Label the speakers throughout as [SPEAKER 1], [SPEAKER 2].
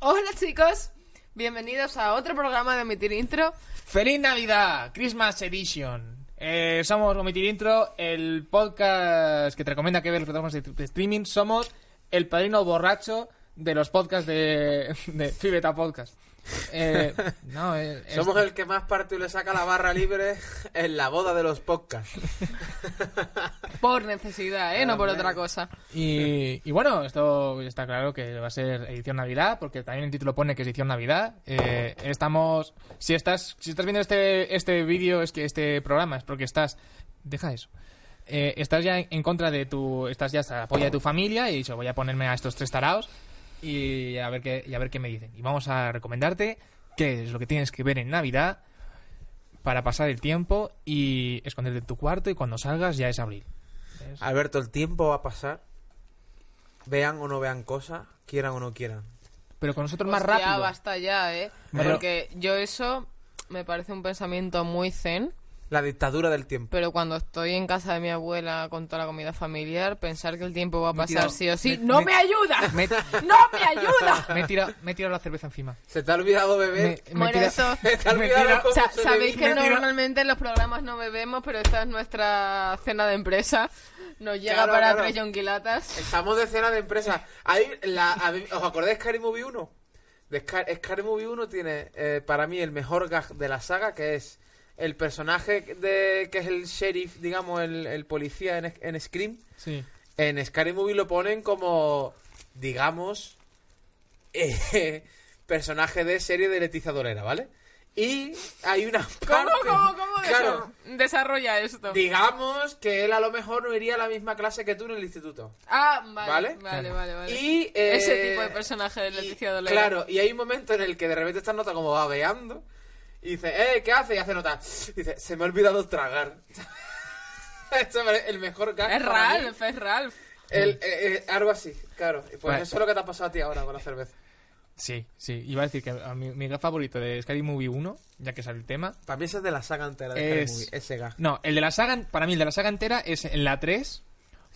[SPEAKER 1] Hola chicos, bienvenidos a otro programa de Omitir Intro.
[SPEAKER 2] ¡Feliz Navidad! Christmas Edition. Eh, somos Omitir Intro, el podcast que te recomienda que veas los plataformas de, de streaming. Somos el padrino borracho de los podcasts de, de Fibeta Podcast. Eh, no, eh, es-
[SPEAKER 3] Somos el que más partido le saca la barra libre en la boda de los podcasts.
[SPEAKER 1] Por necesidad, ¿eh? No por otra cosa.
[SPEAKER 2] y, y bueno, esto está claro que va a ser edición Navidad, porque también el título pone que es edición Navidad. Eh, estamos. Si estás, si estás viendo este, este vídeo, es que este programa es porque estás. Deja eso. Eh, estás ya en- en contra de tu. Estás ya hasta la polla de tu familia y he dicho, voy a ponerme a estos tres taraos y a ver qué, y a ver qué me dicen. Y vamos a recomendarte qué es lo que tienes que ver en Navidad para pasar el tiempo y esconderte en tu cuarto y cuando salgas ya es abril.
[SPEAKER 3] Alberto, el tiempo va a pasar. Vean o no vean cosas, quieran o no quieran.
[SPEAKER 2] Pero con nosotros más
[SPEAKER 1] Hostia,
[SPEAKER 2] rápido.
[SPEAKER 1] basta ya, ¿eh?
[SPEAKER 2] Pero-
[SPEAKER 1] Porque yo eso me parece un pensamiento muy zen,
[SPEAKER 3] La dictadura del tiempo.
[SPEAKER 1] pero cuando estoy en casa de mi abuela con toda la comida familiar, pensar que el tiempo va a
[SPEAKER 2] Me he
[SPEAKER 1] pasar
[SPEAKER 2] tirado-
[SPEAKER 1] sí o sí,
[SPEAKER 2] me-
[SPEAKER 1] ¡no me,
[SPEAKER 2] me-
[SPEAKER 1] ayuda!
[SPEAKER 2] Me,
[SPEAKER 1] ¡No me ayuda!
[SPEAKER 2] me he tirado, me he tirado la cerveza encima.
[SPEAKER 3] Se te ha olvidado
[SPEAKER 2] Me,
[SPEAKER 3] beber.
[SPEAKER 2] me he
[SPEAKER 1] Bueno,
[SPEAKER 2] tirado-
[SPEAKER 1] eso...
[SPEAKER 3] Se te ha
[SPEAKER 2] me he
[SPEAKER 3] olvidado
[SPEAKER 2] tirado-
[SPEAKER 3] cómo
[SPEAKER 1] Sa-
[SPEAKER 3] se
[SPEAKER 1] Sabéis
[SPEAKER 3] bebía.
[SPEAKER 1] que
[SPEAKER 2] tira-
[SPEAKER 1] normalmente en los programas no bebemos, pero esta es nuestra cena de empresa. Nos llega
[SPEAKER 3] Claro,
[SPEAKER 1] para
[SPEAKER 3] claro.
[SPEAKER 1] tres yonquilatas.
[SPEAKER 3] Estamos de cena de empresa. Ahí la- hab- ¿Os acordáis de Scary Movie 1? De Scar- Scary Movie 1 tiene eh, para mí el mejor gag de la saga, que es el personaje de, que es el sheriff, digamos, el, el policía en, en Scream.
[SPEAKER 2] Sí.
[SPEAKER 3] En Scary Movie lo ponen como, digamos, eh, personaje de serie de Leticia Dolera, ¿vale? Y hay una
[SPEAKER 1] ¿Cómo,
[SPEAKER 3] parte...
[SPEAKER 1] cómo, cómo?
[SPEAKER 3] Claro,
[SPEAKER 1] desa- Desarrolla esto.
[SPEAKER 3] digamos que él a lo mejor no iría a la misma clase que tú en el instituto.
[SPEAKER 1] Ah, vale, vale, vale,
[SPEAKER 3] ¿Vale?
[SPEAKER 2] Claro.
[SPEAKER 1] vale.
[SPEAKER 3] Y, eh,
[SPEAKER 1] Ese tipo de personaje de Leticia
[SPEAKER 3] y-
[SPEAKER 1] Dolera.
[SPEAKER 3] Claro, y hay un momento en el que de repente esta nota como babeando y dice, eh, ¿qué hace? Y hace nota. Dice, se me ha olvidado tragar. Esto es el mejor gag.
[SPEAKER 1] Es
[SPEAKER 3] para mí.
[SPEAKER 1] Ralph, es Ralph.
[SPEAKER 3] El- eh, eh, algo así, claro. Y Pues
[SPEAKER 2] Vale.
[SPEAKER 3] eso es lo que te ha pasado a ti ahora con la cerveza.
[SPEAKER 2] Sí, sí. Iba a decir que a mi, mi gag favorito de Scary Movie 1, ya que sale el tema.
[SPEAKER 3] Para mí ese es de la saga entera de
[SPEAKER 2] Es-
[SPEAKER 3] Scary Movie, ese gag.
[SPEAKER 2] No, el de la saga, para mí el de la saga entera es en la 3,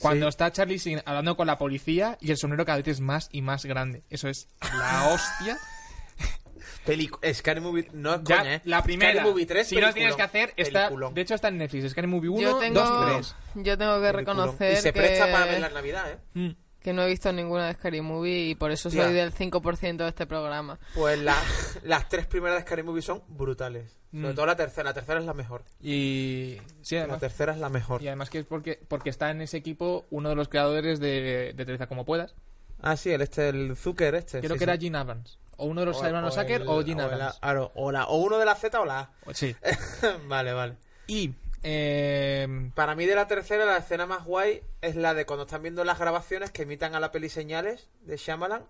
[SPEAKER 2] cuando
[SPEAKER 3] Sí.
[SPEAKER 2] está Charlie Sheen hablando con la policía y el sombrero cada vez es más y más grande. Eso es la hostia.
[SPEAKER 3] Pelicu- eh, Scary Movie, no es
[SPEAKER 2] Ya,
[SPEAKER 3] coña, ¿eh?
[SPEAKER 2] la primera.
[SPEAKER 3] Scary Movie 3,
[SPEAKER 2] si no tienes
[SPEAKER 3] peliculón.
[SPEAKER 2] que hacer, está,
[SPEAKER 3] Peliculón.
[SPEAKER 2] de hecho está en Netflix, Scary Movie 1,
[SPEAKER 1] Yo tengo,
[SPEAKER 2] 2 y 3.
[SPEAKER 1] yo tengo que
[SPEAKER 3] Peliculón.
[SPEAKER 1] reconocer
[SPEAKER 3] Y se
[SPEAKER 1] que,
[SPEAKER 3] presta para ver la Navidad, ¿eh?
[SPEAKER 2] Mm.
[SPEAKER 1] que no he visto ninguna de Scary Movie y por eso soy
[SPEAKER 3] Tía.
[SPEAKER 1] del 5% de este programa.
[SPEAKER 3] Pues la- las tres primeras de Scary Movie son brutales. Sobre todo la tercera. La tercera es la mejor.
[SPEAKER 2] Y... Sí,
[SPEAKER 3] La
[SPEAKER 2] Mm. además,
[SPEAKER 3] tercera es la mejor.
[SPEAKER 2] y además que es porque, porque está en ese equipo uno de los creadores de, de Teresa como puedas.
[SPEAKER 3] Ah, sí, el este, el Zucker este.
[SPEAKER 2] Creo
[SPEAKER 3] sí,
[SPEAKER 2] que era
[SPEAKER 3] sí.
[SPEAKER 2] Gene Evans. O uno de los
[SPEAKER 3] O-
[SPEAKER 2] hermanos
[SPEAKER 3] o
[SPEAKER 2] Sacker
[SPEAKER 3] el-
[SPEAKER 2] o Gene
[SPEAKER 3] o el-
[SPEAKER 2] Evans.
[SPEAKER 3] claro, o, la- o uno de la Z o la
[SPEAKER 2] O- Sí.
[SPEAKER 3] A. vale, vale.
[SPEAKER 2] Y... eh,
[SPEAKER 3] Para mí de la tercera la escena más guay es la de cuando están viendo las grabaciones que imitan a la peli Señales de Shyamalan,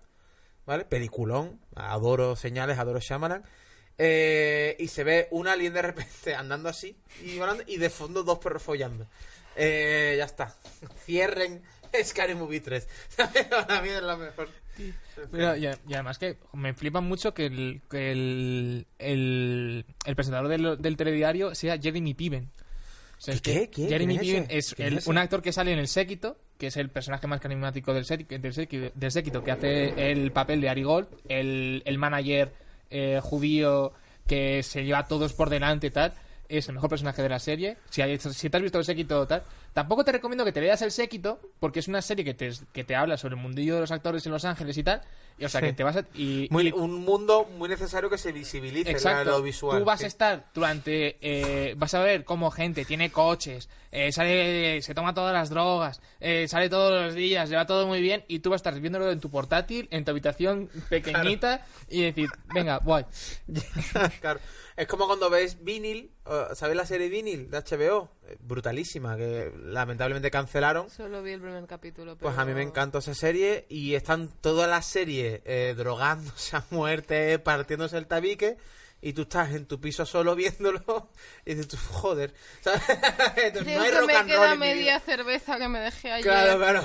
[SPEAKER 3] ¿vale? Peliculón, adoro Señales, adoro Shyamalan. Eh, y se ve un alien de repente andando así y volando, y de fondo dos perros follando. Eh, ya está. Cierren Scary Movie 3. Para mí es la mejor.
[SPEAKER 2] Pero, y, a- y además que me flipa mucho que el, que el, el, el presentador del, del telediario sea Jeremy Piven. O sea, es
[SPEAKER 3] ¿Qué,
[SPEAKER 2] que
[SPEAKER 3] qué, qué?
[SPEAKER 2] Jeremy
[SPEAKER 3] ¿Quién es
[SPEAKER 2] Piven
[SPEAKER 3] ese?
[SPEAKER 2] es,
[SPEAKER 3] ¿Quién
[SPEAKER 2] el-
[SPEAKER 3] es ese?
[SPEAKER 2] un actor que sale en El Séquito, que es el personaje más carismático del séquito, del, séquito, del Séquito, que hace el papel de Ari Gold, el, el manager eh, judío que se lleva a todos por delante y tal. Es el mejor personaje de la serie. Si, hay- si te has visto El Séquito tal, Tampoco te recomiendo que te veas El Séquito, porque es una serie que te, que te habla sobre el mundillo de los actores en Los Ángeles y tal. Y, o sea, que te vas a. Y,
[SPEAKER 3] Muy-
[SPEAKER 2] y-
[SPEAKER 3] un mundo muy necesario que se visibilice en
[SPEAKER 2] Exacto.
[SPEAKER 3] lo visual.
[SPEAKER 2] Tú vas
[SPEAKER 3] sí.
[SPEAKER 2] a estar durante. eh, vas a ver cómo gente tiene coches, eh, sale, se toma todas las drogas, eh, sale todos los días, lleva todo muy bien. Y tú vas a estar viéndolo en tu portátil, en tu habitación pequeñita, y decir, venga, voy.
[SPEAKER 3] Claro. Es como cuando ves vinil, eh, ¿sabes la serie vinil de HBO? Eh, Brutalísima, que lamentablemente cancelaron.
[SPEAKER 1] Solo vi el primer capítulo.
[SPEAKER 3] Pues
[SPEAKER 1] pero-
[SPEAKER 3] a mí me encantó esa serie y están toda la serie eh, drogándose a muerte, partiéndose el tabique y tú estás en tu piso solo viéndolo y dices, tú, joder, ¿sabes?
[SPEAKER 1] Creo
[SPEAKER 3] no hay
[SPEAKER 1] que
[SPEAKER 3] rock
[SPEAKER 1] me
[SPEAKER 3] and roll
[SPEAKER 1] queda
[SPEAKER 3] en mi
[SPEAKER 1] media
[SPEAKER 3] vida.
[SPEAKER 1] cerveza que me dejé ayer
[SPEAKER 3] Claro, claro.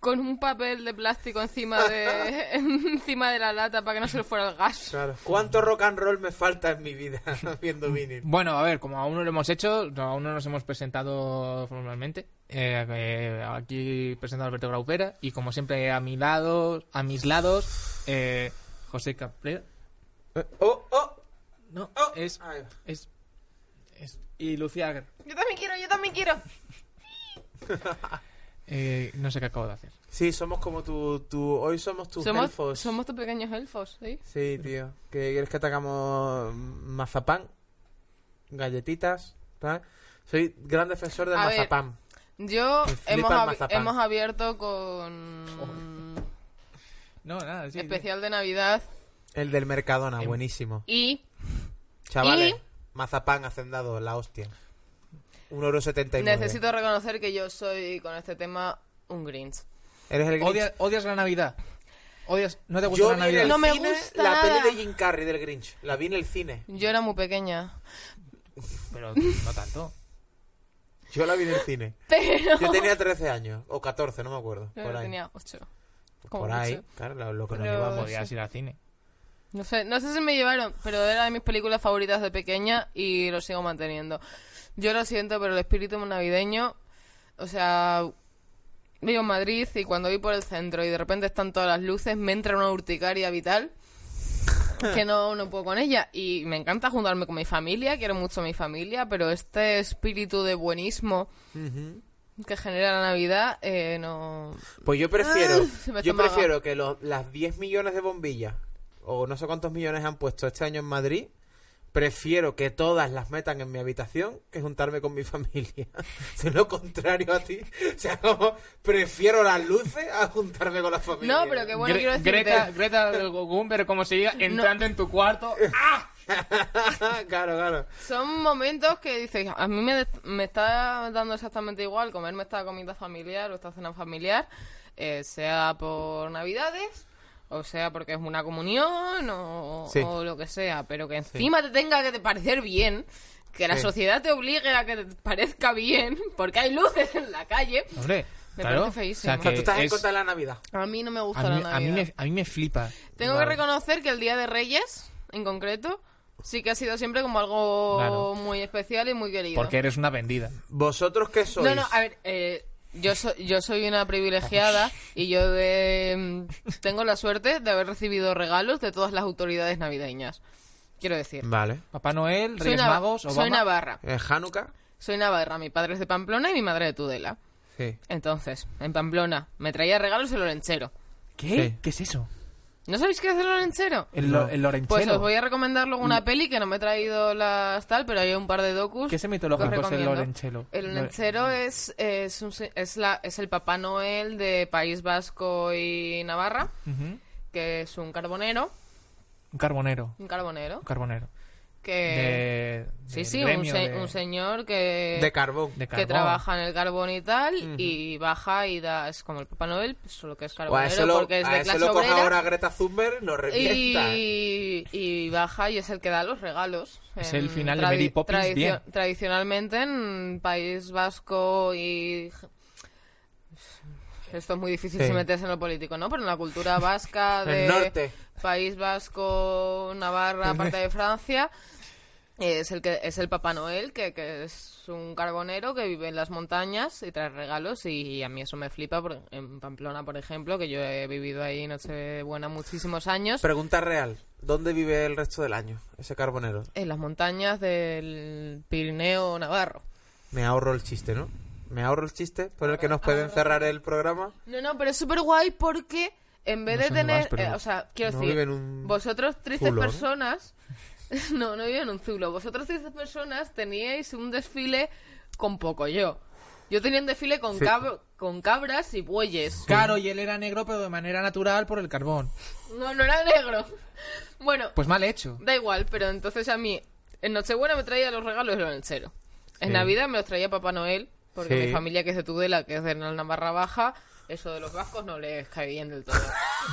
[SPEAKER 1] con un papel de plástico encima de encima de la lata para que no se le fuera el gas.
[SPEAKER 3] claro. ¿Cuánto rock and roll me falta en mi vida viendo vinil?
[SPEAKER 2] Bueno, a ver, como aún no lo hemos hecho, no- aún no nos hemos presentado formalmente. eh, eh, aquí presento a Alberto Graupera y como siempre a mi lado, a mis lados, eh, José Caprera.
[SPEAKER 3] Oh, oh,
[SPEAKER 2] No,
[SPEAKER 3] oh.
[SPEAKER 2] es,
[SPEAKER 3] Ahí va.
[SPEAKER 2] es, es- y Lucía Agar.
[SPEAKER 1] Yo también quiero, yo también quiero.
[SPEAKER 2] Eh, no sé qué acabo de hacer.
[SPEAKER 3] Sí, somos como tú, tú hoy somos tus
[SPEAKER 1] Somos,
[SPEAKER 3] elfos.
[SPEAKER 1] somos tus pequeños elfos, ¿sí?
[SPEAKER 3] Sí, tío. ¿Qué quieres que atacamos mazapán? Galletitas, ¿verdad? Soy gran defensor del
[SPEAKER 1] A ver,
[SPEAKER 3] mazapán.
[SPEAKER 1] Yo
[SPEAKER 3] Me flipa
[SPEAKER 1] hemos,
[SPEAKER 3] el
[SPEAKER 1] abi-
[SPEAKER 3] mazapán.
[SPEAKER 1] hemos abierto con
[SPEAKER 2] No, nada, sí. sí.
[SPEAKER 1] especial de Navidad
[SPEAKER 3] El del
[SPEAKER 2] Em,
[SPEAKER 3] Mercadona, buenísimo.
[SPEAKER 1] y
[SPEAKER 3] Chavales,
[SPEAKER 1] y-
[SPEAKER 3] mazapán hacendado, la hostia. 1,79€.
[SPEAKER 1] necesito reconocer que yo soy con este tema un Grinch.
[SPEAKER 3] Eres el Grinch.
[SPEAKER 2] Odias, odias la Navidad. Odias, no te gusta
[SPEAKER 3] Yo
[SPEAKER 2] la
[SPEAKER 3] vi en
[SPEAKER 2] Navidad.
[SPEAKER 3] el
[SPEAKER 1] No me
[SPEAKER 3] cine
[SPEAKER 1] gusta
[SPEAKER 3] la
[SPEAKER 1] nada.
[SPEAKER 3] peli de Jim Carrey del Grinch. La vi en el cine.
[SPEAKER 1] Yo era muy pequeña,
[SPEAKER 2] Pero no tanto.
[SPEAKER 3] Yo la vi en el cine.
[SPEAKER 1] pero
[SPEAKER 3] Yo tenía 13 años, o 14, no me acuerdo.
[SPEAKER 1] Yo
[SPEAKER 3] por ahí.
[SPEAKER 1] tenía ocho. como
[SPEAKER 3] por ahí,
[SPEAKER 1] mucho.
[SPEAKER 3] claro, lo, lo que nos
[SPEAKER 1] Pero-
[SPEAKER 3] llevamos.
[SPEAKER 2] Podrías ir al cine.
[SPEAKER 1] No sé, no sé si me llevaron, pero era de mis películas favoritas de pequeña y lo sigo manteniendo. Yo lo siento, pero el espíritu navideño, o sea, vivo en Madrid y cuando voy por el centro y de repente están todas las luces, me entra una urticaria vital que no, no puedo con ella. Y me encanta juntarme con mi familia, quiero mucho a mi familia, pero este espíritu de buenismo que genera la Navidad, eh, no...
[SPEAKER 3] Pues yo prefiero,
[SPEAKER 1] se me
[SPEAKER 3] yo
[SPEAKER 1] estómago.
[SPEAKER 3] prefiero que los, las 10 millones de bombillas, o no sé cuántos millones han puesto este año en Madrid, prefiero que todas las metan en mi habitación que juntarme con mi familia. Soy lo contrario a ti. O sea, como prefiero las luces a juntarme con la familia.
[SPEAKER 1] No, pero que bueno,
[SPEAKER 2] Gre-
[SPEAKER 1] quiero decirte...
[SPEAKER 2] Greta, Greta del Gumber, como se diga, entrando en tu cuarto. ¡Ah!
[SPEAKER 3] claro, claro.
[SPEAKER 1] Son momentos que dices, a mí me, des- me está dando exactamente igual comerme esta comida familiar o esta cena familiar, eh, sea por Navidades, o sea porque es una comunión, o,
[SPEAKER 3] Sí.
[SPEAKER 1] o lo que sea, pero que encima te tenga que te parecer bien, que la
[SPEAKER 3] Sí.
[SPEAKER 1] sociedad te obligue a que te parezca bien, porque hay luces en la calle.
[SPEAKER 2] Hombre,
[SPEAKER 1] Me
[SPEAKER 2] claro.
[SPEAKER 1] parece feísimo.
[SPEAKER 2] O sea,
[SPEAKER 3] O sea,
[SPEAKER 2] que
[SPEAKER 3] tú estás en
[SPEAKER 2] es-
[SPEAKER 3] contra de la Navidad.
[SPEAKER 1] A mí no me gusta
[SPEAKER 2] a mí,
[SPEAKER 1] la Navidad.
[SPEAKER 2] a mí me, a mí me flipa.
[SPEAKER 1] Tengo
[SPEAKER 3] Vale.
[SPEAKER 1] que reconocer que el Día de Reyes, en concreto, sí que ha sido siempre como algo
[SPEAKER 2] Claro.
[SPEAKER 1] muy especial y muy querido.
[SPEAKER 2] Porque eres una vendida.
[SPEAKER 3] ¿Vosotros qué sois?
[SPEAKER 1] No, no, a ver, eh, yo, so- yo soy una privilegiada y yo de, mm, tengo la suerte de haber recibido regalos de todas las autoridades navideñas. Quiero decir,
[SPEAKER 3] Vale.
[SPEAKER 2] Papá Noel,
[SPEAKER 1] soy,
[SPEAKER 2] Reyes
[SPEAKER 1] nava-
[SPEAKER 2] Magos, Obama.
[SPEAKER 1] soy navarra.
[SPEAKER 3] ¿En ¿Eh, Hanukkah?
[SPEAKER 1] Soy navarra, mi padre es de Pamplona y mi madre de Tudela.
[SPEAKER 3] Sí.
[SPEAKER 1] Entonces, en Pamplona me traía regalos el orenchero.
[SPEAKER 2] ¿Qué?
[SPEAKER 3] Sí.
[SPEAKER 2] ¿Qué es eso?
[SPEAKER 1] ¿No sabéis qué es el orenchero?
[SPEAKER 2] El,
[SPEAKER 3] No.
[SPEAKER 2] lo- el Lorenchero.
[SPEAKER 1] Pues os voy a recomendar luego una peli que no me he traído las tal, pero hay un par de docus.
[SPEAKER 2] ¿Qué es el
[SPEAKER 1] que os
[SPEAKER 2] mitológico es el
[SPEAKER 1] recomiendo.
[SPEAKER 2] Lorenchelo?
[SPEAKER 1] El
[SPEAKER 2] Lo-
[SPEAKER 1] Olenchero es, es, un se- es, la, es el Papá Noel de País Vasco y Navarra,
[SPEAKER 2] Ujú.
[SPEAKER 1] que es un carbonero,
[SPEAKER 2] Un carbonero.
[SPEAKER 1] un carbonero,
[SPEAKER 2] Un carbonero.
[SPEAKER 1] que...
[SPEAKER 2] de,
[SPEAKER 1] Eh, sí,
[SPEAKER 2] del
[SPEAKER 1] sí, un,
[SPEAKER 2] gremio
[SPEAKER 1] se-
[SPEAKER 2] de-
[SPEAKER 1] un señor que,
[SPEAKER 3] De carbón.
[SPEAKER 2] de
[SPEAKER 1] que
[SPEAKER 2] carbón.
[SPEAKER 1] trabaja en el carbón y tal, y baja y da... Es como el Papá Noel, solo que es
[SPEAKER 3] O a
[SPEAKER 1] carbonero
[SPEAKER 3] eso lo,
[SPEAKER 1] porque es
[SPEAKER 3] a
[SPEAKER 1] de
[SPEAKER 3] eso
[SPEAKER 1] clase
[SPEAKER 3] lo coge
[SPEAKER 1] obrera.
[SPEAKER 3] ahora Greta Thunberg, lo revienta.
[SPEAKER 1] Y, y baja y es el que da los regalos.
[SPEAKER 2] Es
[SPEAKER 1] En
[SPEAKER 2] el final de Mary Poppins, bien.
[SPEAKER 1] Tradicionalmente en País Vasco y... Esto es muy difícil
[SPEAKER 3] Sí.
[SPEAKER 1] si meterse en lo político, ¿no? Pero en la cultura vasca
[SPEAKER 3] El
[SPEAKER 1] de
[SPEAKER 3] norte.
[SPEAKER 1] País Vasco,
[SPEAKER 2] Pues
[SPEAKER 1] Navarra, parte de Francia, es el que es el Papá Noel, que, que es un carbonero que vive en las montañas y trae regalos y a mí eso me flipa por- en Pamplona, por ejemplo, que yo he vivido ahí Nochebuena muchísimos años.
[SPEAKER 3] Pregunta real. ¿Dónde vive el resto del año ese carbonero?
[SPEAKER 1] en las montañas del Pirineo Navarro.
[SPEAKER 3] Me ahorro el chiste, ¿no? me ahorro el chiste por el que nos pueden cerrar el programa.
[SPEAKER 1] No, no, pero es súper guay porque en vez
[SPEAKER 2] No
[SPEAKER 1] de
[SPEAKER 2] sé dónde
[SPEAKER 1] tener.
[SPEAKER 2] vas, pero
[SPEAKER 1] eh, o sea, quiero
[SPEAKER 3] no
[SPEAKER 1] decir,
[SPEAKER 3] viven un
[SPEAKER 1] vosotros tristes
[SPEAKER 3] zulo, ¿no?
[SPEAKER 1] personas. No, no viven en un zulo. Vosotros tristes personas teníais un desfile con poco yo. Yo tenía un desfile con, cab- con cabras y bueyes.
[SPEAKER 2] Claro, y él era negro, pero de manera natural por el carbón.
[SPEAKER 1] No, no era negro. Bueno,
[SPEAKER 2] Pues mal hecho.
[SPEAKER 1] da igual, pero entonces a mí. En Nochebuena me traía los regalos del lonchero. En
[SPEAKER 3] Sí.
[SPEAKER 1] Navidad me los traía Papá Noel, porque
[SPEAKER 3] Sí.
[SPEAKER 1] mi familia que es de Tudela, que es de la Navarra Baja, eso de los vascos no les cae bien del todo.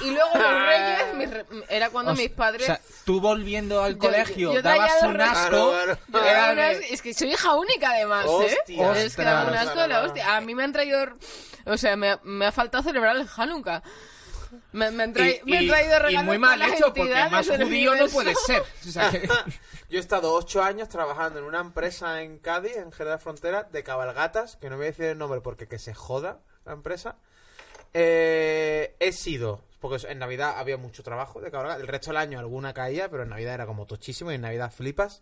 [SPEAKER 1] Y luego los reyes, mis re- era cuando
[SPEAKER 2] O
[SPEAKER 1] mis
[SPEAKER 2] sea,
[SPEAKER 1] padres...
[SPEAKER 2] O sea, tú volviendo al
[SPEAKER 1] Yo-
[SPEAKER 2] colegio
[SPEAKER 1] yo- yo traía
[SPEAKER 2] dabas
[SPEAKER 1] los
[SPEAKER 2] un
[SPEAKER 1] regalos.
[SPEAKER 2] asco.
[SPEAKER 3] Claro,
[SPEAKER 1] Yo
[SPEAKER 3] claro.
[SPEAKER 2] era
[SPEAKER 1] era
[SPEAKER 2] de-
[SPEAKER 1] una- es que soy hija única además,
[SPEAKER 3] Hostia.
[SPEAKER 1] ¿eh? Es que era un
[SPEAKER 2] Ostras.
[SPEAKER 1] asco de la hostia. A mí me han traído, o sea, me, ha- me ha faltado celebrar el Hanukkah. Me, me han, trai-
[SPEAKER 2] eh, y-
[SPEAKER 1] me han
[SPEAKER 2] y-
[SPEAKER 1] traído
[SPEAKER 2] y
[SPEAKER 1] regalos
[SPEAKER 2] muy
[SPEAKER 1] de
[SPEAKER 2] mal
[SPEAKER 1] las
[SPEAKER 2] hecho, porque
[SPEAKER 1] entidades
[SPEAKER 2] más
[SPEAKER 1] del
[SPEAKER 2] judío no
[SPEAKER 1] universo.
[SPEAKER 2] puede ser. O sea, que-
[SPEAKER 3] Yo he estado ocho años trabajando en una empresa en Cádiz, en Jerez de la Frontera, de cabalgatas, que no voy a decir el nombre porque que se joda la empresa. Eh, he sido, porque en Navidad había mucho trabajo de cabalgatas, el resto del año alguna caía, pero en Navidad era como tochísimo y en Navidad flipas.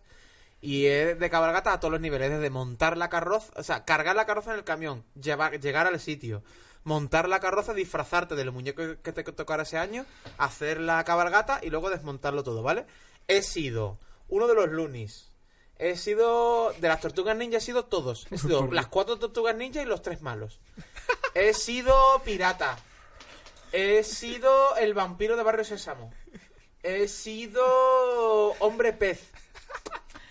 [SPEAKER 3] Y es de cabalgata a todos los niveles, desde montar la carroza, o sea, cargar la carroza en el camión, llevar, llegar al sitio, montar la carroza, disfrazarte del muñeco que te tocara ese año, hacer la cabalgata y luego desmontarlo todo, ¿vale? He sido uno de los lunis, he sido de las tortugas ninja, he sido todos, he sido las cuatro tortugas ninja y los tres malos. He sido pirata, he sido el vampiro de Barrio Sésamo, he sido hombre pez.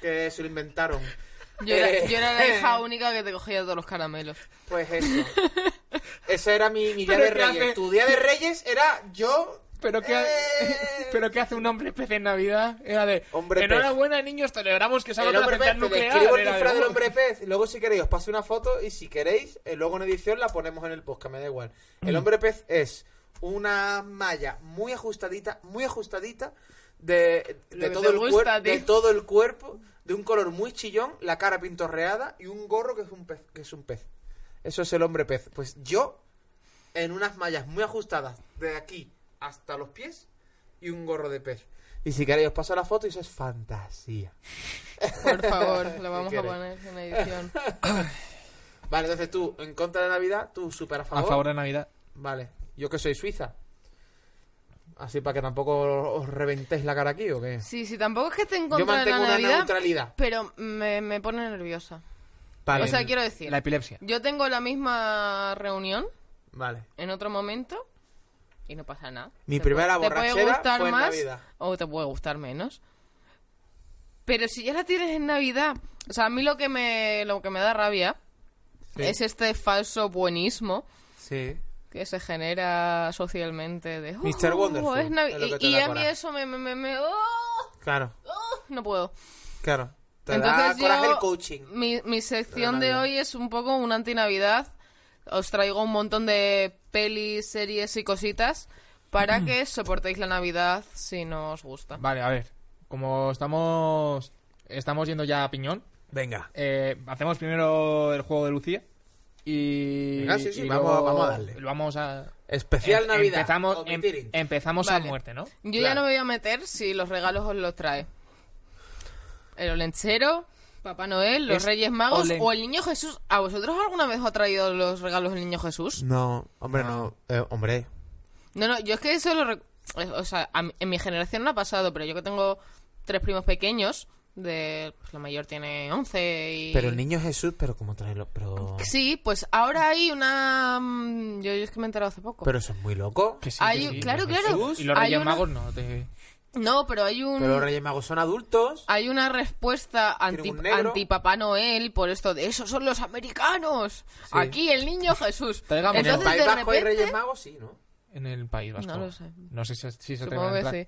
[SPEAKER 3] Que se lo inventaron.
[SPEAKER 1] Yo era,
[SPEAKER 3] Eh,
[SPEAKER 1] yo era la hija única que te cogía todos los caramelos.
[SPEAKER 3] Pues eso. Esa era mi, mi día
[SPEAKER 2] Pero
[SPEAKER 3] de
[SPEAKER 2] ¿qué
[SPEAKER 3] Reyes.
[SPEAKER 2] hace?
[SPEAKER 3] Tu día de Reyes era yo.
[SPEAKER 2] pero qué,
[SPEAKER 3] Eh,
[SPEAKER 2] pero qué hace un hombre pez en Navidad? Era de
[SPEAKER 3] Hombre pez.
[SPEAKER 2] enhorabuena niños, celebramos que salga
[SPEAKER 3] el
[SPEAKER 2] la
[SPEAKER 3] hombre este, pez,
[SPEAKER 2] central
[SPEAKER 3] te
[SPEAKER 2] nuclear.
[SPEAKER 3] describo el
[SPEAKER 2] Era de,
[SPEAKER 3] disfraz del
[SPEAKER 2] "Oh".
[SPEAKER 3] hombre pez. y Luego, si queréis, os paso una foto. Y si queréis, eh, luego en edición la ponemos en el podcast. Me da igual. El hombre pez es una malla muy ajustadita, muy ajustadita. De,
[SPEAKER 1] Lo
[SPEAKER 3] de
[SPEAKER 1] que
[SPEAKER 3] todo
[SPEAKER 1] te
[SPEAKER 3] el
[SPEAKER 1] gusta,
[SPEAKER 3] cuerpo, de
[SPEAKER 1] tío.
[SPEAKER 3] todo el cuerpo, de un color muy chillón, la cara pintorreada y un gorro que es un pez, que es un pez. Eso es el hombre pez. Pues yo en unas mallas muy ajustadas de aquí hasta los pies y un gorro de pez. Y si queréis os paso la foto y eso es fantasía.
[SPEAKER 1] Por favor, lo vamos a
[SPEAKER 3] quieres?
[SPEAKER 1] poner en la edición.
[SPEAKER 3] Vale, entonces tú en contra de Navidad, tú súper a
[SPEAKER 2] A
[SPEAKER 3] favor.
[SPEAKER 2] favor de Navidad.
[SPEAKER 3] Vale, yo que soy suiza. Así para que tampoco os reventéis la cara aquí o qué.
[SPEAKER 1] Sí, sí, tampoco es que esté en
[SPEAKER 3] Yo
[SPEAKER 1] contra de la
[SPEAKER 3] mantengo una
[SPEAKER 1] Navidad,
[SPEAKER 3] neutralidad.
[SPEAKER 1] pero me, me pone nerviosa.
[SPEAKER 3] Vale.
[SPEAKER 1] O sea, quiero decir,
[SPEAKER 2] La epilepsia.
[SPEAKER 1] yo tengo la misma reunión
[SPEAKER 3] vale.
[SPEAKER 1] en otro momento y no pasa nada.
[SPEAKER 3] Mi
[SPEAKER 1] Te
[SPEAKER 3] primera
[SPEAKER 1] puede- Te puede
[SPEAKER 3] borrachera
[SPEAKER 1] gustar
[SPEAKER 3] fue en
[SPEAKER 1] más
[SPEAKER 3] Navidad.
[SPEAKER 1] o te puede gustar menos. Pero si ya la tienes en Navidad, o sea, a mí lo que me, lo que me da rabia
[SPEAKER 3] Sí.
[SPEAKER 1] es este falso buenismo
[SPEAKER 3] Sí.
[SPEAKER 1] que se genera socialmente de...
[SPEAKER 3] Mr.
[SPEAKER 1] "Oh,
[SPEAKER 3] Wonderful",
[SPEAKER 1] es Navi-".
[SPEAKER 3] es lo que te
[SPEAKER 1] y, y
[SPEAKER 3] da
[SPEAKER 1] a mí
[SPEAKER 3] coraje.
[SPEAKER 1] eso me... me, me- me- ¡Oh!
[SPEAKER 3] Claro,
[SPEAKER 1] ¡Oh! No puedo.
[SPEAKER 3] claro. Te da
[SPEAKER 1] Entonces yo,
[SPEAKER 3] coraje el coaching.
[SPEAKER 1] Mi, mi sección
[SPEAKER 3] Pero
[SPEAKER 1] de
[SPEAKER 3] Navidad.
[SPEAKER 1] hoy es un poco una antinavidad. Os traigo un montón de pelis, series y cositas para que soportéis la Navidad si no os gusta.
[SPEAKER 2] Vale, a ver. Como estamos estamos yendo ya a piñón,
[SPEAKER 3] Venga.
[SPEAKER 2] eh, hacemos primero el juego de Lucía y,
[SPEAKER 3] Venga, Ah, sí, sí,
[SPEAKER 2] y
[SPEAKER 3] vamos-
[SPEAKER 2] luego
[SPEAKER 3] vamos a darle.
[SPEAKER 2] lo Vamos a
[SPEAKER 3] Especial
[SPEAKER 2] em-
[SPEAKER 3] Navidad.
[SPEAKER 2] Empezamos, em-
[SPEAKER 3] Omitirin.
[SPEAKER 2] empezamos
[SPEAKER 1] Vale.
[SPEAKER 2] a muerte, ¿no?
[SPEAKER 1] Yo ya
[SPEAKER 3] claro.
[SPEAKER 1] no me voy a meter si los regalos os los trae. El olenchero, Papá Noel, los
[SPEAKER 2] Es
[SPEAKER 1] Reyes Magos
[SPEAKER 2] olen-
[SPEAKER 1] o el Niño Jesús. ¿A vosotros alguna vez os ha traído los regalos el Niño Jesús?
[SPEAKER 3] No, hombre, no. Eh, hombre.
[SPEAKER 1] No, no, yo es que eso lo... rec- eh, O sea, a mi- en mi generación no ha pasado, pero yo que tengo tres primos pequeños, de pues, la mayor tiene 11 y...
[SPEAKER 3] Pero el niño Jesús, pero ¿cómo traerlo? Pero,
[SPEAKER 1] Sí, pues ahora hay una... mm, Yo, yo es que me he enterado hace poco.
[SPEAKER 3] pero eso es muy loco.
[SPEAKER 2] Que sí,
[SPEAKER 1] Hay
[SPEAKER 2] que
[SPEAKER 1] un-
[SPEAKER 2] sí,
[SPEAKER 1] claro,
[SPEAKER 2] que sí.
[SPEAKER 1] claro.
[SPEAKER 2] Y los
[SPEAKER 1] Hay
[SPEAKER 2] Reyes
[SPEAKER 1] una-
[SPEAKER 2] Magos no. te-
[SPEAKER 1] No, pero hay un... Ah,
[SPEAKER 3] Pero los Reyes Magos son adultos.
[SPEAKER 1] Hay una respuesta anti,
[SPEAKER 3] un negro.
[SPEAKER 1] anti Papá Noel por esto de esos son los americanos. Aquí el niño Jesús.
[SPEAKER 2] Traigamos-
[SPEAKER 3] en el
[SPEAKER 1] Entonces
[SPEAKER 3] País
[SPEAKER 1] de
[SPEAKER 3] Vasco hay
[SPEAKER 1] repente
[SPEAKER 3] Reyes Magos, sí, ¿no?
[SPEAKER 2] En el País Vasco.
[SPEAKER 1] No lo sé.
[SPEAKER 2] No sé si, si se
[SPEAKER 1] supongo
[SPEAKER 2] te
[SPEAKER 1] que
[SPEAKER 2] va a
[SPEAKER 1] sí.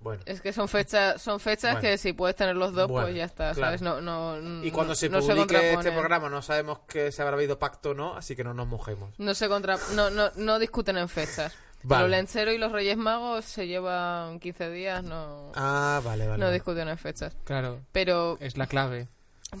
[SPEAKER 3] Bueno.
[SPEAKER 1] Es que son fechas son fechas
[SPEAKER 3] Bueno.
[SPEAKER 1] que si puedes tener los dos
[SPEAKER 3] Bueno,
[SPEAKER 1] pues ya está,
[SPEAKER 3] claro.
[SPEAKER 1] ¿sabes? No no
[SPEAKER 3] Y cuando
[SPEAKER 1] no-
[SPEAKER 3] se
[SPEAKER 1] no
[SPEAKER 3] publique este
[SPEAKER 1] contrapone.
[SPEAKER 3] programa no sabemos que se habrá habido pacto o no, así que no nos mojemos.
[SPEAKER 1] No se contra no, no, no discuten en fechas.
[SPEAKER 3] Vale.
[SPEAKER 1] Los lenceros y los Reyes Magos se llevan 15 días, no,
[SPEAKER 3] Ah, vale, vale.
[SPEAKER 1] no
[SPEAKER 3] vale.
[SPEAKER 1] discuten en fechas.
[SPEAKER 2] Claro,
[SPEAKER 1] Pero,
[SPEAKER 2] es la clave.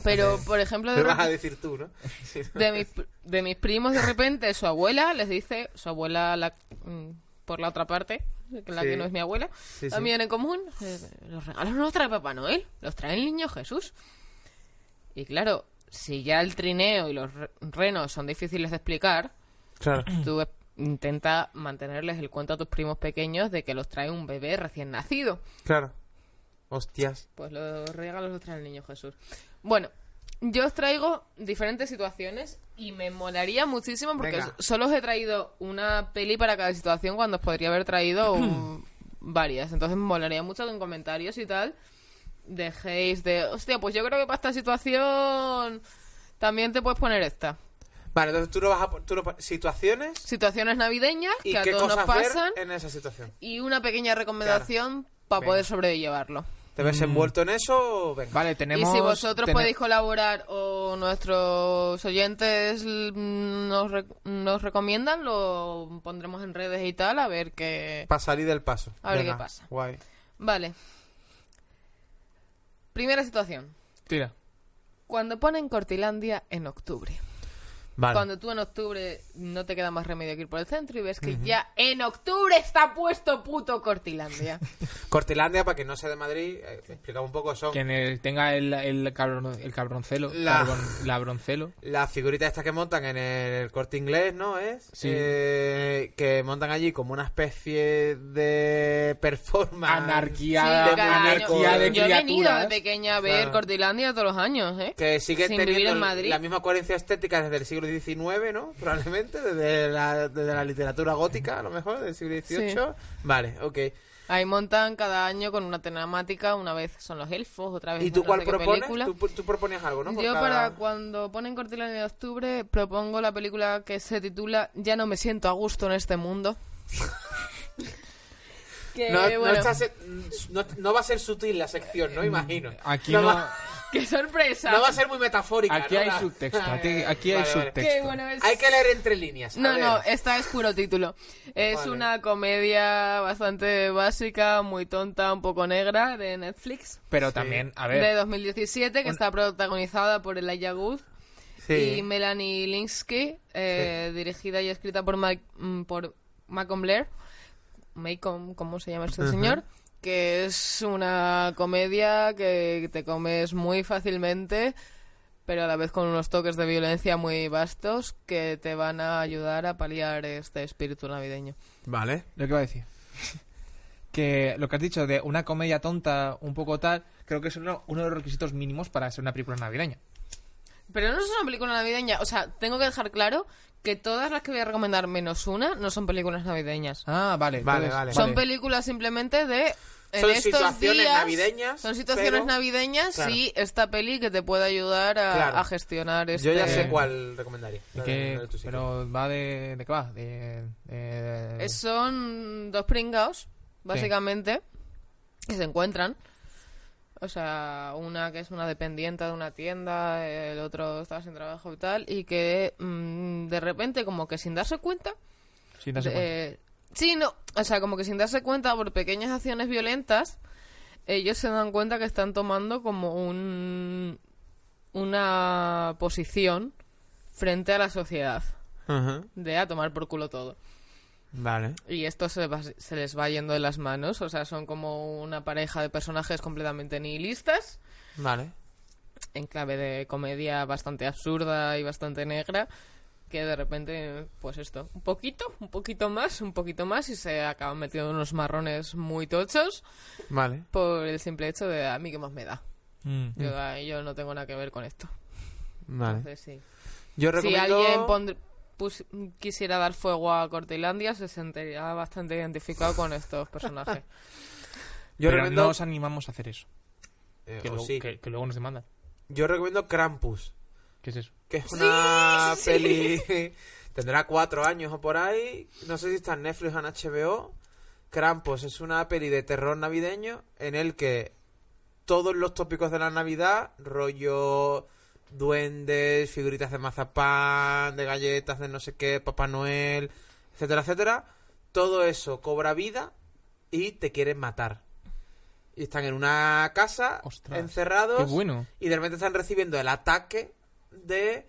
[SPEAKER 1] pero por ejemplo, de,
[SPEAKER 3] Lo eh, vas a
[SPEAKER 1] repe-
[SPEAKER 3] decir tú, ¿no? Sí.
[SPEAKER 1] de mis, pr- de mis primos, de repente, su abuela les dice, su abuela la- mm, por la otra parte, que la
[SPEAKER 3] Sí.
[SPEAKER 1] que no es mi abuela,
[SPEAKER 3] sí.
[SPEAKER 1] también en común, eh, los regalos no los trae Papá Noel, los trae el niño Jesús. Y claro, si ya el trineo y los re- renos son difíciles de explicar,
[SPEAKER 3] Claro.
[SPEAKER 1] tú es- intenta mantenerles el cuento a tus primos pequeños de que los trae un bebé recién nacido.
[SPEAKER 3] Claro. Hostias.
[SPEAKER 1] Pues los regalos los trae el niño Jesús. Bueno, yo os traigo diferentes situaciones y me molaría muchísimo porque
[SPEAKER 3] Venga.
[SPEAKER 1] so- solo os he traído una peli para cada situación cuando os podría haber traído um, varias. Entonces me molaría mucho que en comentarios y tal dejéis de... Hostia, pues yo creo que para esta situación también te puedes poner esta.
[SPEAKER 3] Vale, entonces tú no vas a pon- tú no pon- situaciones
[SPEAKER 1] Situaciones navideñas
[SPEAKER 3] y
[SPEAKER 1] que a
[SPEAKER 3] qué
[SPEAKER 1] todos nos
[SPEAKER 3] cosas ver
[SPEAKER 1] pasan
[SPEAKER 3] en esa situación.
[SPEAKER 1] y una pequeña recomendación para
[SPEAKER 3] Venga.
[SPEAKER 1] poder sobrellevarlo.
[SPEAKER 3] ¿Te ves envuelto en eso? Venga.
[SPEAKER 2] Vale, tenemos.
[SPEAKER 1] y si vosotros
[SPEAKER 2] tene-
[SPEAKER 1] podéis colaborar o nuestros oyentes l- nos, re- nos recomiendan, lo pondremos en redes y tal, a ver qué...
[SPEAKER 3] Para salir del paso.
[SPEAKER 1] A ver qué
[SPEAKER 3] Venga,
[SPEAKER 1] pasa.
[SPEAKER 3] Guay.
[SPEAKER 1] Vale. Primera situación.
[SPEAKER 2] Tira.
[SPEAKER 1] Cuando ponen Cortilandia en octubre.
[SPEAKER 3] Vale.
[SPEAKER 1] Cuando tú en octubre no te queda más remedio que ir por el centro y ves que ya en octubre está puesto puto Cortilandia.
[SPEAKER 3] Cortilandia, para que no sea de Madrid, eh, explicamos un poco, son
[SPEAKER 2] Quien eh, tenga el, el, cabron- el cabroncelo.
[SPEAKER 3] La-
[SPEAKER 2] carbon- labroncelo.
[SPEAKER 3] las figuritas estas que montan en el corte inglés, ¿no? Es
[SPEAKER 2] Sí.
[SPEAKER 3] Eh, que montan allí como una especie de performance.
[SPEAKER 2] Anarquía.
[SPEAKER 1] Sí,
[SPEAKER 3] de
[SPEAKER 1] cada año.
[SPEAKER 3] muñeco.
[SPEAKER 2] anarquía de
[SPEAKER 1] Yo he venido de
[SPEAKER 2] criaturas.
[SPEAKER 1] pequeña a ver
[SPEAKER 3] Claro.
[SPEAKER 1] Cortilandia todos los años, ¿eh?
[SPEAKER 3] Que sigue
[SPEAKER 1] Sin vivir
[SPEAKER 3] teniendo
[SPEAKER 1] en Madrid.
[SPEAKER 3] la misma coherencia estética desde el siglo XIX, ¿no? Probablemente, desde la, desde la literatura gótica, a lo mejor, del siglo XVIII.
[SPEAKER 1] Sí.
[SPEAKER 3] Vale, ok.
[SPEAKER 1] Ahí montan cada año con una temática, una vez son los elfos, otra vez
[SPEAKER 3] ¿Y
[SPEAKER 1] no
[SPEAKER 3] tú
[SPEAKER 1] sé
[SPEAKER 3] cuál
[SPEAKER 1] qué
[SPEAKER 3] propones?
[SPEAKER 1] película.
[SPEAKER 3] Tú, tú proponías algo, ¿no? Por
[SPEAKER 1] Yo
[SPEAKER 3] cada-
[SPEAKER 1] para cuando ponen Cortilandia de octubre propongo la película que se titula Ya no me siento a gusto en este mundo. que,
[SPEAKER 3] No, no
[SPEAKER 1] bueno,
[SPEAKER 3] está se- no- no va a ser sutil la sección, ¿no? Imagino.
[SPEAKER 2] Eh, Aquí
[SPEAKER 3] no,
[SPEAKER 2] no.
[SPEAKER 3] va,
[SPEAKER 1] qué sorpresa.
[SPEAKER 3] no va a ser muy metafórica.
[SPEAKER 2] Aquí
[SPEAKER 3] ¿no?
[SPEAKER 2] hay
[SPEAKER 3] La-
[SPEAKER 2] subtexto. Aquí, aquí hay
[SPEAKER 3] Vale, vale.
[SPEAKER 2] subtexto.
[SPEAKER 1] Que, bueno, eh. es-
[SPEAKER 3] Hay que leer entre líneas. a
[SPEAKER 1] No,
[SPEAKER 3] ver.
[SPEAKER 1] no, esta es puro título. Es
[SPEAKER 3] Vale.
[SPEAKER 1] una comedia bastante básica, muy tonta, un poco negra, de Netflix,
[SPEAKER 2] Pero también, a ver.
[SPEAKER 1] de 2017, que está protagonizada por Elijah Wood y Melanie Linsky, eh, dirigida y escrita por, Mike- mm, por Malcolm Blair, Malcolm, ¿cómo se llama este señor? Que es una comedia que te comes muy fácilmente, pero a la vez con unos toques de violencia muy vastos que te van a ayudar a paliar este espíritu navideño.
[SPEAKER 3] Vale.
[SPEAKER 2] Lo que iba a decir. que lo que has dicho de una comedia tonta, un poco tal, creo que es uno, uno de los requisitos mínimos para ser una película navideña.
[SPEAKER 1] Pero no es una película navideña, o sea, tengo que dejar claro que todas las que voy a recomendar menos una no son películas navideñas.
[SPEAKER 2] Ah, vale.
[SPEAKER 3] Vale,
[SPEAKER 2] entonces-
[SPEAKER 3] vale.
[SPEAKER 1] Son películas simplemente de. En
[SPEAKER 3] Son
[SPEAKER 1] estos
[SPEAKER 3] situaciones
[SPEAKER 1] días,
[SPEAKER 3] navideñas,
[SPEAKER 1] Son situaciones
[SPEAKER 3] pero-
[SPEAKER 1] navideñas
[SPEAKER 3] Claro.
[SPEAKER 1] y esta peli que te puede ayudar a,
[SPEAKER 3] Claro.
[SPEAKER 1] a gestionar este.
[SPEAKER 3] Yo ya sé cuál recomendaría.
[SPEAKER 2] ¿Y
[SPEAKER 3] Dale,
[SPEAKER 2] qué-
[SPEAKER 3] dale tú si
[SPEAKER 2] pero va de, de qué va? De, de-
[SPEAKER 1] Es- Eh, son dos pringaos, básicamente, que se encuentran. O sea, una que es una dependiente de una tienda, el otro está sin trabajo y tal, y que mm, de repente, como que sin darse cuenta,
[SPEAKER 2] sin darse cuenta.
[SPEAKER 1] Eh, sí, no. O sea, como que sin darse cuenta por pequeñas acciones violentas, ellos se dan cuenta que están tomando como un una posición frente a la sociedad
[SPEAKER 3] quieres. Ujú.
[SPEAKER 1] de a tomar por culo todo.
[SPEAKER 3] Vale.
[SPEAKER 1] Y esto se, va- se les va yendo de las manos, o sea, son como una pareja de personajes completamente nihilistas,
[SPEAKER 3] Vale.
[SPEAKER 1] en clave de comedia bastante absurda y bastante negra, que de repente, pues esto, un poquito, un poquito más, un poquito más, y se acaban metiendo unos marrones muy tochos
[SPEAKER 3] Vale.
[SPEAKER 1] por el simple hecho de a mí que más me da.
[SPEAKER 2] Mm.
[SPEAKER 1] Yo, ay, yo no tengo nada que ver con esto.
[SPEAKER 3] Vale.
[SPEAKER 1] Entonces, sí.
[SPEAKER 3] Yo
[SPEAKER 1] Si
[SPEAKER 3] recomiendo.
[SPEAKER 1] alguien pondr- pus- quisiera dar fuego a Cortilandia, se sentiría bastante identificado con estos personajes.
[SPEAKER 3] Yo
[SPEAKER 2] Pero
[SPEAKER 3] recomiendo.
[SPEAKER 2] no os animamos a hacer eso.
[SPEAKER 3] Eh,
[SPEAKER 2] Que,
[SPEAKER 3] o
[SPEAKER 2] luego,
[SPEAKER 3] sí.
[SPEAKER 2] que- que luego nos demandan.
[SPEAKER 3] Yo recomiendo Krampus.
[SPEAKER 2] ¿Qué es eso?
[SPEAKER 3] Que es una peli. Tendrá cuatro años o por ahí. No sé si está en Netflix o en HBO. Krampus es una peli de terror navideño en el que todos los tópicos de la Navidad, rollo duendes, figuritas de mazapán, de galletas, de no sé qué, Papá Noel, etcétera, etcétera, todo eso cobra vida y te quieren matar. Y están en una casa
[SPEAKER 2] Ostras,
[SPEAKER 3] encerrados
[SPEAKER 2] qué bueno.
[SPEAKER 3] y de repente están recibiendo el ataque de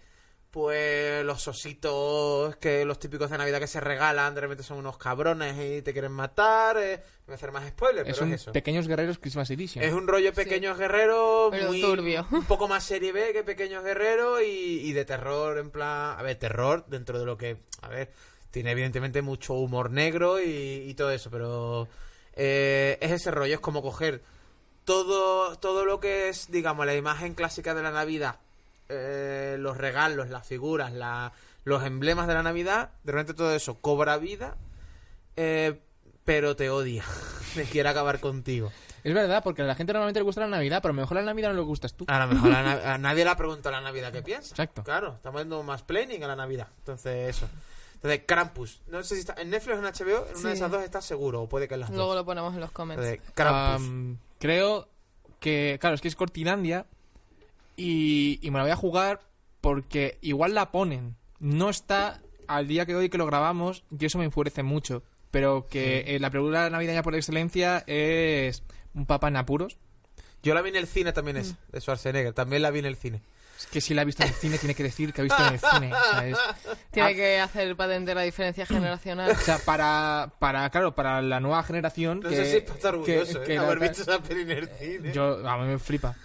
[SPEAKER 3] pues los ositos, que los típicos de Navidad que se regalan, de repente son unos cabrones y te quieren matar. eh, voy a hacer más spoilers,
[SPEAKER 2] Es
[SPEAKER 3] pero
[SPEAKER 2] un
[SPEAKER 3] es eso.
[SPEAKER 2] Pequeños Guerreros Christmas Edition.
[SPEAKER 3] Es un rollo pequeños guerreros,
[SPEAKER 1] Pero
[SPEAKER 3] muy
[SPEAKER 1] turbio.
[SPEAKER 3] un poco más serie B que pequeños guerreros y, y de terror en plan, a ver, terror dentro de lo que, a ver, tiene evidentemente mucho humor negro y, y todo eso, pero eh, es ese rollo, es como coger todo todo lo que es, digamos, la imagen clásica de la Navidad, eh, los regalos, las figuras, la- los emblemas de la Navidad, de repente todo eso cobra vida. eh, pero te odia, me quiere acabar contigo.
[SPEAKER 2] Es verdad, porque a la gente normalmente le gusta la Navidad, pero a lo mejor la Navidad no le gustas tú.
[SPEAKER 3] A lo mejor a, na- a nadie le ha preguntado la Navidad qué piensa.
[SPEAKER 2] Exacto.
[SPEAKER 3] Claro, estamos viendo más planning a la Navidad. Entonces, eso. Entonces, Krampus. No sé si está en Netflix o en HBO. En una de
[SPEAKER 1] Sí.
[SPEAKER 3] esas dos está seguro, o puede que en las
[SPEAKER 1] Luego
[SPEAKER 3] dos.
[SPEAKER 1] lo ponemos en los comments.
[SPEAKER 3] Entonces, Krampus.
[SPEAKER 2] Am, creo que, claro, es que es Cortinandia y, y me la voy a jugar porque igual la ponen. No está al día que hoy que lo grabamos y eso me enfurece mucho. Pero que eh, la película navideña por excelencia es un papá en apuros.
[SPEAKER 3] Yo la vi en el cine también,
[SPEAKER 1] Mm.
[SPEAKER 3] es de Schwarzenegger. También la vi en el cine.
[SPEAKER 2] Es que si la ha visto en el cine, tiene que decir que ha visto en el cine. O sea, es-
[SPEAKER 1] Tiene que hacer patente la diferencia generacional.
[SPEAKER 2] o sea, para, para, claro, para la nueva generación.
[SPEAKER 3] No
[SPEAKER 2] que,
[SPEAKER 3] sé si es para estar
[SPEAKER 2] que-
[SPEAKER 3] orgulloso,
[SPEAKER 2] que
[SPEAKER 3] ¿eh?
[SPEAKER 2] la-
[SPEAKER 3] Haber visto esa peli en el cine.
[SPEAKER 2] Yo, a mí me flipa.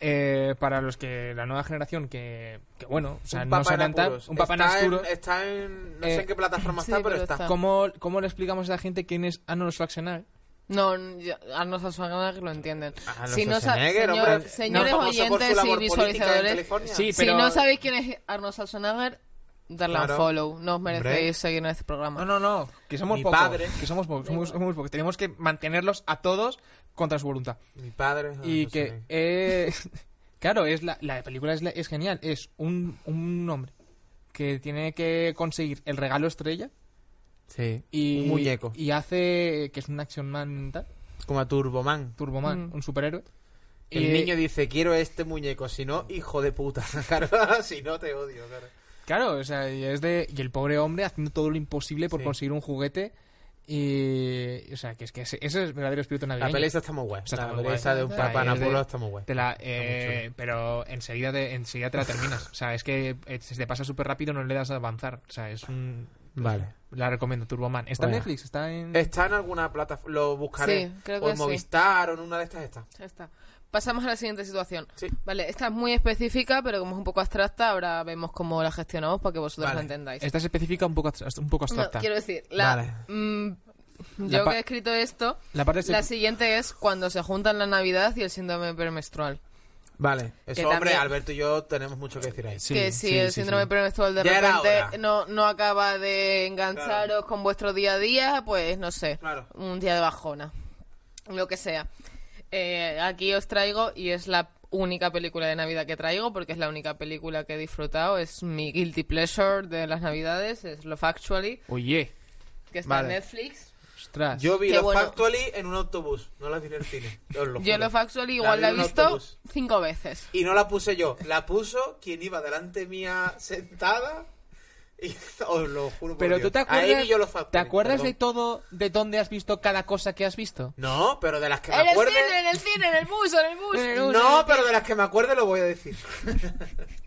[SPEAKER 2] Eh, para los que la nueva generación que, que bueno, o sea,
[SPEAKER 3] un
[SPEAKER 2] no
[SPEAKER 3] papá en
[SPEAKER 2] saben tan-
[SPEAKER 3] apuros.
[SPEAKER 2] un papá en
[SPEAKER 3] está
[SPEAKER 2] Asturo.
[SPEAKER 3] está en... No sé
[SPEAKER 2] Eh,
[SPEAKER 3] en qué plataforma
[SPEAKER 1] sí,
[SPEAKER 3] está, pero
[SPEAKER 1] pero
[SPEAKER 3] está.
[SPEAKER 1] está.
[SPEAKER 2] ¿Cómo, ¿Cómo le explicamos a la gente quién es Arnold Schwarzenegger?
[SPEAKER 1] No, yo- Arnold Schwarzenegger lo entienden.
[SPEAKER 3] Arnold
[SPEAKER 1] Si no sa-
[SPEAKER 3] Ah, Schwarzenegger,
[SPEAKER 1] señor-
[SPEAKER 3] hombre.
[SPEAKER 1] señores
[SPEAKER 3] No, famoso por su
[SPEAKER 1] oyentes y
[SPEAKER 3] labor política en
[SPEAKER 1] visualizadores,
[SPEAKER 3] California.
[SPEAKER 2] Sí,
[SPEAKER 1] si
[SPEAKER 2] pero-
[SPEAKER 1] no sabéis quién es Arnold Schwarzenegger, darle
[SPEAKER 3] Claro.
[SPEAKER 1] un follow. No os merecéis
[SPEAKER 3] Hombre.
[SPEAKER 1] seguir en este programa.
[SPEAKER 2] No, no, no, que somos
[SPEAKER 3] Mi
[SPEAKER 2] pocos.
[SPEAKER 3] padre.
[SPEAKER 2] Que somos pocos, somos, somos pocos. Tenemos que mantenerlos a todos contra su voluntad.
[SPEAKER 3] Mi padre... es
[SPEAKER 2] Y
[SPEAKER 3] Arnold
[SPEAKER 2] que,
[SPEAKER 3] Schwarzenegger.
[SPEAKER 2] eh, claro, es la, la película es, la- es genial. Es un, un hombre que tiene que conseguir el regalo estrella
[SPEAKER 3] Sí.
[SPEAKER 2] y,
[SPEAKER 3] Un muñeco.
[SPEAKER 2] y hace que es un action man tal,
[SPEAKER 3] Como a Turboman.
[SPEAKER 2] Turboman,
[SPEAKER 1] Mm.
[SPEAKER 2] un superhéroe.
[SPEAKER 3] El
[SPEAKER 2] Y,
[SPEAKER 3] niño dice, quiero este muñeco, si no, hijo de puta, claro, si no te odio, claro.
[SPEAKER 2] Claro, o sea, y es de y el pobre hombre haciendo todo lo imposible por
[SPEAKER 3] Sí.
[SPEAKER 2] conseguir un juguete y o sea, que es que ese, ese es el verdadero espíritu
[SPEAKER 3] La
[SPEAKER 2] navideño.
[SPEAKER 3] peli esta está muy guay,
[SPEAKER 2] Está
[SPEAKER 3] la
[SPEAKER 2] muy
[SPEAKER 3] peli
[SPEAKER 2] guay.
[SPEAKER 3] esta de un
[SPEAKER 2] O sea,
[SPEAKER 3] papá en
[SPEAKER 2] es de-
[SPEAKER 3] Apolo está muy guay.
[SPEAKER 2] Te la, eh, pero enseguida te, enseguida te la terminas. O sea, es que eh, se te pasa súper rápido, no le das a avanzar. O sea, es un...
[SPEAKER 3] Vale.
[SPEAKER 2] La recomiendo, Turboman. Está en
[SPEAKER 3] Bueno.
[SPEAKER 2] Netflix, está en...
[SPEAKER 3] Mm. Está en alguna plataforma, lo buscaré,
[SPEAKER 1] Sí, creo
[SPEAKER 3] o
[SPEAKER 1] que
[SPEAKER 3] en
[SPEAKER 1] sí.
[SPEAKER 3] Movistar, o en una de estas está.
[SPEAKER 1] Ya está. Pasamos a la siguiente situación.
[SPEAKER 3] Sí.
[SPEAKER 1] Vale, esta es muy específica, pero como es un poco abstracta, ahora vemos cómo la gestionamos para que vosotros
[SPEAKER 3] Vale.
[SPEAKER 1] la entendáis.
[SPEAKER 2] Esta es específica un poco, abst- un poco
[SPEAKER 1] No,
[SPEAKER 2] abstracta.
[SPEAKER 1] quiero decir, la,
[SPEAKER 3] Vale.
[SPEAKER 1] mm,
[SPEAKER 2] La
[SPEAKER 1] yo
[SPEAKER 2] pa-
[SPEAKER 1] que he escrito esto,
[SPEAKER 2] La parte
[SPEAKER 1] la
[SPEAKER 2] se-
[SPEAKER 1] siguiente es cuando se juntan la Navidad y el síndrome premenstrual.
[SPEAKER 3] Vale. Eso,
[SPEAKER 1] Que
[SPEAKER 3] hombre,
[SPEAKER 1] también-
[SPEAKER 3] Alberto y yo tenemos mucho que decir ahí.
[SPEAKER 2] Sí,
[SPEAKER 1] que si
[SPEAKER 2] sí,
[SPEAKER 1] el
[SPEAKER 2] sí,
[SPEAKER 1] síndrome
[SPEAKER 2] sí.
[SPEAKER 1] premenstrual de
[SPEAKER 3] Ya era hora.
[SPEAKER 1] repente no, no acaba de engancharos con vuestro día a día, pues no sé,
[SPEAKER 3] Claro.
[SPEAKER 1] un día de bajona, lo que sea. Eh, aquí os traigo, y es la única película de Navidad que traigo, porque es la única película que he disfrutado, es mi guilty pleasure de las Navidades, es Love Actually,
[SPEAKER 2] Oye,
[SPEAKER 1] que está
[SPEAKER 3] Vale.
[SPEAKER 1] en Netflix.
[SPEAKER 2] ostras.
[SPEAKER 3] Yo vi
[SPEAKER 1] Qué
[SPEAKER 3] los
[SPEAKER 1] bueno.
[SPEAKER 3] Factually en un autobús, no la vi en el cine. os lo
[SPEAKER 1] Yo
[SPEAKER 3] juro.
[SPEAKER 1] Love Actually igual
[SPEAKER 3] vi
[SPEAKER 1] la
[SPEAKER 3] en
[SPEAKER 1] he
[SPEAKER 3] un
[SPEAKER 1] visto
[SPEAKER 3] autobús.
[SPEAKER 1] cinco veces.
[SPEAKER 3] Y no la puse yo, la puso quien iba delante mía sentada. Y os lo juro por
[SPEAKER 2] Pero
[SPEAKER 3] Dios.
[SPEAKER 2] tú te
[SPEAKER 3] A él
[SPEAKER 2] acuerdas,
[SPEAKER 3] y yo los Factually,
[SPEAKER 2] ¿te acuerdas
[SPEAKER 3] perdón.
[SPEAKER 2] de todo, de dónde has visto cada cosa que has visto?
[SPEAKER 3] No, pero de las que me
[SPEAKER 1] En el
[SPEAKER 3] acuerde.
[SPEAKER 1] cine, en el cine, en el bus, en el bus.
[SPEAKER 2] En el
[SPEAKER 3] No, pero de las que me acuerde lo voy a decir.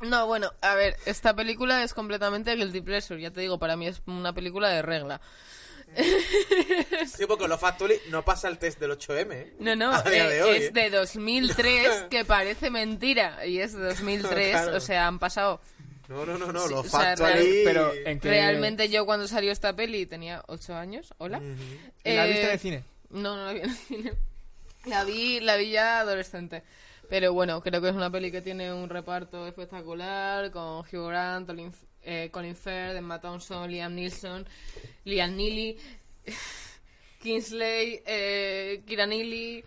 [SPEAKER 1] No, bueno, a ver, esta película es completamente guilty pleasure, ya te digo, para mí es una película de regla.
[SPEAKER 3] Sí, porque los Factually no pasa el test del 8M. ¿eh?
[SPEAKER 1] No, no,
[SPEAKER 3] A día
[SPEAKER 1] eh,
[SPEAKER 3] de hoy, ¿eh?
[SPEAKER 1] es de 2003, que parece mentira, y es de 2003,
[SPEAKER 3] Claro.
[SPEAKER 1] o sea, han pasado...
[SPEAKER 3] No, no, no, no,
[SPEAKER 1] Sí,
[SPEAKER 3] los
[SPEAKER 1] o sea, real-
[SPEAKER 3] Factually.
[SPEAKER 2] Pero en que...
[SPEAKER 1] Realmente yo cuando salió esta peli tenía 8 años, hola.
[SPEAKER 2] ¿La
[SPEAKER 1] Eh,
[SPEAKER 2] viste en el cine?
[SPEAKER 1] No, no la vi en el cine. La vi, la vi ya adolescente. Pero bueno, creo que es una peli que tiene un reparto espectacular con Hugh Grant, Colin, eh, Colin Firth, Emma Thompson, Liam Neeson, Liam Neely, Kingsley, eh, Kira Neely,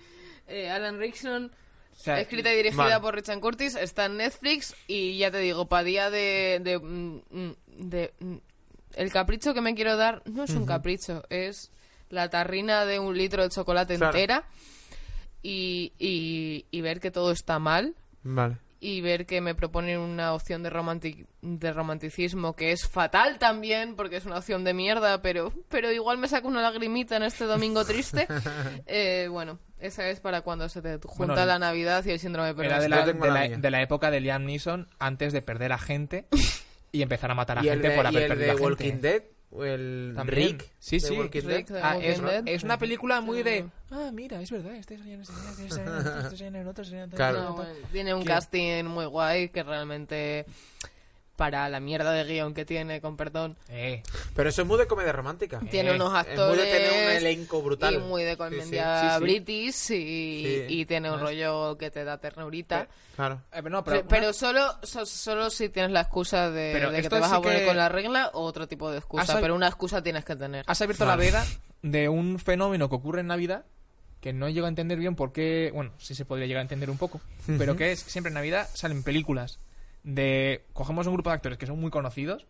[SPEAKER 1] eh, Alan Rickson.
[SPEAKER 2] O sea,
[SPEAKER 1] escrita y dirigida
[SPEAKER 3] vale.
[SPEAKER 1] por Richard Curtis, está en Netflix y ya te digo, para día de... de, mm, mm, de, mm, el capricho que me quiero dar no es un capricho, es la tarrina de un litro de chocolate
[SPEAKER 3] Claro.
[SPEAKER 1] entera y, y- y ver que todo está mal
[SPEAKER 3] Vale.
[SPEAKER 1] y ver que me proponen una opción de, romanti- de romanticismo que es fatal también porque es una opción de mierda, pero, pero igual me saco una lagrimita en este domingo triste. Eh, bueno, esa es para cuando se te junta
[SPEAKER 2] Bueno,
[SPEAKER 1] la Navidad y el síndrome
[SPEAKER 2] Era de
[SPEAKER 1] premenstrual.
[SPEAKER 2] la,
[SPEAKER 3] tengo
[SPEAKER 2] de
[SPEAKER 3] la
[SPEAKER 2] la-
[SPEAKER 3] mía.
[SPEAKER 2] de la época de Liam Neeson, antes de perder a gente. y empezar a matar a
[SPEAKER 3] Y el
[SPEAKER 2] gente
[SPEAKER 3] de,
[SPEAKER 2] por
[SPEAKER 3] y
[SPEAKER 2] haber
[SPEAKER 3] el
[SPEAKER 2] perdido
[SPEAKER 3] de
[SPEAKER 2] a gente.
[SPEAKER 3] Walking Dead, o el
[SPEAKER 2] También.
[SPEAKER 3] Rick.
[SPEAKER 2] Sí,
[SPEAKER 3] de
[SPEAKER 2] sí.
[SPEAKER 3] Walking
[SPEAKER 1] Rick
[SPEAKER 3] Dead.
[SPEAKER 1] de
[SPEAKER 2] Ah, es,
[SPEAKER 1] Walking
[SPEAKER 2] una-
[SPEAKER 1] Dead.
[SPEAKER 2] es una película muy de.
[SPEAKER 1] Mm.
[SPEAKER 2] Ah, mira, es verdad, este sería en este, este sería en este, este sería en otro, este sería en otro.
[SPEAKER 3] Claro.
[SPEAKER 1] No,
[SPEAKER 2] este sería en otro.
[SPEAKER 1] bueno, tiene un
[SPEAKER 2] ¿Qué?
[SPEAKER 1] casting muy guay que realmente para la mierda de guión que tiene, con perdón,
[SPEAKER 2] Eh,
[SPEAKER 3] Pero eso es muy de comedia romántica.
[SPEAKER 1] tiene
[SPEAKER 2] Eh,
[SPEAKER 1] unos
[SPEAKER 3] Es muy
[SPEAKER 1] actores
[SPEAKER 3] de tener un elenco brutal.
[SPEAKER 1] y muy de
[SPEAKER 3] Sí, sí.
[SPEAKER 1] comedia
[SPEAKER 2] Sí, sí.
[SPEAKER 1] british y,
[SPEAKER 3] Sí.
[SPEAKER 1] y tiene un
[SPEAKER 2] Además-
[SPEAKER 1] rollo que te da ternurita.
[SPEAKER 3] Claro.
[SPEAKER 2] eh, pero no, pero.
[SPEAKER 1] Pero, pero solo, so- solo si tienes la excusa de,
[SPEAKER 2] Pero
[SPEAKER 1] de que
[SPEAKER 2] esto
[SPEAKER 1] te vas
[SPEAKER 2] sí
[SPEAKER 1] a poner
[SPEAKER 2] que-
[SPEAKER 1] con la regla o otro tipo de excusa.
[SPEAKER 2] Has hab-
[SPEAKER 1] Pero una excusa tienes que tener.
[SPEAKER 2] has abierto
[SPEAKER 3] Vale.
[SPEAKER 2] la veda de un fenómeno que ocurre en Navidad que no llego a entender bien por qué, bueno, sí se podría llegar a entender un poco, pero que es que siempre en Navidad salen películas de cogemos un grupo de actores que son muy conocidos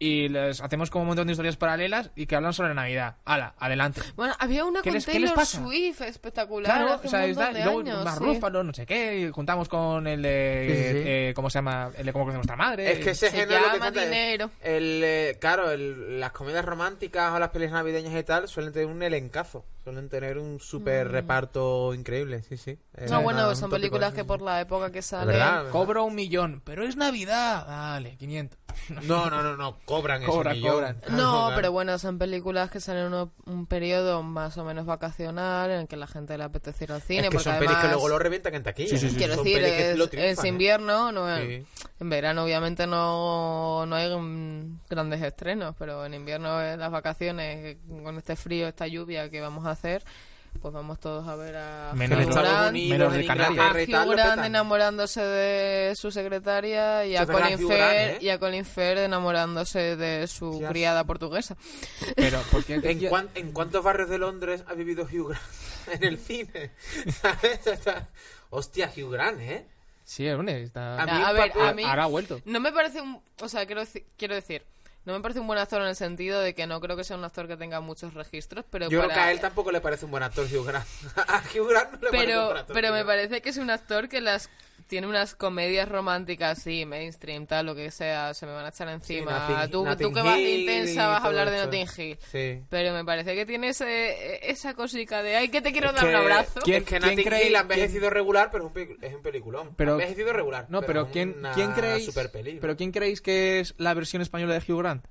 [SPEAKER 2] y les hacemos como un montón de historias paralelas y que hablan sobre Navidad. Ala, adelante.
[SPEAKER 1] Bueno, había una
[SPEAKER 2] ¿Qué
[SPEAKER 1] con
[SPEAKER 2] les- qué les
[SPEAKER 1] Taylor
[SPEAKER 2] pasa?
[SPEAKER 1] Swift espectacular.
[SPEAKER 2] Claro,
[SPEAKER 1] hace
[SPEAKER 2] o sea,
[SPEAKER 1] un
[SPEAKER 2] es da-
[SPEAKER 1] montón de
[SPEAKER 2] y luego
[SPEAKER 1] años,
[SPEAKER 2] más
[SPEAKER 1] sí.
[SPEAKER 2] Rúfalo, no sé qué, y juntamos con el de,
[SPEAKER 3] Sí, sí.
[SPEAKER 2] eh, ¿cómo se llama? El de cómo conoce nuestra madre.
[SPEAKER 3] Es que ese
[SPEAKER 1] se
[SPEAKER 3] género lo que
[SPEAKER 1] llama
[SPEAKER 3] cuenta es-
[SPEAKER 1] dinero.
[SPEAKER 3] el, eh, claro, el- las comedias románticas o las pelis navideñas y tal suelen tener un elencazo. Suelen tener un super reparto increíble. Sí, sí.
[SPEAKER 1] Mm.
[SPEAKER 3] Es
[SPEAKER 1] No,
[SPEAKER 3] una-
[SPEAKER 1] bueno,
[SPEAKER 3] Eh, Ah, un
[SPEAKER 1] son
[SPEAKER 3] tópico
[SPEAKER 1] películas
[SPEAKER 3] eso,
[SPEAKER 1] que
[SPEAKER 3] sí.
[SPEAKER 1] por la época que
[SPEAKER 3] Es
[SPEAKER 1] salen...
[SPEAKER 3] verdad, es
[SPEAKER 2] Cobro un millón, pero es Navidad. Vale, 500.
[SPEAKER 3] verdad. No, no, no, no. Cobran eso. Ah,
[SPEAKER 2] Cobran, cobran.
[SPEAKER 1] No, pero bueno, son películas que salen en uno- un periodo más o menos vacacional en el que la gente le apetece ir al cine.
[SPEAKER 3] Es que
[SPEAKER 1] porque
[SPEAKER 3] son
[SPEAKER 1] además,
[SPEAKER 3] pelis que luego lo revientan en taquilla.
[SPEAKER 2] Sí, sí, sí.
[SPEAKER 1] Quiero
[SPEAKER 3] Son
[SPEAKER 1] decir,
[SPEAKER 3] pelis que
[SPEAKER 1] es,
[SPEAKER 3] lo
[SPEAKER 1] es
[SPEAKER 3] triunfan, ¿eh?
[SPEAKER 1] invierno, no es-
[SPEAKER 3] Sí.
[SPEAKER 1] en verano obviamente no, no hay mm, grandes estrenos, pero en invierno en las vacaciones, con este frío, esta lluvia que vamos a hacer, pues vamos todos a ver a
[SPEAKER 2] Menos
[SPEAKER 1] Hugh
[SPEAKER 2] de-
[SPEAKER 1] Grant,
[SPEAKER 2] menos de
[SPEAKER 1] a
[SPEAKER 2] Canarias.
[SPEAKER 3] Inglaterra y tal,
[SPEAKER 1] Hugh
[SPEAKER 3] lo
[SPEAKER 1] Grant
[SPEAKER 3] petan.
[SPEAKER 1] enamorándose de su secretaria y a,
[SPEAKER 3] Eso es verdad,
[SPEAKER 1] Colin
[SPEAKER 3] Hugh Grant,
[SPEAKER 1] Fair,
[SPEAKER 3] ¿eh?
[SPEAKER 1] y a Colin Fair enamorándose de su
[SPEAKER 3] Hostias.
[SPEAKER 1] criada portuguesa.
[SPEAKER 2] Pero, ¿por qué?
[SPEAKER 3] ¿En, cuán- en cuántos barrios de Londres ha vivido Hugh Grant en el cine? ¿Sabes? Está- Hostia, Hugh Grant, ¿eh?
[SPEAKER 2] Sí, hombre, está...
[SPEAKER 3] A mí
[SPEAKER 1] A,
[SPEAKER 3] un
[SPEAKER 1] ver,
[SPEAKER 3] papel-
[SPEAKER 1] a mí
[SPEAKER 2] Ahora ha vuelto.
[SPEAKER 1] no me parece un... O sea, quiero, deci- quiero decir, no me parece un buen actor en el sentido de que no creo que sea un actor que tenga muchos registros, pero
[SPEAKER 3] Yo
[SPEAKER 1] para...
[SPEAKER 3] creo que a él tampoco le parece un buen actor Hugh Grant. A Hugh Grant no le parece un
[SPEAKER 1] pero,
[SPEAKER 3] buen actor.
[SPEAKER 1] pero me
[SPEAKER 3] tío.
[SPEAKER 1] parece que es un actor que las tiene unas comedias románticas, sí, mainstream, tal, lo que sea, se me van a echar encima.
[SPEAKER 3] Sí, Nothing-
[SPEAKER 1] tú, tú
[SPEAKER 3] Nothing
[SPEAKER 1] que vas de
[SPEAKER 3] Hill y
[SPEAKER 1] intensa vas a
[SPEAKER 3] todo
[SPEAKER 1] hablar de
[SPEAKER 3] eso.
[SPEAKER 1] Notting Hill.
[SPEAKER 3] Sí.
[SPEAKER 1] Pero me parece que tiene ese- e-, esa cosica de, ay, que te quiero dar
[SPEAKER 3] Que-
[SPEAKER 1] un abrazo.
[SPEAKER 2] ¿Quién-
[SPEAKER 3] es que
[SPEAKER 2] quién
[SPEAKER 3] Notting
[SPEAKER 2] cree-
[SPEAKER 3] Hill ha envejecido regular, pero es un, pelic- es un peliculón.
[SPEAKER 2] Pero-
[SPEAKER 3] ha envejecido regular.
[SPEAKER 2] No, pero,
[SPEAKER 3] es
[SPEAKER 2] ¿quién,
[SPEAKER 3] una
[SPEAKER 2] ¿quién creéis?
[SPEAKER 3] superpeli.
[SPEAKER 2] Pero ¿quién creéis que es la versión española de Hugh Grant?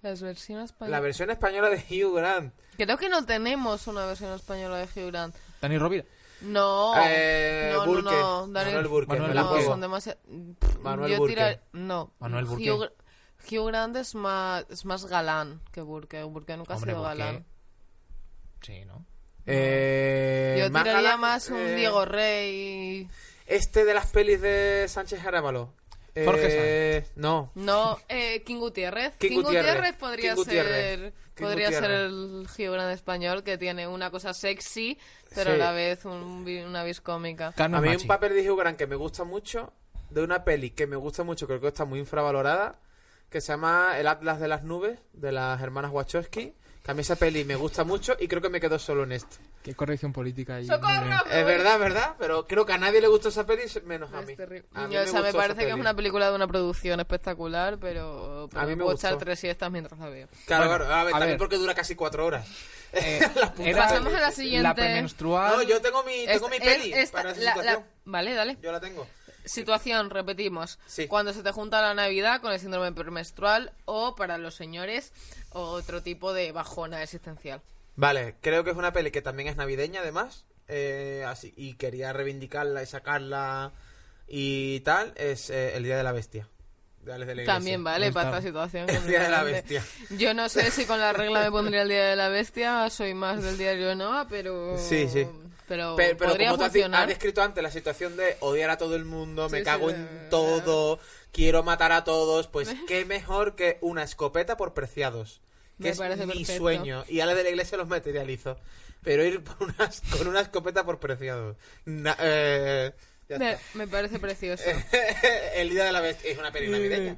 [SPEAKER 1] Las versiones
[SPEAKER 3] La
[SPEAKER 1] españolas.
[SPEAKER 3] versión española de Hugh Grant.
[SPEAKER 1] Creo que no tenemos una versión española de Hugh Grant.
[SPEAKER 2] Dani Rovira.
[SPEAKER 1] No,
[SPEAKER 3] Eh,
[SPEAKER 1] no,
[SPEAKER 3] Burke.
[SPEAKER 1] no, no, Daniel-
[SPEAKER 3] Manuel Burke.
[SPEAKER 2] Manuel
[SPEAKER 3] me la
[SPEAKER 1] no,
[SPEAKER 2] Burke.
[SPEAKER 3] juego.
[SPEAKER 1] son demasiado. pff,
[SPEAKER 3] Manuel
[SPEAKER 1] yo
[SPEAKER 3] Burke.
[SPEAKER 1] tira- No,
[SPEAKER 2] Manuel Burke.
[SPEAKER 1] Hugh, Gr- Hugh Grant es más, es más galán que Burke. Burke nunca
[SPEAKER 2] Hombre,
[SPEAKER 1] ha sido
[SPEAKER 2] ¿por qué?
[SPEAKER 1] galán.
[SPEAKER 2] Sí, ¿no?
[SPEAKER 3] Eh,
[SPEAKER 1] Yo
[SPEAKER 3] más
[SPEAKER 1] tiraría
[SPEAKER 3] galán,
[SPEAKER 1] más un
[SPEAKER 3] eh,
[SPEAKER 1] Diego Rey.
[SPEAKER 3] Este de las pelis de Sánchez Arábalo.
[SPEAKER 2] Jorge
[SPEAKER 3] Eh, no.
[SPEAKER 1] No, eh, King Gutiérrez.
[SPEAKER 3] King Gutiérrez.
[SPEAKER 1] podría
[SPEAKER 3] King Gutiérrez.
[SPEAKER 1] ser.
[SPEAKER 3] King
[SPEAKER 1] podría ser
[SPEAKER 3] Gutiérrez.
[SPEAKER 1] el Hugh Grant español que tiene una cosa sexy, pero
[SPEAKER 3] Sí.
[SPEAKER 1] a la vez un vi- una vis cómica.
[SPEAKER 2] Carmen
[SPEAKER 3] A mí
[SPEAKER 2] Ah, Machi.
[SPEAKER 3] un papel de Hugh Grant que me gusta mucho, de una peli que me gusta mucho, creo que está muy infravalorada, que se llama El Atlas de las Nubes, de las hermanas Wachowski. Que a mí esa peli me gusta mucho y creo que me quedo solo en esto.
[SPEAKER 2] Qué corrección política hay.
[SPEAKER 1] ¡Socorro!
[SPEAKER 3] Es verdad, verdad, pero creo que a nadie le gustó esa peli menos a
[SPEAKER 1] Es
[SPEAKER 3] mí.
[SPEAKER 1] terrible.
[SPEAKER 3] A mí
[SPEAKER 1] Yo, o sea, me
[SPEAKER 3] gustó
[SPEAKER 1] parece
[SPEAKER 3] esa
[SPEAKER 1] que es
[SPEAKER 3] peli.
[SPEAKER 1] una película de una producción espectacular, pero, pero
[SPEAKER 3] A mí me
[SPEAKER 1] puedo
[SPEAKER 3] gustó.
[SPEAKER 1] echar tres siestas mientras la veo.
[SPEAKER 3] Claro,
[SPEAKER 2] Bueno,
[SPEAKER 3] claro, a ver,
[SPEAKER 2] a
[SPEAKER 3] también
[SPEAKER 2] ver.
[SPEAKER 3] porque dura casi cuatro horas.
[SPEAKER 2] Eh, Era
[SPEAKER 1] Pasamos a la siguiente.
[SPEAKER 2] La premenstrual.
[SPEAKER 3] No, yo tengo mi, tengo
[SPEAKER 1] Es-
[SPEAKER 3] mi
[SPEAKER 1] es-
[SPEAKER 3] peli
[SPEAKER 1] esta-
[SPEAKER 3] para esa
[SPEAKER 1] la- la-
[SPEAKER 3] situación.
[SPEAKER 1] vale, dale.
[SPEAKER 3] Yo la tengo.
[SPEAKER 1] Situación, repetimos.
[SPEAKER 3] Sí.
[SPEAKER 1] Cuando se te junta la Navidad con el síndrome premenstrual o para los señores otro tipo de bajona existencial.
[SPEAKER 3] Vale, creo que es una peli que también es navideña, además. eh, así, y quería reivindicarla y sacarla y tal. Es eh, El Día de la Bestia. de Alex de la Iglesia.
[SPEAKER 1] También vale
[SPEAKER 2] Ahí
[SPEAKER 1] para
[SPEAKER 2] está.
[SPEAKER 1] esta situación.
[SPEAKER 3] El Día de la
[SPEAKER 1] completamente.
[SPEAKER 3] Bestia.
[SPEAKER 1] Yo no sé si con la regla me pondría el día de la bestia, soy más del diario de Noah, pero.
[SPEAKER 3] Sí, sí.
[SPEAKER 1] Pero,
[SPEAKER 3] Pe- Pero,
[SPEAKER 1] podría
[SPEAKER 3] como tú has, di- has
[SPEAKER 1] funcionar.
[SPEAKER 3] descrito antes la situación de odiar a todo el mundo, me
[SPEAKER 1] Sí,
[SPEAKER 3] cago
[SPEAKER 1] sí,
[SPEAKER 3] en
[SPEAKER 1] eh.
[SPEAKER 3] todo, quiero matar a todos, pues qué mejor que una escopeta por preciados. Que
[SPEAKER 1] Me
[SPEAKER 3] es
[SPEAKER 1] parece
[SPEAKER 3] mi
[SPEAKER 1] perfecto.
[SPEAKER 3] sueño. Y ahora de la iglesia los materializo. Pero ir por unas- con una escopeta por preciados. Na- eh, ya
[SPEAKER 1] Me,
[SPEAKER 3] está.
[SPEAKER 1] me parece precioso.
[SPEAKER 3] el día de la bestia es una peli navideña.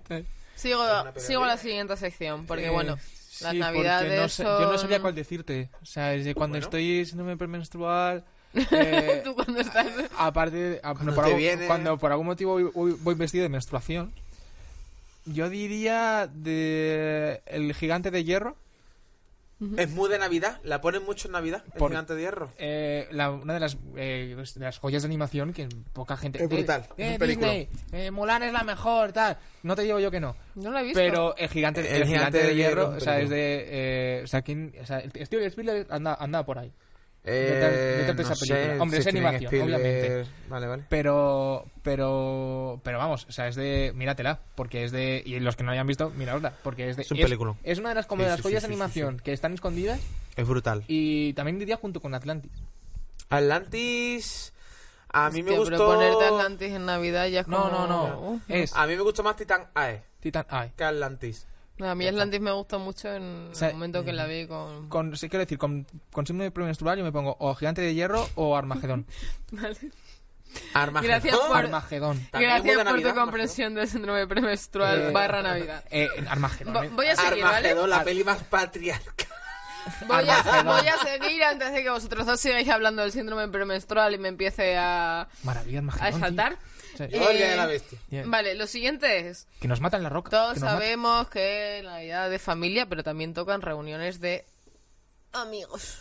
[SPEAKER 1] Sigo, sigo
[SPEAKER 3] Es una
[SPEAKER 1] a la
[SPEAKER 3] pesadilla.
[SPEAKER 1] siguiente sección, porque
[SPEAKER 2] Eh,
[SPEAKER 1] bueno,
[SPEAKER 2] sí,
[SPEAKER 1] las
[SPEAKER 2] porque
[SPEAKER 1] navidades
[SPEAKER 2] no sé- Yo no sabía
[SPEAKER 1] son-
[SPEAKER 2] cuál decirte. O sea, desde cuando
[SPEAKER 3] Bueno.
[SPEAKER 2] estoy síndrome premenstrual. eh,
[SPEAKER 1] Tú cuando estás...
[SPEAKER 2] Aparte, de- a-
[SPEAKER 3] Cuando
[SPEAKER 2] por
[SPEAKER 3] te
[SPEAKER 2] algún,
[SPEAKER 3] viene.
[SPEAKER 2] cuando por algún motivo voy, voy- voy vestido de menstruación, yo diría de El gigante de hierro,
[SPEAKER 3] Es muy de Navidad, la ponen mucho en Navidad, el
[SPEAKER 2] Por-
[SPEAKER 3] gigante de hierro.
[SPEAKER 2] Eh, la- una de las, eh, de las joyas de animación que poca gente.
[SPEAKER 3] Es brutal,
[SPEAKER 2] Eh,
[SPEAKER 3] es
[SPEAKER 2] eh,
[SPEAKER 3] un película.
[SPEAKER 2] Disney, eh, Mulan es la mejor, tal. No te digo yo que no.
[SPEAKER 1] Yo no la he visto.
[SPEAKER 2] Pero el gigante,
[SPEAKER 3] El
[SPEAKER 2] el gigante
[SPEAKER 3] Gigante
[SPEAKER 2] de,
[SPEAKER 3] de
[SPEAKER 2] hierro,
[SPEAKER 3] Hierro,
[SPEAKER 2] o sea, es
[SPEAKER 3] película.
[SPEAKER 2] de. eh, o sea, ¿quién, o sea, el- Steven Spielberg anda, anda por ahí.
[SPEAKER 3] Eh,
[SPEAKER 2] de tanto
[SPEAKER 3] no
[SPEAKER 2] esa película.
[SPEAKER 3] sé,
[SPEAKER 2] Hombre, es
[SPEAKER 3] Steven
[SPEAKER 2] animación,
[SPEAKER 3] Spielberg.
[SPEAKER 2] obviamente.
[SPEAKER 3] Vale, vale.
[SPEAKER 2] Pero, pero, pero vamos, o sea, es de, míratela, porque es de, y los que no la hayan visto, miradla, porque es de,
[SPEAKER 3] Es un película.
[SPEAKER 2] es una de las, como
[SPEAKER 3] Sí,
[SPEAKER 2] de las
[SPEAKER 3] sí,
[SPEAKER 2] joyas
[SPEAKER 3] sí,
[SPEAKER 2] de
[SPEAKER 3] sí, sí,
[SPEAKER 2] animación que están escondidas
[SPEAKER 3] Es brutal.
[SPEAKER 2] y también diría junto con Atlantis.
[SPEAKER 3] Atlantis. A mí me
[SPEAKER 1] Hostia,
[SPEAKER 3] gustó.
[SPEAKER 1] Pero ponerte Atlantis en Navidad ya es
[SPEAKER 2] No,
[SPEAKER 1] como...
[SPEAKER 2] no, no, es
[SPEAKER 1] Ah.
[SPEAKER 3] A mí me gustó más Titan Ae
[SPEAKER 2] Titan Eye.
[SPEAKER 3] que Atlantis.
[SPEAKER 1] No, A mí Atlantis me gusta mucho en
[SPEAKER 2] sea,
[SPEAKER 1] el momento que la vi con...
[SPEAKER 2] Con, sí, quiero decir, con, con signo de premenstrual yo me pongo o Gigante de Hierro o Armagedón.
[SPEAKER 1] Vale.
[SPEAKER 3] Armagedón.
[SPEAKER 1] Gracias por-
[SPEAKER 2] Armagedón.
[SPEAKER 3] También
[SPEAKER 1] Gracias
[SPEAKER 3] hubo de
[SPEAKER 1] por
[SPEAKER 3] Navidad,
[SPEAKER 1] tu
[SPEAKER 3] ¿no?
[SPEAKER 1] comprensión del síndrome premenstrual
[SPEAKER 2] Eh,
[SPEAKER 1] barra Navidad.
[SPEAKER 2] Eh, Armagedón.
[SPEAKER 1] Va-
[SPEAKER 2] eh.
[SPEAKER 1] voy a seguir, ¿vale?
[SPEAKER 3] Armagedón, la peli más patriarcal.
[SPEAKER 1] Voy a,
[SPEAKER 2] Armagedón.
[SPEAKER 1] voy a seguir antes de que vosotros dos sigáis hablando del síndrome premenstrual y me empiece a,
[SPEAKER 2] Maravilla,
[SPEAKER 1] a
[SPEAKER 2] Armagedón.
[SPEAKER 1] exaltar.
[SPEAKER 2] tío. Sí.
[SPEAKER 1] Eh,
[SPEAKER 3] Oye, la bestia.
[SPEAKER 2] Yeah.
[SPEAKER 1] Vale, lo siguiente es...
[SPEAKER 2] Que nos matan la roca.
[SPEAKER 1] Todos
[SPEAKER 2] que nos matan.
[SPEAKER 1] sabemos que la Navidad de familia, pero también tocan reuniones de amigos.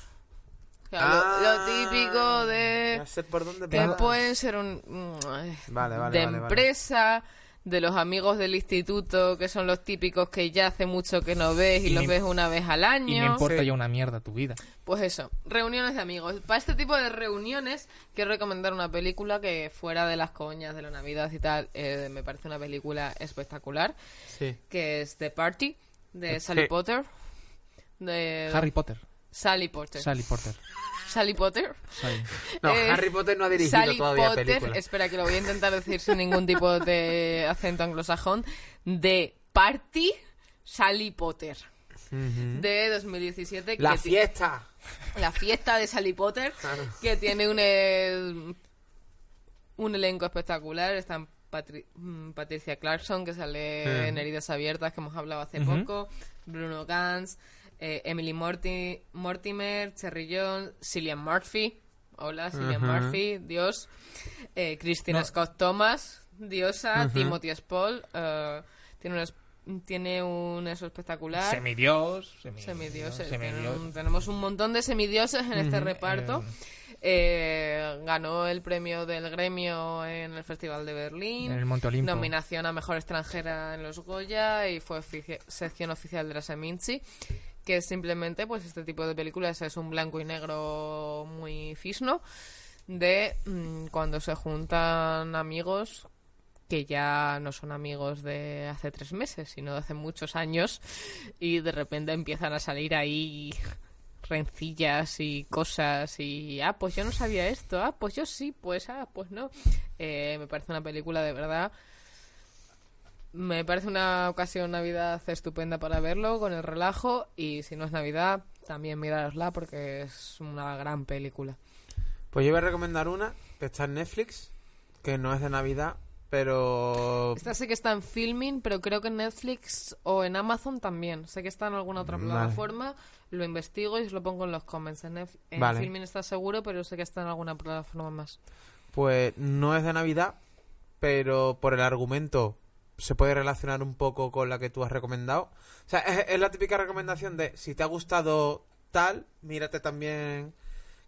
[SPEAKER 1] O sea, lo-
[SPEAKER 3] Ah,
[SPEAKER 1] lo, típico
[SPEAKER 3] Ya
[SPEAKER 1] de
[SPEAKER 3] sé por dónde
[SPEAKER 1] que
[SPEAKER 3] vas.
[SPEAKER 1] pueden ser un mm, ay,
[SPEAKER 3] Vale, vale,
[SPEAKER 1] de
[SPEAKER 3] vale, vale.
[SPEAKER 1] empresa, de los amigos del instituto, que son los típicos que ya hace mucho que no ves y,
[SPEAKER 2] Y
[SPEAKER 1] los
[SPEAKER 2] me-
[SPEAKER 1] ves una vez al año.
[SPEAKER 2] Y me importa
[SPEAKER 3] Sí.
[SPEAKER 2] ya una mierda tu vida.
[SPEAKER 1] Pues eso, reuniones de amigos. Para este tipo de reuniones, quiero recomendar una película que, fuera de las coñas de la Navidad y tal, eh, me parece una película espectacular
[SPEAKER 3] Sí.
[SPEAKER 1] que es The Party de Sally Potter. De
[SPEAKER 2] Harry Potter.
[SPEAKER 1] Sally Potter.
[SPEAKER 2] Sally Potter.
[SPEAKER 1] Sally Potter.
[SPEAKER 2] Sally.
[SPEAKER 3] No,
[SPEAKER 1] Eh,
[SPEAKER 3] Harry Potter no ha dirigido
[SPEAKER 1] Sally
[SPEAKER 3] todavía
[SPEAKER 1] Potter,
[SPEAKER 3] película.
[SPEAKER 1] espera que lo voy a intentar decir sin ningún tipo de acento anglosajón. De Party Sally Potter. De 2017.
[SPEAKER 3] La
[SPEAKER 1] que ti-
[SPEAKER 3] fiesta.
[SPEAKER 1] la fiesta de Sally Potter,
[SPEAKER 3] Claro.
[SPEAKER 1] que tiene un, eh, un elenco espectacular. Están Patri- mm, Patricia Clarkson, que sale en Heridas Abiertas, que hemos hablado hace poco, Bruno Gans, eh, Emily Morti- Mortimer, Cherry Jones, Cillian Murphy. Hola, Cillian Murphy, Dios. Eh, Christina Scott Thomas, diosa. Timothy Spall, eh, tiene, un es- tiene un eso espectacular.
[SPEAKER 2] Semidios. semi-
[SPEAKER 1] Semidioses.
[SPEAKER 2] semidios.
[SPEAKER 1] Tienen- Tenemos un montón de semidioses en este reparto. Eh, ganó el premio del gremio en el Festival de Berlín.
[SPEAKER 2] En el Monte Olimpo.
[SPEAKER 1] Nominación a Mejor Extranjera en los Goya y fue ofici- sección oficial de la Seminci. Que simplemente, pues este tipo de películas es un blanco y negro muy fisno de mm, cuando se juntan amigos que ya no son amigos de hace tres meses, sino de hace muchos años, y de repente empiezan a salir ahí rencillas y cosas y ah pues yo no sabía esto ah pues yo sí pues ah pues no Eh, me parece una película de verdad me parece una ocasión navidad estupenda para verlo con el relajo y si no es navidad también mirarosla porque es una gran película
[SPEAKER 3] Pues yo voy a recomendar una que está en Netflix, que no es de Navidad, pero
[SPEAKER 1] esta sé que está en filming pero creo que en Netflix o en Amazon también sé que está en alguna otra
[SPEAKER 3] Vale.
[SPEAKER 1] plataforma lo investigo y os lo pongo en los comments en, Nef- en
[SPEAKER 3] Vale.
[SPEAKER 1] filming está seguro pero sé que está en alguna plataforma más
[SPEAKER 3] pues no es de Navidad, pero por el argumento se puede relacionar un poco con la que tú has recomendado. O sea, es, es la típica recomendación de si te ha gustado tal, mírate también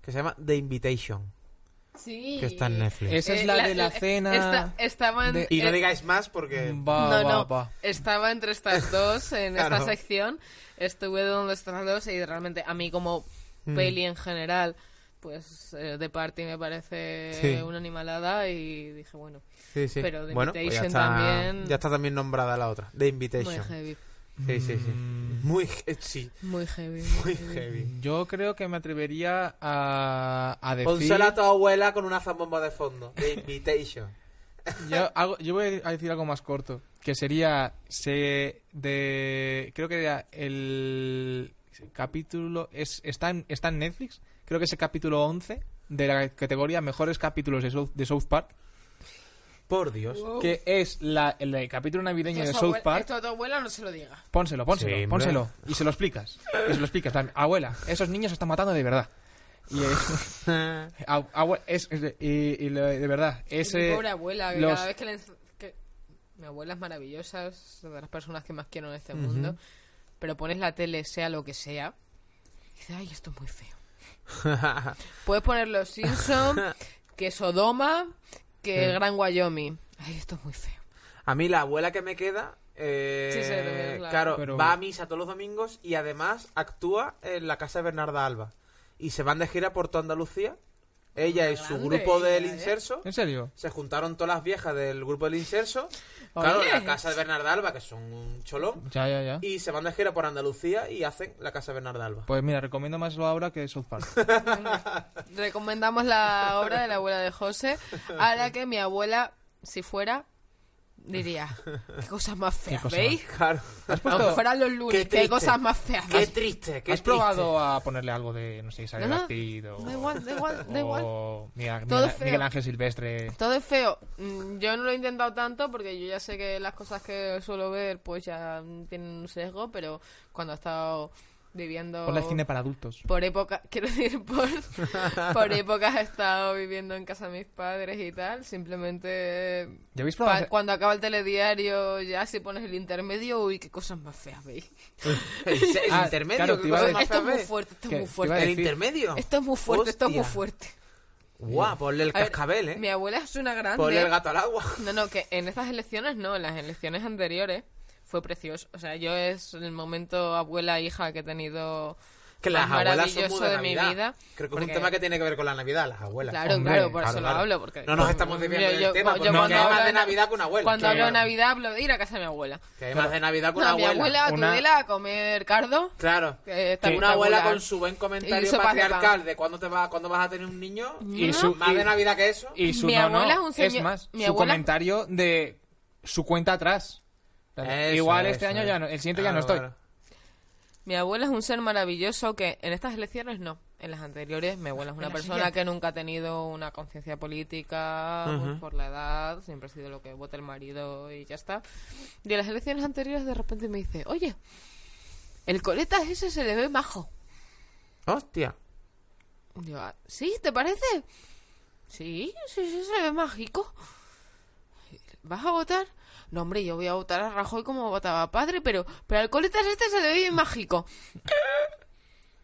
[SPEAKER 3] que se llama The Invitation,
[SPEAKER 1] Sí.
[SPEAKER 3] que está en Netflix.
[SPEAKER 2] Esa es la de la cena.
[SPEAKER 1] Eh, esta- estaba, en-
[SPEAKER 2] de-
[SPEAKER 3] y no
[SPEAKER 1] eh, mm,
[SPEAKER 3] digáis más porque
[SPEAKER 2] Va,
[SPEAKER 1] no,
[SPEAKER 2] va,
[SPEAKER 1] no,
[SPEAKER 2] va.
[SPEAKER 1] estaba entre estas dos en
[SPEAKER 3] Claro.
[SPEAKER 1] esta sección. Estuve donde estas dos y realmente a mí como
[SPEAKER 3] Mm.
[SPEAKER 1] peli en general, pues eh, de parte me parece
[SPEAKER 3] Sí.
[SPEAKER 1] una animalada y dije, bueno,
[SPEAKER 3] Sí, sí.
[SPEAKER 1] Pero The
[SPEAKER 3] bueno, pues
[SPEAKER 1] Invitation
[SPEAKER 3] ya está,
[SPEAKER 1] también-
[SPEAKER 3] ya está también nombrada la otra, The
[SPEAKER 1] muy
[SPEAKER 3] Invitation.
[SPEAKER 1] heavy,
[SPEAKER 3] Sí, sí, sí. Muy he- sí,
[SPEAKER 1] muy heavy.
[SPEAKER 3] muy
[SPEAKER 1] Mm.
[SPEAKER 3] heavy.
[SPEAKER 2] Yo creo que me atrevería a, a decir.
[SPEAKER 3] Consuela a tu abuela con una zambomba de fondo. The Invitation.
[SPEAKER 2] Yo, hago- yo voy a decir algo más corto, que sería se de creo que era el capítulo es está en, está en Netflix, creo que es el capítulo 11 de la categoría mejores capítulos de South, de South Park,
[SPEAKER 3] Por Dios.
[SPEAKER 2] que es la, el, de capítulo navideño de
[SPEAKER 1] Esto a
[SPEAKER 2] South
[SPEAKER 1] tu abue-
[SPEAKER 2] Park.
[SPEAKER 1] esto a tu abuela no se lo diga.
[SPEAKER 2] Pónselo, pónselo,
[SPEAKER 3] Sí, hombre.
[SPEAKER 2] pónselo y se lo explicas. Y se lo explicas, en plan, abuela, esos niños se están matando de verdad. Y es, abue- es- es- y- y lo- de verdad,
[SPEAKER 1] Mi
[SPEAKER 2] ese
[SPEAKER 1] pobre abuela, que
[SPEAKER 2] los-
[SPEAKER 1] cada vez que, le enz- que- Mi abuela es maravillosa, es de las personas que más quiero en este mundo. Pero pones la tele, sea lo que sea, dice, ay, esto es muy feo. Puedes poner Los Simpsons, que Sodoma, que el Gran Wyoming. Ay, esto es muy feo.
[SPEAKER 3] A mí la abuela que me queda, eh,
[SPEAKER 1] Sí, sí, lo ves, la-
[SPEAKER 3] claro,
[SPEAKER 2] Pero-
[SPEAKER 3] va a misa todos los domingos y además actúa en la casa de Bernarda Alba. Y se van de gira por toda Andalucía. Ella y su
[SPEAKER 1] Grande
[SPEAKER 3] grupo del
[SPEAKER 1] ella, ¿eh?
[SPEAKER 3] inserso.
[SPEAKER 2] ¿En serio?
[SPEAKER 3] Se juntaron todas las viejas del grupo del inserso. Claro,
[SPEAKER 1] Oye.
[SPEAKER 3] la casa de Bernarda Alba, que son un cholón.
[SPEAKER 2] Ya, ya, ya.
[SPEAKER 3] Y se van de gira por Andalucía y hacen la casa de Bernarda Alba.
[SPEAKER 2] Pues mira, recomiendo más lo ahora que South Park.
[SPEAKER 1] Recomendamos la obra de la abuela de José, a la que mi abuela, si fuera, diría, qué cosas más feas,
[SPEAKER 2] cosa
[SPEAKER 1] ¿veis?
[SPEAKER 3] Claro.
[SPEAKER 1] Aunque fueran los lunes,
[SPEAKER 3] Qué
[SPEAKER 1] qué,
[SPEAKER 3] triste.
[SPEAKER 1] cosas más feas.
[SPEAKER 3] Qué triste, qué
[SPEAKER 2] ¿Has
[SPEAKER 3] triste.
[SPEAKER 2] probado a ponerle algo de, no sé, Isabel
[SPEAKER 1] No, no.
[SPEAKER 2] Bastid o...
[SPEAKER 1] Da igual, da igual, da igual.
[SPEAKER 2] o Miguel,
[SPEAKER 1] Todo
[SPEAKER 2] Miguel-
[SPEAKER 1] feo.
[SPEAKER 2] Miguel Ángel Silvestre.
[SPEAKER 1] Todo es feo. Mm, Yo no lo he intentado tanto porque yo ya sé que las cosas que suelo ver pues ya mm, tienen un sesgo, pero cuando he estado viviendo...
[SPEAKER 2] Ponle cine para adultos.
[SPEAKER 1] por época, quiero decir, por, por épocas he estado viviendo en casa de mis padres y tal. Simplemente
[SPEAKER 2] ¿Ya habéis
[SPEAKER 1] pa-
[SPEAKER 2] probado? hacer-
[SPEAKER 1] cuando acaba el telediario, ya si pones el intermedio, uy, qué cosas más feas veis.
[SPEAKER 3] El, el
[SPEAKER 2] Ah,
[SPEAKER 3] intermedio.
[SPEAKER 2] claro,
[SPEAKER 3] ¿qué
[SPEAKER 2] te iba a
[SPEAKER 3] cosa
[SPEAKER 2] decir-
[SPEAKER 1] Esto
[SPEAKER 3] más
[SPEAKER 1] es
[SPEAKER 3] fea
[SPEAKER 1] muy
[SPEAKER 3] ves?
[SPEAKER 1] fuerte, esto
[SPEAKER 2] ¿Qué?
[SPEAKER 1] es muy
[SPEAKER 2] Te iba a
[SPEAKER 1] fuerte.
[SPEAKER 3] El
[SPEAKER 2] decir-
[SPEAKER 3] intermedio.
[SPEAKER 1] Esto es muy fuerte, esto es muy
[SPEAKER 3] Hostia.
[SPEAKER 1] fuerte.
[SPEAKER 3] Guau, ponle el
[SPEAKER 1] A ver,
[SPEAKER 3] cascabel, eh.
[SPEAKER 1] Mi abuela es una grande.
[SPEAKER 3] Ponle el gato al agua.
[SPEAKER 1] No, no, que en estas elecciones no, en las elecciones anteriores fue precioso. O sea, yo es el momento abuela-hija que he tenido
[SPEAKER 3] Que las
[SPEAKER 1] más
[SPEAKER 3] abuelas son muy
[SPEAKER 1] maravilloso
[SPEAKER 3] de,
[SPEAKER 1] mi
[SPEAKER 3] Navidad.
[SPEAKER 1] vida.
[SPEAKER 3] Creo que es
[SPEAKER 1] porque-
[SPEAKER 3] un tema que tiene que ver con la Navidad, las abuelas.
[SPEAKER 1] Claro,
[SPEAKER 2] Hombre,
[SPEAKER 1] claro, por
[SPEAKER 3] claro,
[SPEAKER 1] eso
[SPEAKER 3] claro.
[SPEAKER 1] lo hablo. Porque
[SPEAKER 3] No nos estamos desviando del tema, porque
[SPEAKER 2] no,
[SPEAKER 1] cuando
[SPEAKER 2] que hay
[SPEAKER 1] hablo
[SPEAKER 3] más de
[SPEAKER 1] na-
[SPEAKER 3] Navidad que una abuela.
[SPEAKER 1] Cuando
[SPEAKER 3] Que-
[SPEAKER 1] hablo de Navidad, hablo de ir a casa de mi abuela.
[SPEAKER 3] Que hay más de Navidad
[SPEAKER 1] No,
[SPEAKER 3] con una
[SPEAKER 1] mi
[SPEAKER 3] abuela.
[SPEAKER 1] abuela,
[SPEAKER 2] Una-
[SPEAKER 1] Tudela, a comer cardo.
[SPEAKER 3] Claro.
[SPEAKER 1] Eh, está
[SPEAKER 3] Que una
[SPEAKER 1] espectacular.
[SPEAKER 3] abuela con su buen
[SPEAKER 1] Y
[SPEAKER 3] comentario
[SPEAKER 1] sopa de
[SPEAKER 3] patriarcal de cuándo te va, cuándo vas a tener un niño.
[SPEAKER 2] Y su-
[SPEAKER 3] más
[SPEAKER 2] y-
[SPEAKER 3] de Navidad que eso.
[SPEAKER 2] Y su
[SPEAKER 1] Mi
[SPEAKER 2] no, no,
[SPEAKER 1] abuela es un señor-
[SPEAKER 2] más,
[SPEAKER 1] mi
[SPEAKER 2] su
[SPEAKER 1] abuela-
[SPEAKER 2] comentario de su cuenta atrás.
[SPEAKER 3] Eso,
[SPEAKER 2] Igual
[SPEAKER 3] eso,
[SPEAKER 2] este año
[SPEAKER 3] eso.
[SPEAKER 2] ya no, el siguiente ya
[SPEAKER 3] Claro,
[SPEAKER 2] no
[SPEAKER 1] Ah,
[SPEAKER 2] estoy.
[SPEAKER 3] claro.
[SPEAKER 1] Mi abuela es un ser maravilloso que en estas elecciones no. En las anteriores, mi abuela es una persona que nunca ha tenido una conciencia política pues, por la edad, siempre ha sido lo que vota el marido y ya está. Y en las elecciones anteriores de repente me dice, oye, el coleta ese se le ve majo.
[SPEAKER 3] Hostia.
[SPEAKER 1] Digo, "Ah, ¿sí? ¿Te parece? Sí, sí, sí, se ve mágico. ¿Vas a votar? No, hombre, yo voy a votar a Rajoy como votaba padre, pero, pero al coletas este se le ve bien mágico.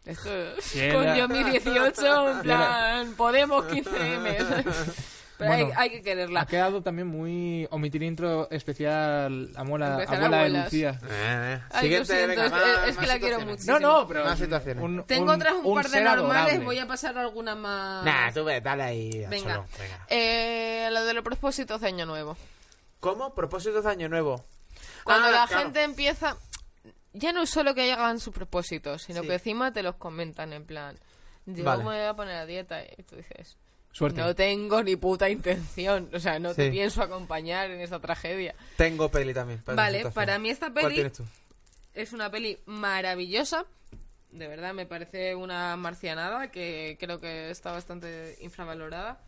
[SPEAKER 1] Esto
[SPEAKER 2] Bien,
[SPEAKER 1] con
[SPEAKER 2] ya.
[SPEAKER 1] yo mi 18, en plan, Podemos 15M. Pero hay,
[SPEAKER 2] Bueno,
[SPEAKER 1] hay que quererla.
[SPEAKER 2] Ha quedado también muy omitir intro especial abuela,
[SPEAKER 1] Especial
[SPEAKER 2] abuela de
[SPEAKER 1] abuelas.
[SPEAKER 2] Lucía.
[SPEAKER 3] Eh, eh.
[SPEAKER 1] Ay, lo
[SPEAKER 3] Siguiente,
[SPEAKER 1] siento,
[SPEAKER 3] venga,
[SPEAKER 1] es que-
[SPEAKER 3] más-
[SPEAKER 1] es que
[SPEAKER 3] más
[SPEAKER 1] la quiero
[SPEAKER 3] situaciones.
[SPEAKER 1] muchísimo.
[SPEAKER 2] No, no, pero
[SPEAKER 3] Más situaciones.
[SPEAKER 1] Tengo otras un, par de
[SPEAKER 2] ser
[SPEAKER 1] normales,
[SPEAKER 2] adorable.
[SPEAKER 1] voy a pasar alguna más.
[SPEAKER 3] Nah, tú ve, dale ahí. al
[SPEAKER 1] venga.
[SPEAKER 3] solo, venga.
[SPEAKER 1] Eh, lo de los propósitos de Año Nuevo.
[SPEAKER 3] ¿Cómo? Propósitos de año nuevo.
[SPEAKER 1] Cuando
[SPEAKER 3] Ah,
[SPEAKER 1] la
[SPEAKER 3] claro.
[SPEAKER 1] gente empieza, ya no es solo que hagan sus propósitos, sino
[SPEAKER 3] Sí.
[SPEAKER 1] que encima te los comentan en plan, yo
[SPEAKER 3] Vale.
[SPEAKER 1] me voy a poner a dieta y tú dices,
[SPEAKER 2] Suerte.
[SPEAKER 1] no tengo ni puta intención, o sea, no te
[SPEAKER 3] Sí.
[SPEAKER 1] pienso acompañar en esta tragedia.
[SPEAKER 3] Tengo peli también. para esa
[SPEAKER 1] Vale,
[SPEAKER 3] situación.
[SPEAKER 1] para mí esta
[SPEAKER 3] ¿Cuál
[SPEAKER 1] peli-
[SPEAKER 3] tienes tú?
[SPEAKER 1] Es una peli maravillosa, de verdad me parece una marcianada que creo que está bastante infravalorada.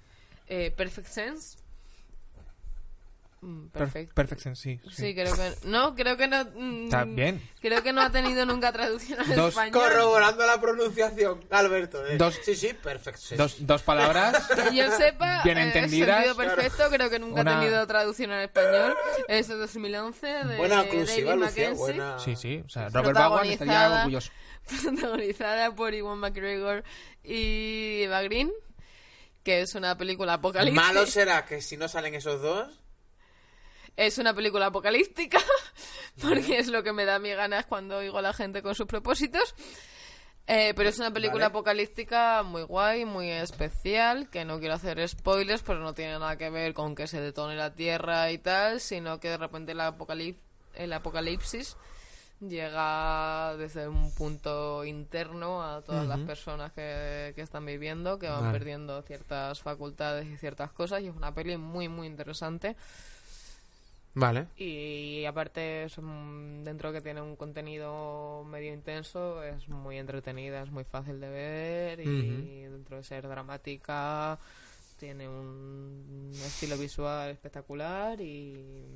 [SPEAKER 1] Eh, Perfect Sense. Mm,
[SPEAKER 2] Per-
[SPEAKER 1] Perfect.
[SPEAKER 2] Perfection, sí. sí.
[SPEAKER 1] Sí, creo que no, creo que no. mm,
[SPEAKER 2] Está bien.
[SPEAKER 1] Creo que no ha tenido nunca traducción al
[SPEAKER 2] Dos
[SPEAKER 1] español.
[SPEAKER 3] Corroborando la pronunciación, Alberto. eh.
[SPEAKER 2] Dos-
[SPEAKER 3] Sí, sí, perfecto. sí, sí.
[SPEAKER 2] Dos, dos palabras.
[SPEAKER 1] Que yo sepa,
[SPEAKER 2] Bien
[SPEAKER 1] eh,
[SPEAKER 2] entendidas.
[SPEAKER 1] sentido perfecto, creo que nunca
[SPEAKER 2] Una-
[SPEAKER 1] ha tenido traducción al español. Es de 2011 de
[SPEAKER 3] Buena
[SPEAKER 1] David
[SPEAKER 3] oclusiva, Lucía.
[SPEAKER 1] Mackenzie,
[SPEAKER 3] Buena...
[SPEAKER 2] sí, sí. O sea, Robert Bowen estaría
[SPEAKER 1] Protagonizada.
[SPEAKER 2] orgulloso.
[SPEAKER 1] protagonizada por Iwan McGregor y Eva Green, que es una película apocalíptica.
[SPEAKER 3] Malo será que si no salen esos dos.
[SPEAKER 1] Es una película apocalíptica, porque es lo que me da mi ganas cuando oigo a la gente con sus propósitos. Eh, pero es una película
[SPEAKER 3] Vale.
[SPEAKER 1] apocalíptica muy guay, muy especial, que no quiero hacer spoilers, pero no tiene nada que ver con que se detone la Tierra y tal, sino que de repente la apocalip- el apocalipsis llega desde un punto interno a todas las personas que, que están viviendo, que van
[SPEAKER 3] Vale.
[SPEAKER 1] perdiendo ciertas facultades y ciertas cosas, y es una peli muy, muy interesante.
[SPEAKER 3] Vale.
[SPEAKER 1] Y aparte, es un- dentro que tiene un contenido medio intenso, es muy entretenida, es muy fácil de ver y dentro de ser dramática, tiene un estilo visual espectacular y,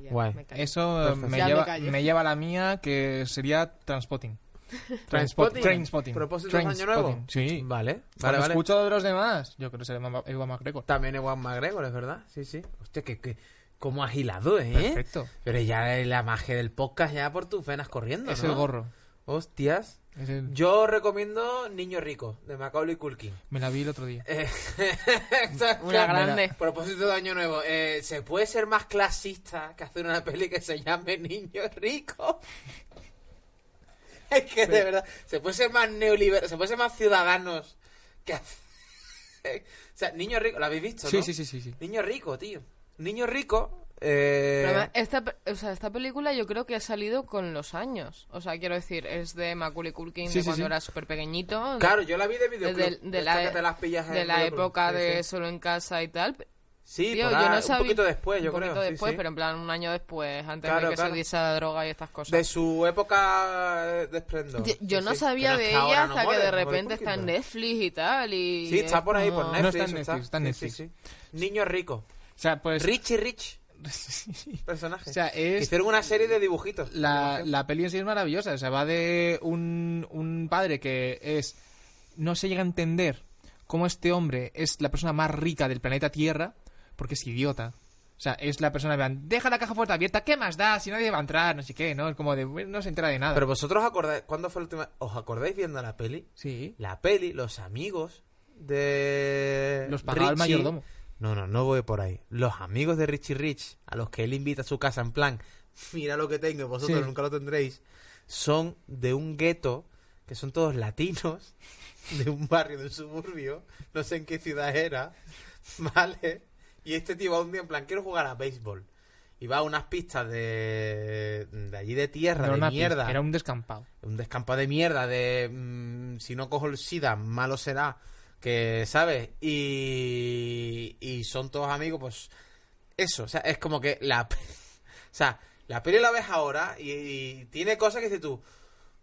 [SPEAKER 1] y ya
[SPEAKER 3] Guay.
[SPEAKER 1] me callo.
[SPEAKER 2] Eso eh, me
[SPEAKER 1] Ya me
[SPEAKER 2] lleva,
[SPEAKER 1] callo.
[SPEAKER 2] me lleva a la mía, que sería Transpotting.
[SPEAKER 3] Transpotting.
[SPEAKER 2] Transpotting.
[SPEAKER 3] Propósitos de año nuevo.
[SPEAKER 2] Transpotting, Sí.
[SPEAKER 3] Vale, vale,
[SPEAKER 2] Cuando
[SPEAKER 3] vale.
[SPEAKER 2] escucho de los demás, yo creo que será Emma- Ewa McGregor.
[SPEAKER 3] También Ewan McGregor, es verdad. Sí, sí. Hostia, que, que como agilado, ¿eh?
[SPEAKER 2] Perfecto.
[SPEAKER 3] Pero ya la magia del podcast ya por tus venas corriendo,
[SPEAKER 2] Es
[SPEAKER 3] ¿no?
[SPEAKER 2] el gorro.
[SPEAKER 3] Hostias.
[SPEAKER 2] Es el-
[SPEAKER 3] Yo recomiendo Niño Rico, de Macaulay Culkin.
[SPEAKER 2] Me la vi el otro día.
[SPEAKER 3] Eh, esto es
[SPEAKER 1] Una
[SPEAKER 3] que-
[SPEAKER 1] grande.
[SPEAKER 3] Propósito de Año Nuevo. eh, ¿Se puede ser más clasista que hacer una peli que se llame Niño Rico? es que de verdad, ¿se puede ser más neoliberal, se puede ser más ciudadanos que hacer... o sea, Niño Rico, ¿la habéis visto?
[SPEAKER 2] Sí,
[SPEAKER 3] no?
[SPEAKER 2] sí, sí, sí, sí.
[SPEAKER 3] Niño Rico, tío. Niño Rico... eh,
[SPEAKER 1] Pero además, esta, pe- o sea, esta película yo creo que ha salido con los años. O sea, quiero decir, es de Macaulay Culkin
[SPEAKER 2] Sí,
[SPEAKER 1] de
[SPEAKER 2] sí,
[SPEAKER 1] cuando
[SPEAKER 2] sí.
[SPEAKER 1] era súper pequeñito.
[SPEAKER 3] Claro, yo la vi de videoclub.
[SPEAKER 1] de, de
[SPEAKER 3] esta
[SPEAKER 1] la,
[SPEAKER 3] que te las pillas en
[SPEAKER 1] de la
[SPEAKER 3] videoclub.
[SPEAKER 1] época
[SPEAKER 3] Sí,
[SPEAKER 1] de
[SPEAKER 3] sí.
[SPEAKER 1] solo en casa y tal.
[SPEAKER 3] Sí,
[SPEAKER 1] Tío,
[SPEAKER 3] por
[SPEAKER 1] yo
[SPEAKER 3] ahí,
[SPEAKER 1] no
[SPEAKER 3] un
[SPEAKER 1] sabía-
[SPEAKER 3] poquito después, yo
[SPEAKER 1] un poquito
[SPEAKER 3] creo. sí,
[SPEAKER 1] después,
[SPEAKER 3] sí.
[SPEAKER 1] pero en plan un año después, antes
[SPEAKER 3] Claro,
[SPEAKER 1] de que
[SPEAKER 3] claro.
[SPEAKER 1] se diese la droga y estas cosas.
[SPEAKER 3] De su época eh, de esplendor.
[SPEAKER 1] Yo- Yo
[SPEAKER 3] Sí,
[SPEAKER 1] no
[SPEAKER 3] sí.
[SPEAKER 1] sabía
[SPEAKER 3] Pero es
[SPEAKER 1] de
[SPEAKER 3] que ahora
[SPEAKER 1] ella
[SPEAKER 3] no
[SPEAKER 1] hasta que
[SPEAKER 3] muere,
[SPEAKER 1] de
[SPEAKER 3] no muere
[SPEAKER 1] repente
[SPEAKER 3] Culkin,
[SPEAKER 1] está en
[SPEAKER 3] pero-
[SPEAKER 1] Netflix y tal. Y
[SPEAKER 3] Sí, está por ahí, por
[SPEAKER 1] como-
[SPEAKER 3] Netflix.
[SPEAKER 2] No está en Netflix, está en Netflix.
[SPEAKER 3] Sí, sí, sí. Niño rico.
[SPEAKER 2] O sea, pues...
[SPEAKER 3] Richie Rich,
[SPEAKER 2] Sí.
[SPEAKER 3] personaje.
[SPEAKER 2] O sea,
[SPEAKER 3] Que
[SPEAKER 2] es...
[SPEAKER 3] Hicieron una serie de dibujitos.
[SPEAKER 2] La, la peli en sí es maravillosa. O sea, va de un, un padre que es. No se llega a entender cómo este hombre es la persona más rica del planeta Tierra porque es idiota. O sea, es la persona. en plan, Deja la caja fuerte abierta, ¿qué más da? Si nadie va a entrar, no sé qué, ¿no? Es como de. bueno, No se entera de nada.
[SPEAKER 3] Pero vosotros acordáis, ¿cuándo fue la última? ¿Os acordáis viendo la peli?
[SPEAKER 2] sí.
[SPEAKER 3] La peli, los amigos de.
[SPEAKER 2] Los pagaba el
[SPEAKER 3] Richie-
[SPEAKER 2] eh, mayordomo.
[SPEAKER 3] No, no, no voy por ahí. Los amigos de Richie Rich, a los que él invita a su casa en plan, mira lo que tengo, vosotros
[SPEAKER 2] Sí.
[SPEAKER 3] nunca lo tendréis, son de un gueto, que son todos latinos, de un barrio, de un suburbio, no sé en qué ciudad era, ¿vale? Y este tío va un día en plan, quiero jugar a béisbol. Y va a unas pistas de, de allí de tierra,
[SPEAKER 2] Era
[SPEAKER 3] de
[SPEAKER 2] una pis-
[SPEAKER 3] mierda
[SPEAKER 2] Era un descampado.
[SPEAKER 3] un descampa de mierda de mm, si no cojo el SIDA, malo será, que sabes, y, y son todos amigos, pues eso, o sea, es como que la... pe- O sea, la peli la ves ahora y, y tiene cosas que dices tú,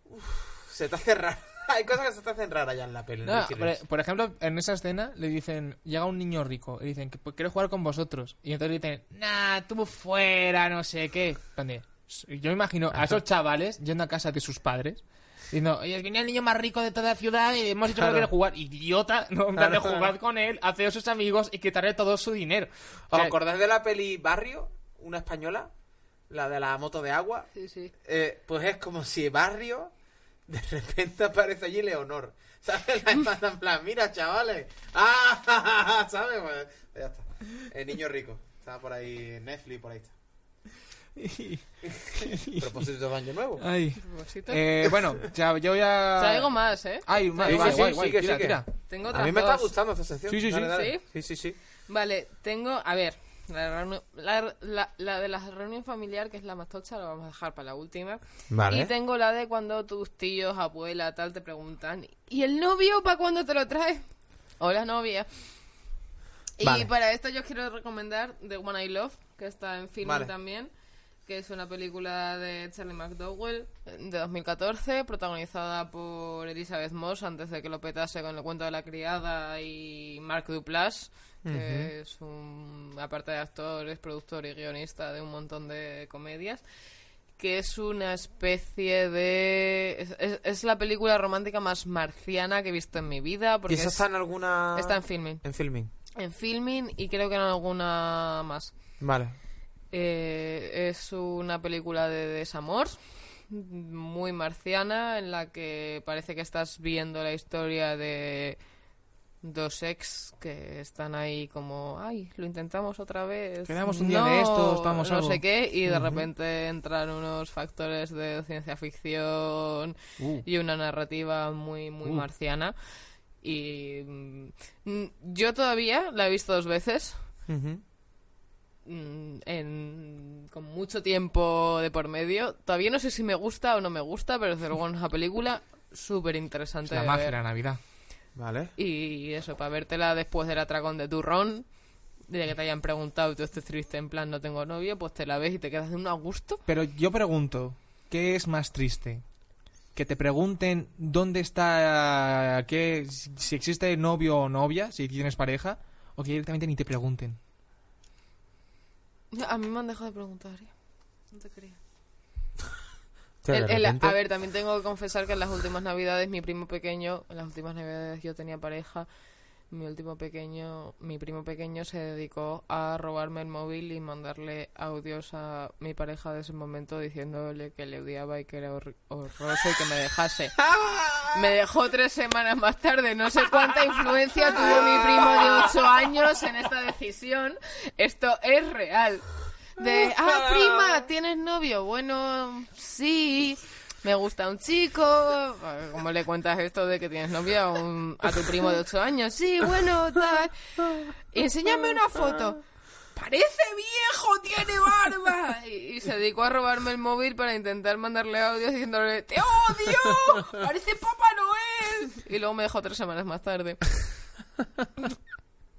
[SPEAKER 3] "Uf, se te hace rara. Hay cosas que se te hacen raras ya en la peli. en
[SPEAKER 2] No,
[SPEAKER 3] Richie
[SPEAKER 2] por,
[SPEAKER 3] Rich.
[SPEAKER 2] por ejemplo, en esa escena le dicen, llega un niño rico, y dicen, que pues, quiero jugar con vosotros. Y entonces dicen, nah, tú fuera, no sé qué. En plan de, "S- Yo me imagino a esos chavales yendo a casa de sus padres, diciendo, oye, viene el niño más rico de toda la ciudad y hemos hecho que
[SPEAKER 3] Claro.
[SPEAKER 2] no quiere jugar. Idiota, no, en plan de
[SPEAKER 3] Claro, claro.
[SPEAKER 2] jugad con él, haceos sus amigos y quitarle todo su dinero. O
[SPEAKER 3] ¿Os
[SPEAKER 2] sea,
[SPEAKER 3] acordáis de la peli Barrio? Una española, la de la moto de agua.
[SPEAKER 1] Sí, sí.
[SPEAKER 3] Eh, pues es como si Barrio de repente aparece allí Leonor. ¿Sabes? La hermana en plan, mira, chavales. ¡Ah! ja, ja, ja", ¿Sabes? Pues ya está. El niño rico. Estaba por ahí en Netflix, por ahí está. Propósito de año nuevo.
[SPEAKER 2] Ay.
[SPEAKER 1] Cosita.
[SPEAKER 2] Eh, bueno, ya, yo ya...
[SPEAKER 3] ah.
[SPEAKER 1] Traigo más, ¿eh?
[SPEAKER 2] Ay, más,
[SPEAKER 3] Sí,
[SPEAKER 2] Ah, guay,
[SPEAKER 3] sí,
[SPEAKER 2] guay,
[SPEAKER 3] sí,
[SPEAKER 2] guay,
[SPEAKER 3] sigue,
[SPEAKER 2] tira,
[SPEAKER 3] sigue.
[SPEAKER 2] tira.
[SPEAKER 1] Tengo
[SPEAKER 3] A
[SPEAKER 1] otras
[SPEAKER 3] mí me está
[SPEAKER 1] dos.
[SPEAKER 3] gustando esta sección.
[SPEAKER 2] Sí, sí, sí.
[SPEAKER 3] Dale, dale.
[SPEAKER 1] ¿Sí?
[SPEAKER 3] sí, sí, sí.
[SPEAKER 1] Vale, tengo, a ver, la, reunión- la- la- la de la reunión familiar, que es la más tocha, la vamos a dejar para la última.
[SPEAKER 3] Vale.
[SPEAKER 1] Y tengo la de cuando tus tíos, abuela, tal, te preguntan, ¿y el novio para cuándo te lo traes? Hola, novia.
[SPEAKER 3] Vale.
[SPEAKER 1] Y para esto yo os quiero recomendar The One I Love, que está en film
[SPEAKER 3] Vale.
[SPEAKER 1] también, que es una película de Charlie McDowell eh, de 2014, protagonizada por Elizabeth Moss antes de que lo petase con el cuento de la criada y Mark Duplass, que es un, aparte de actor, es productor y guionista de un montón de comedias que es una especie de... Es, es- es la película romántica más marciana que he visto en mi vida.
[SPEAKER 3] ¿Y
[SPEAKER 1] Porque
[SPEAKER 3] esa
[SPEAKER 1] es-
[SPEAKER 3] está en alguna...?
[SPEAKER 1] está en filming.
[SPEAKER 3] En filming.
[SPEAKER 1] En filming y creo que en alguna más.
[SPEAKER 3] Vale.
[SPEAKER 1] Eh, es una película de desamor, muy marciana, en la que parece que estás viendo la historia de dos ex que están ahí como, ay, lo intentamos otra vez.
[SPEAKER 2] Quedamos un día de estos, vamos
[SPEAKER 1] no
[SPEAKER 2] algo".
[SPEAKER 1] sé qué, y de repente entran unos factores de ciencia ficción
[SPEAKER 2] Uh.
[SPEAKER 1] y una narrativa muy, muy marciana. Y mm, yo todavía la he visto dos veces
[SPEAKER 3] Ujú.
[SPEAKER 1] mm, en- con mucho tiempo de por medio. Todavía no sé si me gusta o no me gusta, pero desde luego es una película súper interesante.
[SPEAKER 2] La
[SPEAKER 1] de
[SPEAKER 2] magia de
[SPEAKER 1] ver.
[SPEAKER 2] la Navidad.
[SPEAKER 3] Vale.
[SPEAKER 1] Y eso, para vértela después del atracón de turrón, de que te hayan preguntado y tú estés triste en plan no tengo novio, pues te la ves y te quedas de un a gusto.
[SPEAKER 2] Pero yo pregunto, ¿qué es más triste? Que te pregunten dónde está, qué, si si existe novio o novia, si tienes pareja, o que directamente ni te pregunten.
[SPEAKER 1] A mí me han dejado de preguntar. ¿eh? No te creas.
[SPEAKER 3] Hostia, de
[SPEAKER 1] El- el-
[SPEAKER 3] repente-
[SPEAKER 1] a ver, también tengo que confesar que en las últimas navidades, mi primo pequeño, en las últimas navidades yo tenía pareja mi último pequeño, mi primo pequeño se dedicó a robarme el móvil y mandarle audios a mi pareja de ese momento diciéndole que le odiaba y que era horri- horroroso y que me dejase. Me dejó tres semanas más tarde. No sé cuánta influencia tuvo mi primo de ocho años en esta decisión. Esto es real. De, ah, prima, ¿tienes novio? Bueno, sí. Me gusta un chico. ¿Cómo le cuentas esto de que tienes novia a, un- a tu primo de ocho años? Sí, bueno, tal. Y enséñame una foto. Parece viejo, tiene barba. Y, y se dedicó a robarme el móvil para intentar mandarle audios diciéndole, te odio, parece Papá Noel. Y luego me dejó tres semanas más tarde.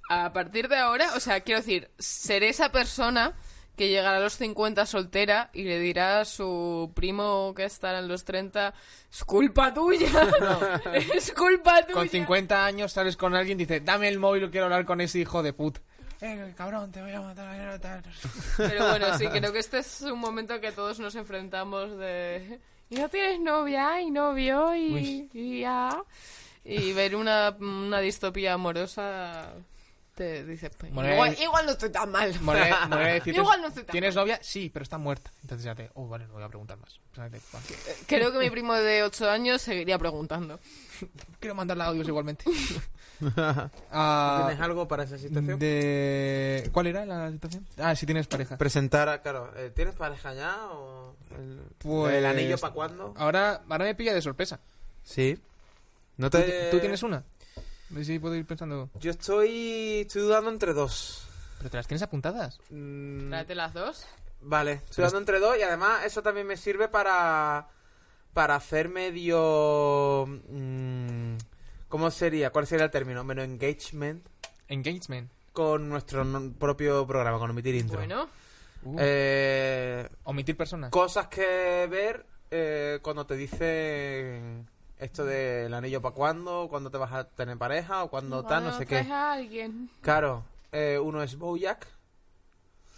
[SPEAKER 1] A partir de ahora, o sea, quiero decir, seré esa persona que llegará a los 50 soltera y le dirá a su primo que estará en los 30, es culpa tuya, es culpa tuya.
[SPEAKER 2] Con 50 años sales con alguien y dices, dame el móvil, quiero hablar con ese hijo de puta. Eh, cabrón, te voy a matar. eh, tal.
[SPEAKER 1] Pero bueno, sí, creo que este es un momento que todos nos enfrentamos de... Y no tienes novia y novio y, y ya... Y ver una, una distopía amorosa te dice... pues,
[SPEAKER 2] Bueno,
[SPEAKER 1] igual,
[SPEAKER 2] eh,
[SPEAKER 1] igual no estoy tan mal.
[SPEAKER 2] Moré- Moré decir,
[SPEAKER 1] Igual no estoy tan
[SPEAKER 2] ¿Tienes novia? Sí, pero está muerta. Entonces ya te... Oh, vale, no voy a preguntar más. O sea, te- va.
[SPEAKER 1] Creo que mi primo de 8 años seguiría preguntando.
[SPEAKER 2] Quiero mandarle audios igualmente. Ah,
[SPEAKER 3] ¿Tienes algo para esa situación?
[SPEAKER 2] de... ¿Cuál era la situación? Ah, si tienes pareja.
[SPEAKER 3] Presentar a, claro, eh, ¿tienes pareja ya o el,
[SPEAKER 2] Pues- ah,
[SPEAKER 3] el anillo para cuándo?
[SPEAKER 2] Ahora, ahora me pilla de sorpresa.
[SPEAKER 3] Sí. No
[SPEAKER 2] ¿Tú,
[SPEAKER 3] te...
[SPEAKER 2] tú tienes una? A ver si puedo ir pensando.
[SPEAKER 3] Yo estoy, estoy dudando entre dos.
[SPEAKER 2] ¿Pero te las tienes apuntadas?
[SPEAKER 3] Mm,
[SPEAKER 1] Tráete las dos.
[SPEAKER 3] Vale, estoy dudando entre dos y además eso también me sirve para para hacer medio mm, ¿cómo sería? ¿Cuál sería el término? Menos engagement
[SPEAKER 2] Engagement.
[SPEAKER 3] con nuestro no- propio programa, con omitir intro.
[SPEAKER 1] Bueno,
[SPEAKER 2] Uh,
[SPEAKER 3] Eh,
[SPEAKER 2] omitir personas.
[SPEAKER 3] cosas que ver eh, cuando te dicen esto del anillo para cuándo, cuando te vas a tener pareja o cuando tal, no sé qué.
[SPEAKER 1] traes a pues, alguien.
[SPEAKER 3] Claro, eh, uno es Bojack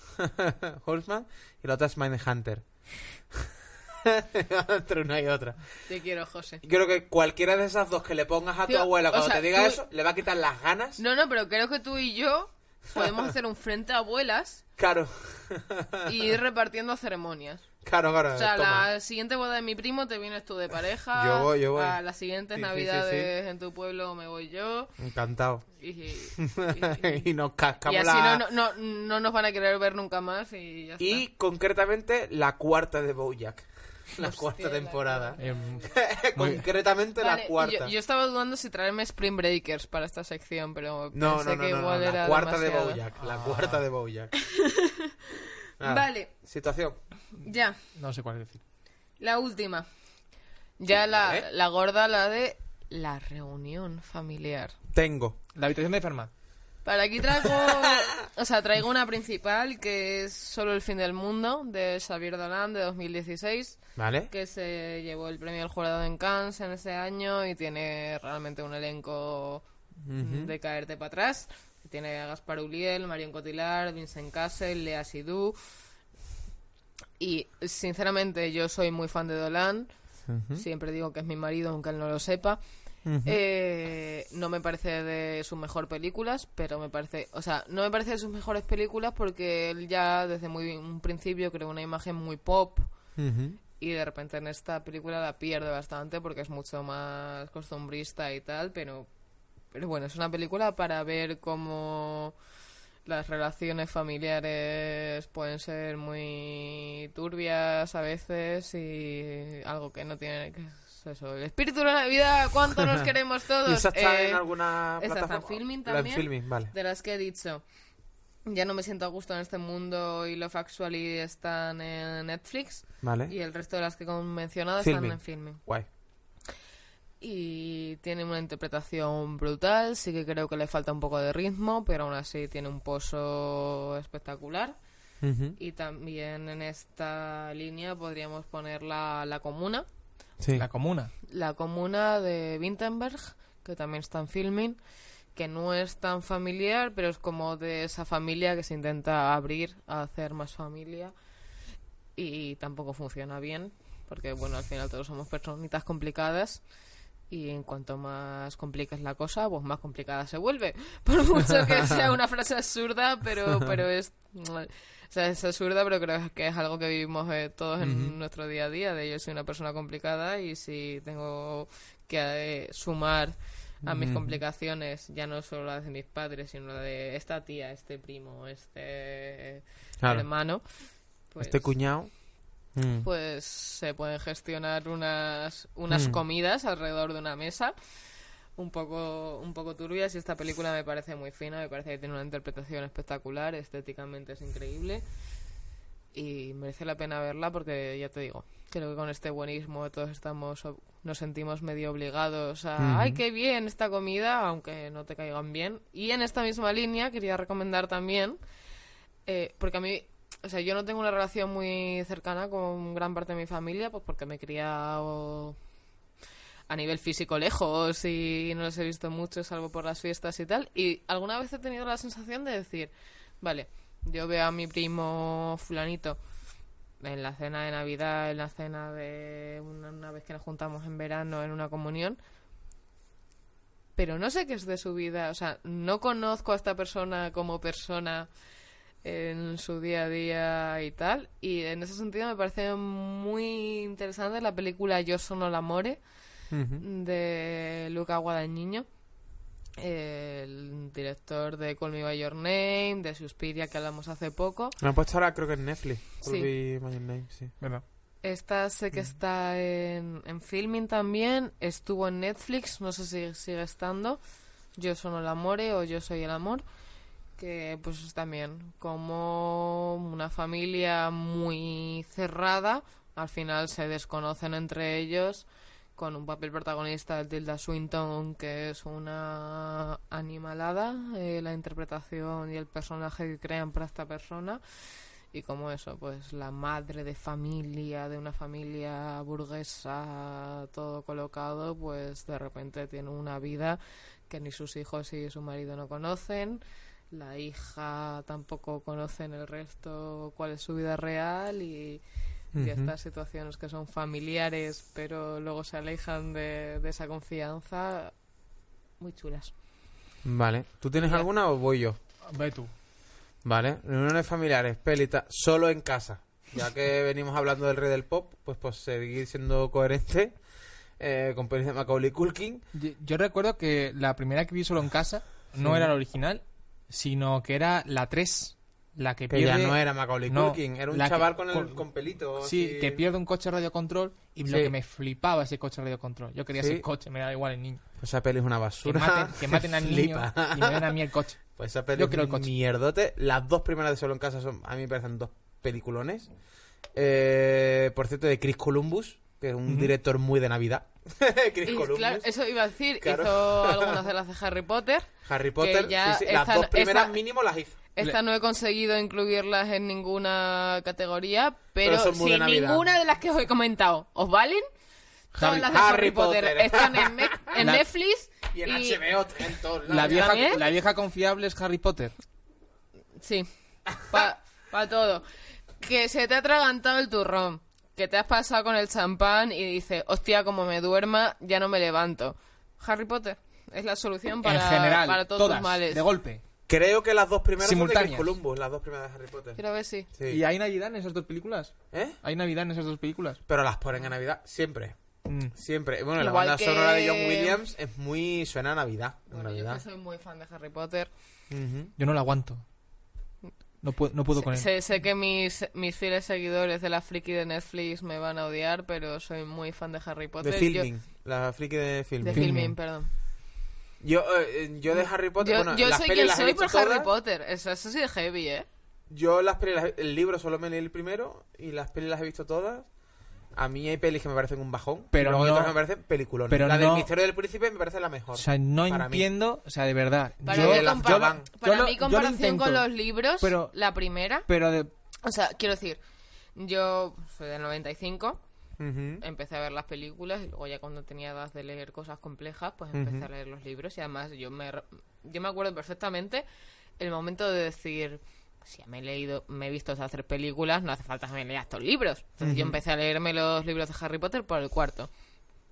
[SPEAKER 3] Horseman y la otra es Mindhunter. Entre una y otra.
[SPEAKER 1] Te quiero, José.
[SPEAKER 3] Yo creo que cualquiera de esas dos que le pongas a tu
[SPEAKER 1] Tío,
[SPEAKER 3] abuela
[SPEAKER 1] o
[SPEAKER 3] cuando
[SPEAKER 1] sea,
[SPEAKER 3] te diga
[SPEAKER 1] tú-
[SPEAKER 3] eso, le va a quitar las ganas.
[SPEAKER 1] No, no, pero creo que tú y yo podemos hacer un frente a abuelas
[SPEAKER 3] Claro,
[SPEAKER 1] y ir repartiendo ceremonias.
[SPEAKER 3] claro, claro.
[SPEAKER 1] O sea,
[SPEAKER 3] toma.
[SPEAKER 1] la siguiente boda de mi primo te vienes tú de pareja.
[SPEAKER 3] Yo voy, yo voy.
[SPEAKER 1] A las siguientes
[SPEAKER 3] Sí, sí, sí,
[SPEAKER 1] navidades en tu pueblo me voy yo.
[SPEAKER 3] Encantado.
[SPEAKER 1] Y, y-
[SPEAKER 3] y nos
[SPEAKER 1] y
[SPEAKER 3] cascamos
[SPEAKER 1] así
[SPEAKER 3] la...
[SPEAKER 1] no, no, no, no nos van a querer ver nunca más y ya está.
[SPEAKER 3] Y concretamente la cuarta de Bojack. La
[SPEAKER 1] Hostia,
[SPEAKER 3] cuarta
[SPEAKER 1] la
[SPEAKER 3] temporada.
[SPEAKER 2] Em,
[SPEAKER 3] concretamente
[SPEAKER 1] Vale,
[SPEAKER 3] la
[SPEAKER 1] y
[SPEAKER 3] cuarta.
[SPEAKER 1] Yo, yo estaba dudando si traerme Spring Breakers para esta sección, pero
[SPEAKER 3] No,
[SPEAKER 1] pensé
[SPEAKER 3] no, no,
[SPEAKER 1] que
[SPEAKER 3] no, no,
[SPEAKER 1] igual era
[SPEAKER 3] la cuarta
[SPEAKER 1] demasiado. Ah.
[SPEAKER 3] de Bojack. La cuarta de Bojack. Nada.
[SPEAKER 1] Vale,
[SPEAKER 3] Situación.
[SPEAKER 1] ya,
[SPEAKER 2] no sé cuál decir.
[SPEAKER 1] la última. Ya la,
[SPEAKER 3] Vale.
[SPEAKER 1] la gorda, la de la reunión familiar.
[SPEAKER 3] Tengo.
[SPEAKER 2] La habitación de Fermat.
[SPEAKER 1] Para aquí traigo, o sea, traigo una principal que es Solo el fin del mundo de Xavier Dolan de 2016.
[SPEAKER 3] ¿Vale?
[SPEAKER 1] que se llevó el premio al jurado en Cannes en ese año y tiene realmente un elenco mm, de caerte para atrás. Tiene a Gaspar Uliel, Marion Cotillard, Vincent Cassel, Lea Sidú. Y sinceramente yo soy muy fan de Dolan. Siempre digo que es mi marido, aunque él no lo sepa. Eh, no me parece de sus mejores películas, pero me parece, o sea, no me parece de sus mejores películas porque él ya desde muy un principio creó una imagen muy pop, y de repente en esta película la pierde bastante porque es mucho más costumbrista y tal, pero, pero bueno, es una película para ver cómo las relaciones familiares pueden ser muy turbias a veces y algo que no tiene que es eso. El espíritu de la Navidad, cuánto nos queremos todos.
[SPEAKER 3] ¿Y esa está
[SPEAKER 1] Eh,
[SPEAKER 3] en alguna
[SPEAKER 1] esa está en
[SPEAKER 3] plataforma?
[SPEAKER 1] Filmin
[SPEAKER 3] La en
[SPEAKER 1] también.
[SPEAKER 3] Filmin, vale.
[SPEAKER 1] de las que he dicho. Ya no me siento a gusto en este mundo y Love Actually están en Netflix.
[SPEAKER 3] Vale.
[SPEAKER 1] Y el resto de las que he mencionado
[SPEAKER 3] ¿Eh? Filming.
[SPEAKER 1] están en filming.
[SPEAKER 3] Guay.
[SPEAKER 1] Y tiene una interpretación brutal, sí que creo que le falta un poco de ritmo, pero aún así tiene un pozo espectacular. Y también en esta línea podríamos poner la, la comuna.
[SPEAKER 3] Sí.
[SPEAKER 2] La comuna.
[SPEAKER 1] La comuna de Wittenberg, que también está en filming, que no es tan familiar, pero es como de esa familia que se intenta abrir a hacer más familia y tampoco funciona bien, porque bueno, al final todos somos personitas complicadas Y en cuanto más compliques la cosa, pues más complicada se vuelve. Por mucho que sea una frase absurda, pero, pero es... O sea, es absurda, pero creo que es algo que vivimos eh, todos en nuestro día a día. De yo soy una persona complicada y si tengo que eh, sumar a mis complicaciones, ya no solo las de mis padres, sino la de esta tía, este primo, este
[SPEAKER 3] Claro.
[SPEAKER 2] Eh,
[SPEAKER 1] hermano, pues,
[SPEAKER 3] Este cuñado. Mm.
[SPEAKER 1] pues se pueden gestionar unas, unas
[SPEAKER 3] Mm.
[SPEAKER 1] comidas alrededor de una mesa. Un poco, un poco turbias y esta película me parece muy fina, me parece que tiene una interpretación espectacular, estéticamente es increíble y merece la pena verla porque ya te digo, creo que con este buenismo todos estamos ob- nos sentimos medio obligados a ay qué bien esta comida, aunque no te caigan bien. Y en esta misma línea quería recomendar también eh, porque a mí o sea, yo no tengo una relación muy cercana con gran parte de mi familia, pues porque me he criado a nivel físico lejos y no los he visto mucho, salvo por las fiestas y tal. Y alguna vez he tenido la sensación de decir, vale, yo veo a mi primo fulanito en la cena de Navidad, en la cena de una, una vez que nos juntamos en verano, en una comunión, pero no sé qué es de su vida, o sea, no conozco a esta persona como persona en su día a día y tal. Y en ese sentido me parece muy interesante la película Yo sono l'amore de Luca Guadagnino, el director de Call Me By Your Name, de Suspiria que hablamos hace poco.
[SPEAKER 3] Me han puesto ahora, creo que en Netflix.
[SPEAKER 1] Sí.
[SPEAKER 3] Colby My Name, sí.
[SPEAKER 2] ¿Verdad?
[SPEAKER 1] Esta sé que está en, en filming también, estuvo en Netflix, no sé si sigue estando. Yo sono el amore o yo soy el amor, que pues es también como una familia muy cerrada, al final se desconocen entre ellos con un papel protagonista de Tilda Swinton que es una animalada, eh, la interpretación y el personaje que crean para esta persona y como eso, pues la madre de familia, de una familia burguesa, todo colocado, pues de repente tiene una vida que ni sus hijos y su marido no conocen, la hija tampoco conocen el resto, cuál es su vida real y, y estas situaciones que son familiares, pero luego se alejan de, de esa confianza, muy chulas.
[SPEAKER 3] Vale. ¿Tú tienes alguna o voy yo?
[SPEAKER 2] Ve tú.
[SPEAKER 3] Vale. Reuniones familiares, pelita, solo en casa. Ya que venimos hablando del rey del pop, pues, pues seguir siendo coherente eh, con pelis de Macaulay Culkin.
[SPEAKER 2] Yo, yo recuerdo que la primera que vi solo en casa no era la original, sino que era la 3. La que,
[SPEAKER 3] Que
[SPEAKER 2] pierde...
[SPEAKER 3] ya no era Macaulay
[SPEAKER 2] No,
[SPEAKER 3] Culkin, era un
[SPEAKER 2] la que-
[SPEAKER 3] chaval con, el,
[SPEAKER 2] con-
[SPEAKER 3] con pelito.
[SPEAKER 2] Sí,
[SPEAKER 3] así.
[SPEAKER 2] que pierde un coche radio control y lo
[SPEAKER 3] Sí.
[SPEAKER 2] que me flipaba ese coche radio control. Yo quería
[SPEAKER 3] Sí.
[SPEAKER 2] ese coche, me da igual el niño.
[SPEAKER 3] Pues esa peli es una
[SPEAKER 2] Que
[SPEAKER 3] basura.
[SPEAKER 2] maten, que maten al niño
[SPEAKER 3] Flipa.
[SPEAKER 2] y me den a mí el coche.
[SPEAKER 3] Pues esa peli
[SPEAKER 2] Yo
[SPEAKER 3] es
[SPEAKER 2] quiero el
[SPEAKER 3] un
[SPEAKER 2] coche.
[SPEAKER 3] mierdote. Las dos primeras de Solo en Casa son, a mí me parecen dos peliculones. Eh, por cierto, de Chris Columbus, que es un director muy de Navidad. Chris
[SPEAKER 1] Y
[SPEAKER 3] Columbus.
[SPEAKER 1] claro, eso iba a decir,
[SPEAKER 3] Claro.
[SPEAKER 1] hizo algunas de las de Harry Potter.
[SPEAKER 3] Harry Potter,
[SPEAKER 1] ya
[SPEAKER 3] sí, sí, las
[SPEAKER 1] están-
[SPEAKER 3] dos primeras
[SPEAKER 1] están-
[SPEAKER 3] mínimo las hizo.
[SPEAKER 1] Esta no he conseguido incluirlas en ninguna categoría, pero,
[SPEAKER 3] Pero son muy
[SPEAKER 1] si
[SPEAKER 3] de Navidad.
[SPEAKER 1] ninguna de las que os he comentado os valen, todas
[SPEAKER 3] Harry-
[SPEAKER 1] las de
[SPEAKER 3] Harry
[SPEAKER 1] Harry, Potter,
[SPEAKER 3] Potter.
[SPEAKER 1] están en, Me- en
[SPEAKER 2] La-
[SPEAKER 1] Netflix
[SPEAKER 3] Y en HBO, en todos lados.
[SPEAKER 2] La vieja,
[SPEAKER 1] ¿También?
[SPEAKER 2] la vieja confiable es Harry Potter.
[SPEAKER 1] Sí, para todo. Que se te ha atragantado el turrón, que te has pasado con el champán y dices, hostia, como me duerma, ya no me levanto. Harry Potter es la solución para,
[SPEAKER 2] en general,
[SPEAKER 1] para todos
[SPEAKER 2] todas,
[SPEAKER 1] tus males.
[SPEAKER 2] de golpe.
[SPEAKER 3] Creo que las dos primeras son de
[SPEAKER 2] Simultáneas.
[SPEAKER 3] Chris Columbus, las dos primeras de Harry Potter.
[SPEAKER 1] Quiero ver si.
[SPEAKER 3] Sí.
[SPEAKER 2] ¿Y hay Navidad en esas dos películas?
[SPEAKER 3] ¿Eh?
[SPEAKER 2] ¿Hay Navidad en esas dos películas?
[SPEAKER 3] Pero las ponen a Navidad siempre.
[SPEAKER 2] Mm.
[SPEAKER 3] Siempre. Bueno, la
[SPEAKER 1] Igual
[SPEAKER 3] banda
[SPEAKER 1] que-
[SPEAKER 3] sonora de John Williams es muy. suena a Navidad. en
[SPEAKER 1] Bueno, yo
[SPEAKER 3] Navidad.
[SPEAKER 1] que soy muy fan de Harry Potter.
[SPEAKER 3] Ujú.
[SPEAKER 2] Yo no la aguanto. No puedo, no puedo con él.
[SPEAKER 1] Sé, sé que mis, mis fieles seguidores de la friki de Netflix me van a odiar, pero soy muy fan de Harry
[SPEAKER 3] De
[SPEAKER 1] Potter.
[SPEAKER 3] filming. La friki de
[SPEAKER 1] Yo,
[SPEAKER 3] filming.
[SPEAKER 1] de filming, perdón.
[SPEAKER 3] Yo, eh, yo de Harry Potter.
[SPEAKER 1] Yo,
[SPEAKER 3] bueno,
[SPEAKER 1] yo
[SPEAKER 3] las
[SPEAKER 1] soy
[SPEAKER 3] pelis
[SPEAKER 1] quien
[SPEAKER 3] las he
[SPEAKER 1] soy
[SPEAKER 3] visto
[SPEAKER 1] por Harry
[SPEAKER 3] todas.
[SPEAKER 1] Potter. Eso, eso sí es heavy, ¿eh?
[SPEAKER 3] Yo las pelis, las- el libro solo me leí el primero y las pelis las he visto todas. A mí hay pelis que me parecen un bajón,
[SPEAKER 2] Pero
[SPEAKER 3] luego hay
[SPEAKER 2] no-
[SPEAKER 3] otras que me parecen peliculones.
[SPEAKER 2] pero
[SPEAKER 3] la del
[SPEAKER 2] no-
[SPEAKER 3] Misterio del Príncipe me parece la mejor.
[SPEAKER 2] O sea, no
[SPEAKER 3] para mí.
[SPEAKER 2] entiendo, o sea, de verdad.
[SPEAKER 1] Para,
[SPEAKER 2] yo,
[SPEAKER 1] mí,
[SPEAKER 3] el
[SPEAKER 1] compa-
[SPEAKER 3] Azkaban.
[SPEAKER 1] para
[SPEAKER 2] yo lo-
[SPEAKER 1] mí,
[SPEAKER 2] yo lo
[SPEAKER 1] comparación con
[SPEAKER 2] intento,
[SPEAKER 1] los libros,
[SPEAKER 2] pero-
[SPEAKER 1] la primera.
[SPEAKER 2] Pero de,
[SPEAKER 1] O sea, quiero decir, yo soy del 95.
[SPEAKER 3] Ujú.
[SPEAKER 1] empecé a ver las películas y luego ya cuando tenía edad de leer cosas complejas, pues empecé a leer los libros y además yo me, re- yo me acuerdo perfectamente el momento de decir, si ya me he leído, me he visto esas tres películas, no hace falta que me lea estos libros. Entonces yo empecé a leerme los libros de Harry Potter por el cuarto.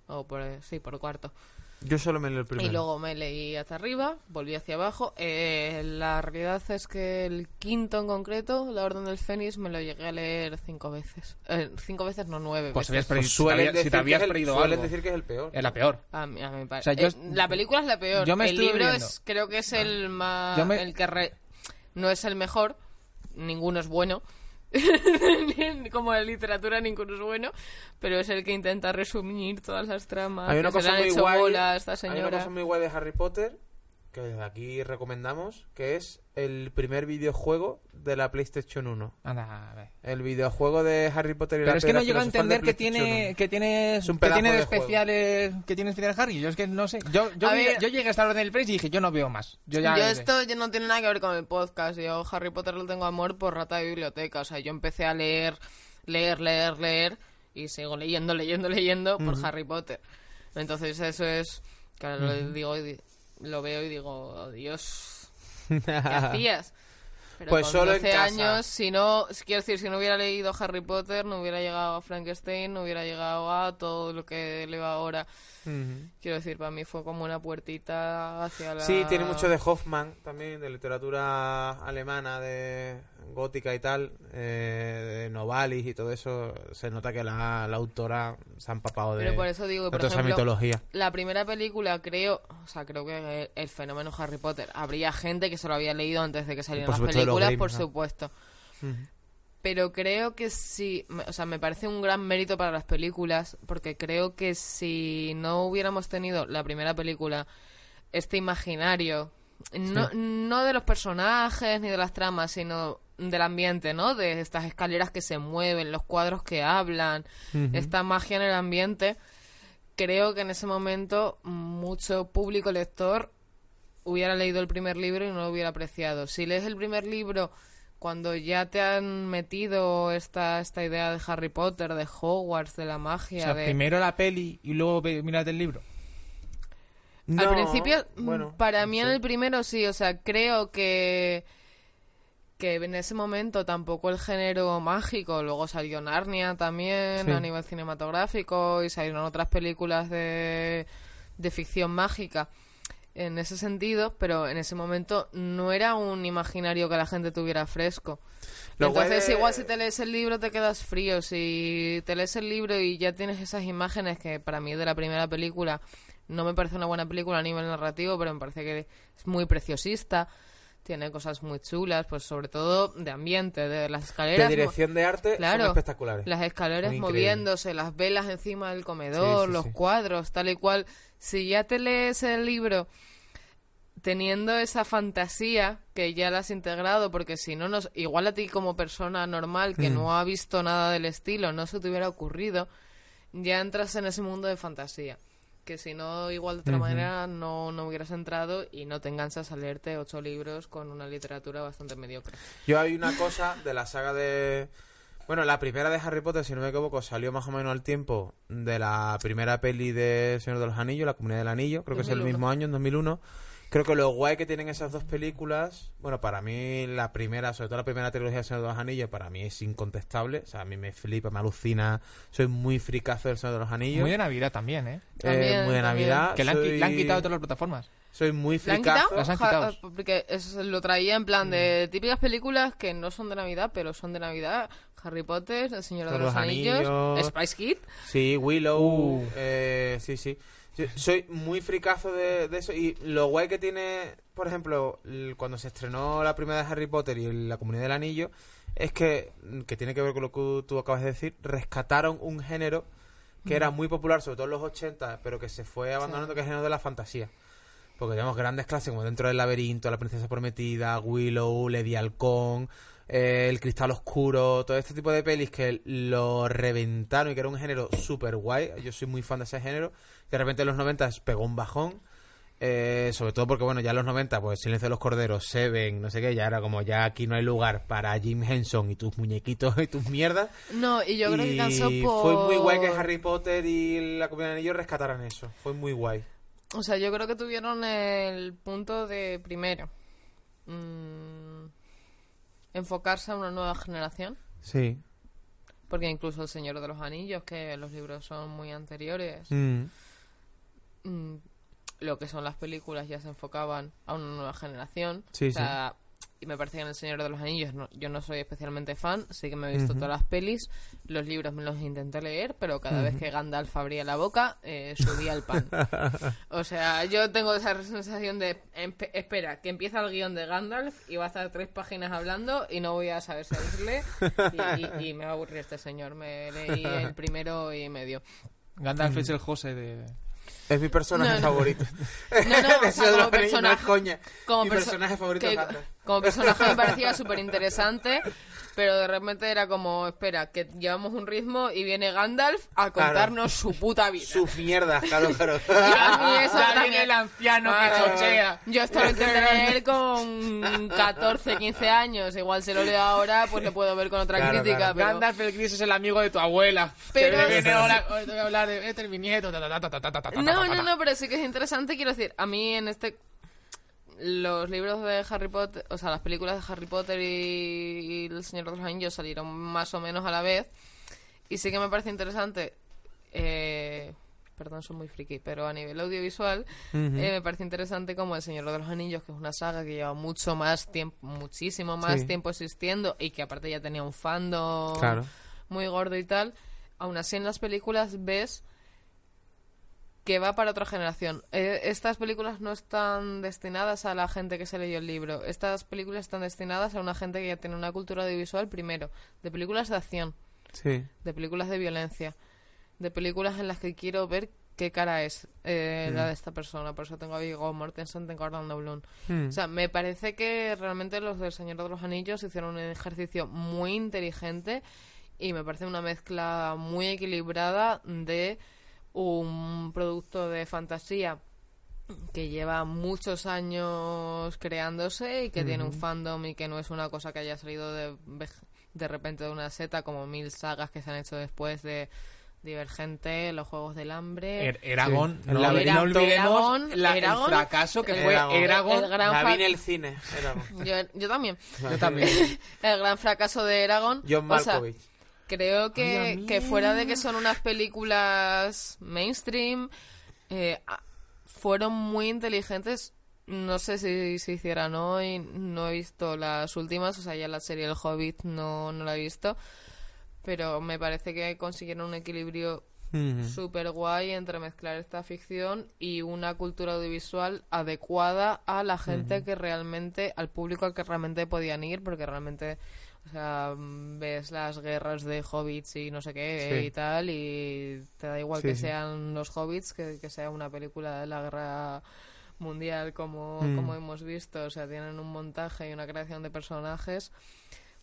[SPEAKER 1] O por, sí, por cuarto.
[SPEAKER 3] Yo solo me leo el primero.
[SPEAKER 1] Y luego me leí hasta arriba, volví hacia abajo. Eh, la realidad es que el quinto en concreto, La Orden del Fénix, me lo llegué a leer cinco veces. Eh, cinco veces, no nueve
[SPEAKER 2] Pues
[SPEAKER 1] veces.
[SPEAKER 2] habías perdido,
[SPEAKER 3] Pues
[SPEAKER 2] si te
[SPEAKER 3] suelen
[SPEAKER 2] había- si
[SPEAKER 3] decir
[SPEAKER 2] te habías
[SPEAKER 3] que es el-
[SPEAKER 2] perdido
[SPEAKER 3] suelen
[SPEAKER 2] algo.
[SPEAKER 3] decir que es el peor.
[SPEAKER 2] Es la peor.
[SPEAKER 1] A mí, a mí me
[SPEAKER 2] O sea,
[SPEAKER 1] parece.
[SPEAKER 2] yo-
[SPEAKER 1] Eh, la película es la peor.
[SPEAKER 2] yo me
[SPEAKER 1] el
[SPEAKER 2] estuve
[SPEAKER 1] libro
[SPEAKER 2] viendo. Ah.
[SPEAKER 1] es, creo que es el más.
[SPEAKER 2] Yo me-
[SPEAKER 1] El que re- no es el mejor. Ninguno es bueno. Como de literatura, ninguno es bueno. Pero es el que intenta resumir todas las tramas.
[SPEAKER 3] Hay
[SPEAKER 1] Ah, que
[SPEAKER 3] una
[SPEAKER 1] se le
[SPEAKER 3] cosa
[SPEAKER 1] han
[SPEAKER 3] muy
[SPEAKER 1] hecho
[SPEAKER 3] guay.
[SPEAKER 1] bola a esta
[SPEAKER 3] Hay una
[SPEAKER 1] señora.
[SPEAKER 3] cosa muy guay de Harry Potter que desde aquí recomendamos, que es el primer videojuego de la PlayStation 1.
[SPEAKER 2] Anda, a ver.
[SPEAKER 3] El videojuego de Harry Potter y
[SPEAKER 2] Pero
[SPEAKER 3] la
[SPEAKER 2] es que
[SPEAKER 3] piedra
[SPEAKER 2] no llego a
[SPEAKER 3] filosofal de
[SPEAKER 2] entender que tiene,
[SPEAKER 3] PlayStation
[SPEAKER 2] que tiene,
[SPEAKER 3] Es un
[SPEAKER 2] que
[SPEAKER 3] pedazo
[SPEAKER 2] tiene de
[SPEAKER 3] de juego.
[SPEAKER 2] especiales, que tiene especial Harry. Yo es que no sé. Yo, yo,
[SPEAKER 1] A
[SPEAKER 2] llegué-
[SPEAKER 1] ver-
[SPEAKER 2] yo llegué hasta la orden del Press y dije, yo no veo más. Yo ya. eh,
[SPEAKER 1] Yo esto yo no tiene nada que ver con el podcast. Yo Harry Potter lo tengo amor por rata de biblioteca. O sea, yo empecé a leer, leer, leer, leer y sigo leyendo, leyendo, leyendo por Harry Potter. Entonces eso es, claro, lo digo, y di- lo veo y digo, oh, Dios, ¿qué hacías? Pero
[SPEAKER 3] Pues
[SPEAKER 1] con
[SPEAKER 3] solo en
[SPEAKER 1] 12
[SPEAKER 3] casa.
[SPEAKER 1] años, si no, quiero decir, si no hubiera leído Harry Potter, no hubiera llegado a Frankenstein, no hubiera llegado a todo lo que leo ahora.
[SPEAKER 3] Ujú.
[SPEAKER 1] Quiero decir, para mí fue como una puertita hacia la...
[SPEAKER 3] Sí, tiene mucho de Hoffman también, de literatura alemana, de gótica y tal, eh, de Novalis y todo eso. Se nota que la, la autora se ha empapado de,
[SPEAKER 1] Pero por eso digo,
[SPEAKER 3] de
[SPEAKER 1] por
[SPEAKER 3] toda esa
[SPEAKER 1] ejemplo,
[SPEAKER 3] mitología.
[SPEAKER 1] La primera película, creo, o sea, creo que el, el fenómeno Harry Potter. Habría gente que se lo había leído antes de que salieran
[SPEAKER 3] Por
[SPEAKER 1] las
[SPEAKER 3] supuesto, de los
[SPEAKER 1] películas,
[SPEAKER 3] Grimm,
[SPEAKER 1] por
[SPEAKER 3] ¿no?
[SPEAKER 1] supuesto. Pero creo que sí, me- o sea, me parece un gran mérito para las películas, porque creo que si no hubiéramos tenido la primera película, este imaginario, no, no de los personajes ni de las tramas, sino del ambiente, ¿no? De estas escaleras que se mueven, los cuadros que hablan, esta magia en el ambiente, creo que en ese momento mucho público lector hubiera leído el primer libro y no lo hubiera apreciado. Si lees el primer libro cuando ya te han metido esta, esta idea de Harry Potter, de Hogwarts, de la magia,
[SPEAKER 2] O sea,
[SPEAKER 1] de...
[SPEAKER 2] primero la peli y luego ve- mírate el libro.
[SPEAKER 1] Al
[SPEAKER 3] No,
[SPEAKER 1] principio, mm,
[SPEAKER 3] bueno,
[SPEAKER 1] para mí en
[SPEAKER 3] sí.
[SPEAKER 1] el primero sí, o sea, creo que que en ese momento tampoco el género mágico, luego salió Narnia también
[SPEAKER 2] Sí.
[SPEAKER 1] a nivel cinematográfico y salieron otras películas de, de ficción mágica en ese sentido, pero en ese momento no era un imaginario que la gente tuviera fresco.
[SPEAKER 3] Lo guay
[SPEAKER 1] Entonces,
[SPEAKER 3] de-
[SPEAKER 1] igual si te lees el libro te quedas frío. Si te lees el libro y ya tienes esas imágenes que para mí de la primera película no me parece una buena película a nivel narrativo, pero me parece que es muy preciosista. Tiene cosas muy chulas, pues sobre todo de ambiente, de las
[SPEAKER 3] De
[SPEAKER 1] escaleras.
[SPEAKER 3] dirección de arte
[SPEAKER 1] Claro.
[SPEAKER 3] son espectaculares.
[SPEAKER 1] Las escaleras
[SPEAKER 3] Muy increíble.
[SPEAKER 1] moviéndose, las velas encima del comedor,
[SPEAKER 3] Sí, sí,
[SPEAKER 1] los
[SPEAKER 3] sí.
[SPEAKER 1] cuadros, tal y cual. Si ya te lees el libro teniendo esa fantasía que ya la has integrado, porque si no, nos, igual a ti como persona normal que
[SPEAKER 3] Mm.
[SPEAKER 1] no ha visto nada del estilo, no se te hubiera ocurrido, ya entras en ese mundo de fantasía. Que si no, igual de otra manera no, no hubieras entrado y no te enganchas a leerte ocho libros con una literatura bastante mediocre.
[SPEAKER 3] Yo hay una cosa de la saga de... Bueno, la primera de Harry Potter, si no me equivoco, salió más o menos al tiempo de la primera peli de El Señor de los Anillos, La Comunidad del Anillo, creo que es el
[SPEAKER 1] 2001.
[SPEAKER 3] mismo año, en 2001. Creo que lo guay que tienen esas dos películas, bueno, para mí la primera, sobre todo la primera trilogía del Señor de los Anillos, para mí es incontestable, o sea, a mí me flipa, me alucina, soy muy fricazo del Señor de los Anillos,
[SPEAKER 2] Muy de Navidad también, ¿eh?
[SPEAKER 3] Eh,
[SPEAKER 1] También,
[SPEAKER 3] muy
[SPEAKER 1] también.
[SPEAKER 3] de Navidad,
[SPEAKER 2] Ah, Que le han, qui-
[SPEAKER 3] soy-
[SPEAKER 2] le han quitado de todas las plataformas.
[SPEAKER 3] soy muy
[SPEAKER 1] ¿La han
[SPEAKER 3] fricazo.
[SPEAKER 1] quitado?
[SPEAKER 2] Las han
[SPEAKER 1] Ja-
[SPEAKER 2] quitado.
[SPEAKER 1] ah, Porque eso lo traía en plan de típicas películas que no son de Navidad, pero son de Navidad. Harry Potter, El Señor de
[SPEAKER 3] Todos
[SPEAKER 1] los,
[SPEAKER 3] los
[SPEAKER 1] Anillos,
[SPEAKER 3] Anillos.
[SPEAKER 1] Spice Kid.
[SPEAKER 3] Sí, Willow.
[SPEAKER 2] Uh.
[SPEAKER 3] eh, sí, sí. Yo Soy muy fricazo de, de eso. Y lo guay que tiene, por ejemplo, el- cuando se estrenó la primera de Harry Potter y el- la comunidad del anillo, es que, que tiene que ver con lo que tú acabas de decir, rescataron un género que era muy popular, sobre todo en los 80, pero que se fue abandonando, que es el género de la fantasía. Porque tenemos grandes clases como Dentro del Laberinto, La Princesa Prometida, Willow, Lady Halcón, eh, El Cristal Oscuro, todo este tipo de pelis que lo reventaron y que era un género súper guay. Yo soy muy fan de ese género. De repente en los 90 pegó un bajón. eh, sobre todo porque, bueno, ya en los 90, pues Silencio de los Corderos, Seven, no sé qué, ya era como ya aquí no hay lugar para Jim Henson y tus muñequitos y tus mierdas.
[SPEAKER 1] No, y yo creo que
[SPEAKER 3] Y
[SPEAKER 1] cansó por...
[SPEAKER 3] Fue muy guay que Harry Potter y la comunidad de anillos rescataran eso. Fue muy guay.
[SPEAKER 1] O sea, yo creo que tuvieron el punto de primero. mm, enfocarse a una nueva generación.
[SPEAKER 3] Sí.
[SPEAKER 1] Porque incluso El Señor de los Anillos, que los libros son muy anteriores,
[SPEAKER 3] Mm.
[SPEAKER 1] mm, lo que son las películas ya se enfocaban a una nueva generación.
[SPEAKER 3] Sí,
[SPEAKER 1] o sea, Y me parece que en El Señor de los Anillos no- yo no soy especialmente fan, sí que me he visto todas las pelis, los libros me los intenté leer, pero cada vez que Gandalf abría la boca, eh, subía el pan. o sea, yo tengo esa sensación de, empe- espera, que empieza el guión de Gandalf y va a estar tres páginas hablando y no voy a saber seguirle y, y- y me va a aburrir este señor. Me leí el primero y medio.
[SPEAKER 2] Gandalf es el José de...
[SPEAKER 3] Es mi personaje
[SPEAKER 1] No, no.
[SPEAKER 3] favorito.
[SPEAKER 1] No, no, o sea,
[SPEAKER 3] De Señor
[SPEAKER 1] como
[SPEAKER 3] de los Anillos, no es
[SPEAKER 1] personaje-
[SPEAKER 3] coña.
[SPEAKER 1] como
[SPEAKER 3] mi
[SPEAKER 1] perso-
[SPEAKER 3] personaje favorito
[SPEAKER 1] que-
[SPEAKER 3] es Gandalf.
[SPEAKER 1] como personaje me parecía súper interesante pero de repente era como espera que llevamos un ritmo y viene Gandalf a contarnos su puta vida
[SPEAKER 3] Sus mierdas, claro, claro.
[SPEAKER 1] Y a mí Ah, eso
[SPEAKER 2] Ya
[SPEAKER 1] también-
[SPEAKER 2] viene Ah, el anciano que
[SPEAKER 1] Ah,
[SPEAKER 2] chochea.
[SPEAKER 1] yo esto lo intenté leer con 14, 15 años. Igual se lo leo ahora, pues lo puedo ver con otra
[SPEAKER 3] Claro,
[SPEAKER 1] crítica.
[SPEAKER 3] claro.
[SPEAKER 1] Ah, pero-
[SPEAKER 2] Gandalf el gris es el amigo de tu abuela.
[SPEAKER 1] Pero-
[SPEAKER 2] Que viene ahora, hoy te voy a hablar de este es mi nieto. ta, ta, ta, ta, ta, ta, ta, ta,
[SPEAKER 1] No,
[SPEAKER 2] ta,
[SPEAKER 1] no,
[SPEAKER 2] ta.
[SPEAKER 1] no, pero sí que es interesante. Quiero decir, a mí en este. Los libros de Harry Potter, o sea, las películas de Harry Potter y, y El Señor de los Anillos salieron más o menos a la vez. Y sí que me parece interesante. eh, perdón, soy muy friki, pero a nivel audiovisual eh, me parece interesante como El Señor de los Anillos, que es una saga que lleva mucho más tiempo, muchísimo más
[SPEAKER 3] Sí.
[SPEAKER 1] tiempo existiendo y que aparte ya tenía un fandom
[SPEAKER 3] Claro.
[SPEAKER 1] muy gordo y tal. Aún así en las películas ves que va para otra generación. Eh, estas películas no están destinadas a la gente que se leyó el libro. Estas películas están destinadas a una gente que ya tiene una cultura audiovisual primero, de películas de acción,
[SPEAKER 3] Sí.
[SPEAKER 1] de películas de violencia, de películas en las que quiero ver qué cara es eh, la de esta persona. Por eso tengo a Viggo Mortensen, tengo a Orlando Bloom. O sea, me parece que realmente los del Señor de los Anillos hicieron un ejercicio muy inteligente y me parece una mezcla muy equilibrada de un producto de fantasía que lleva muchos años creándose y que tiene un fandom y que no es una cosa que haya salido de, vej- de repente de una seta como mil sagas que se han hecho después de Divergente, los Juegos del Hambre.
[SPEAKER 2] Er- Eragon,
[SPEAKER 3] Sí.
[SPEAKER 2] no,
[SPEAKER 3] La-
[SPEAKER 2] no
[SPEAKER 1] Era-
[SPEAKER 2] olvidemos
[SPEAKER 1] Eragon,
[SPEAKER 2] la-
[SPEAKER 1] Eragon,
[SPEAKER 2] el fracaso que fue
[SPEAKER 3] Eragon.
[SPEAKER 2] Eragon.
[SPEAKER 1] El gran-
[SPEAKER 3] La vi en
[SPEAKER 1] fa-
[SPEAKER 3] el cine. Era bueno.
[SPEAKER 1] Yo, yo también.
[SPEAKER 2] Yo también.
[SPEAKER 1] El gran fracaso de Eragon.
[SPEAKER 3] John
[SPEAKER 1] O sea,
[SPEAKER 3] Malkovich.
[SPEAKER 1] Creo
[SPEAKER 2] Ay,
[SPEAKER 1] que,
[SPEAKER 2] amiga.
[SPEAKER 1] que fuera de que son unas películas mainstream, eh, a- fueron muy inteligentes. No sé si se hicieran hoy, no he visto las últimas, o sea, ya la serie El Hobbit no, no la he visto, pero me parece que consiguieron un equilibrio súper guay entre mezclar esta ficción y una cultura audiovisual adecuada a la gente que realmente, al público al que realmente podían ir, porque realmente, o sea, mm, ves las guerras de hobbits y no sé qué
[SPEAKER 3] Sí.
[SPEAKER 1] y tal, y te da igual
[SPEAKER 3] Sí,
[SPEAKER 1] que
[SPEAKER 3] sí.
[SPEAKER 1] sean los hobbits, que, que sea una película de la guerra mundial como,
[SPEAKER 3] Mm.
[SPEAKER 1] como hemos visto, o sea, tienen un montaje y una creación de personajes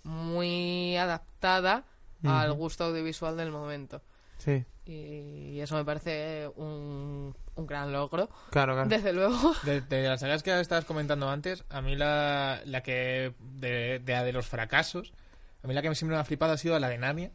[SPEAKER 1] muy adaptada al gusto audiovisual del momento.
[SPEAKER 3] Sí.
[SPEAKER 1] Y eso me parece un, un gran logro.
[SPEAKER 3] Claro, claro.
[SPEAKER 1] Desde luego.
[SPEAKER 2] De, de las sagas que estabas comentando antes, a mí la, la que. De, de, la de los fracasos, a mí la que siempre me ha flipado ha sido la de Narnia.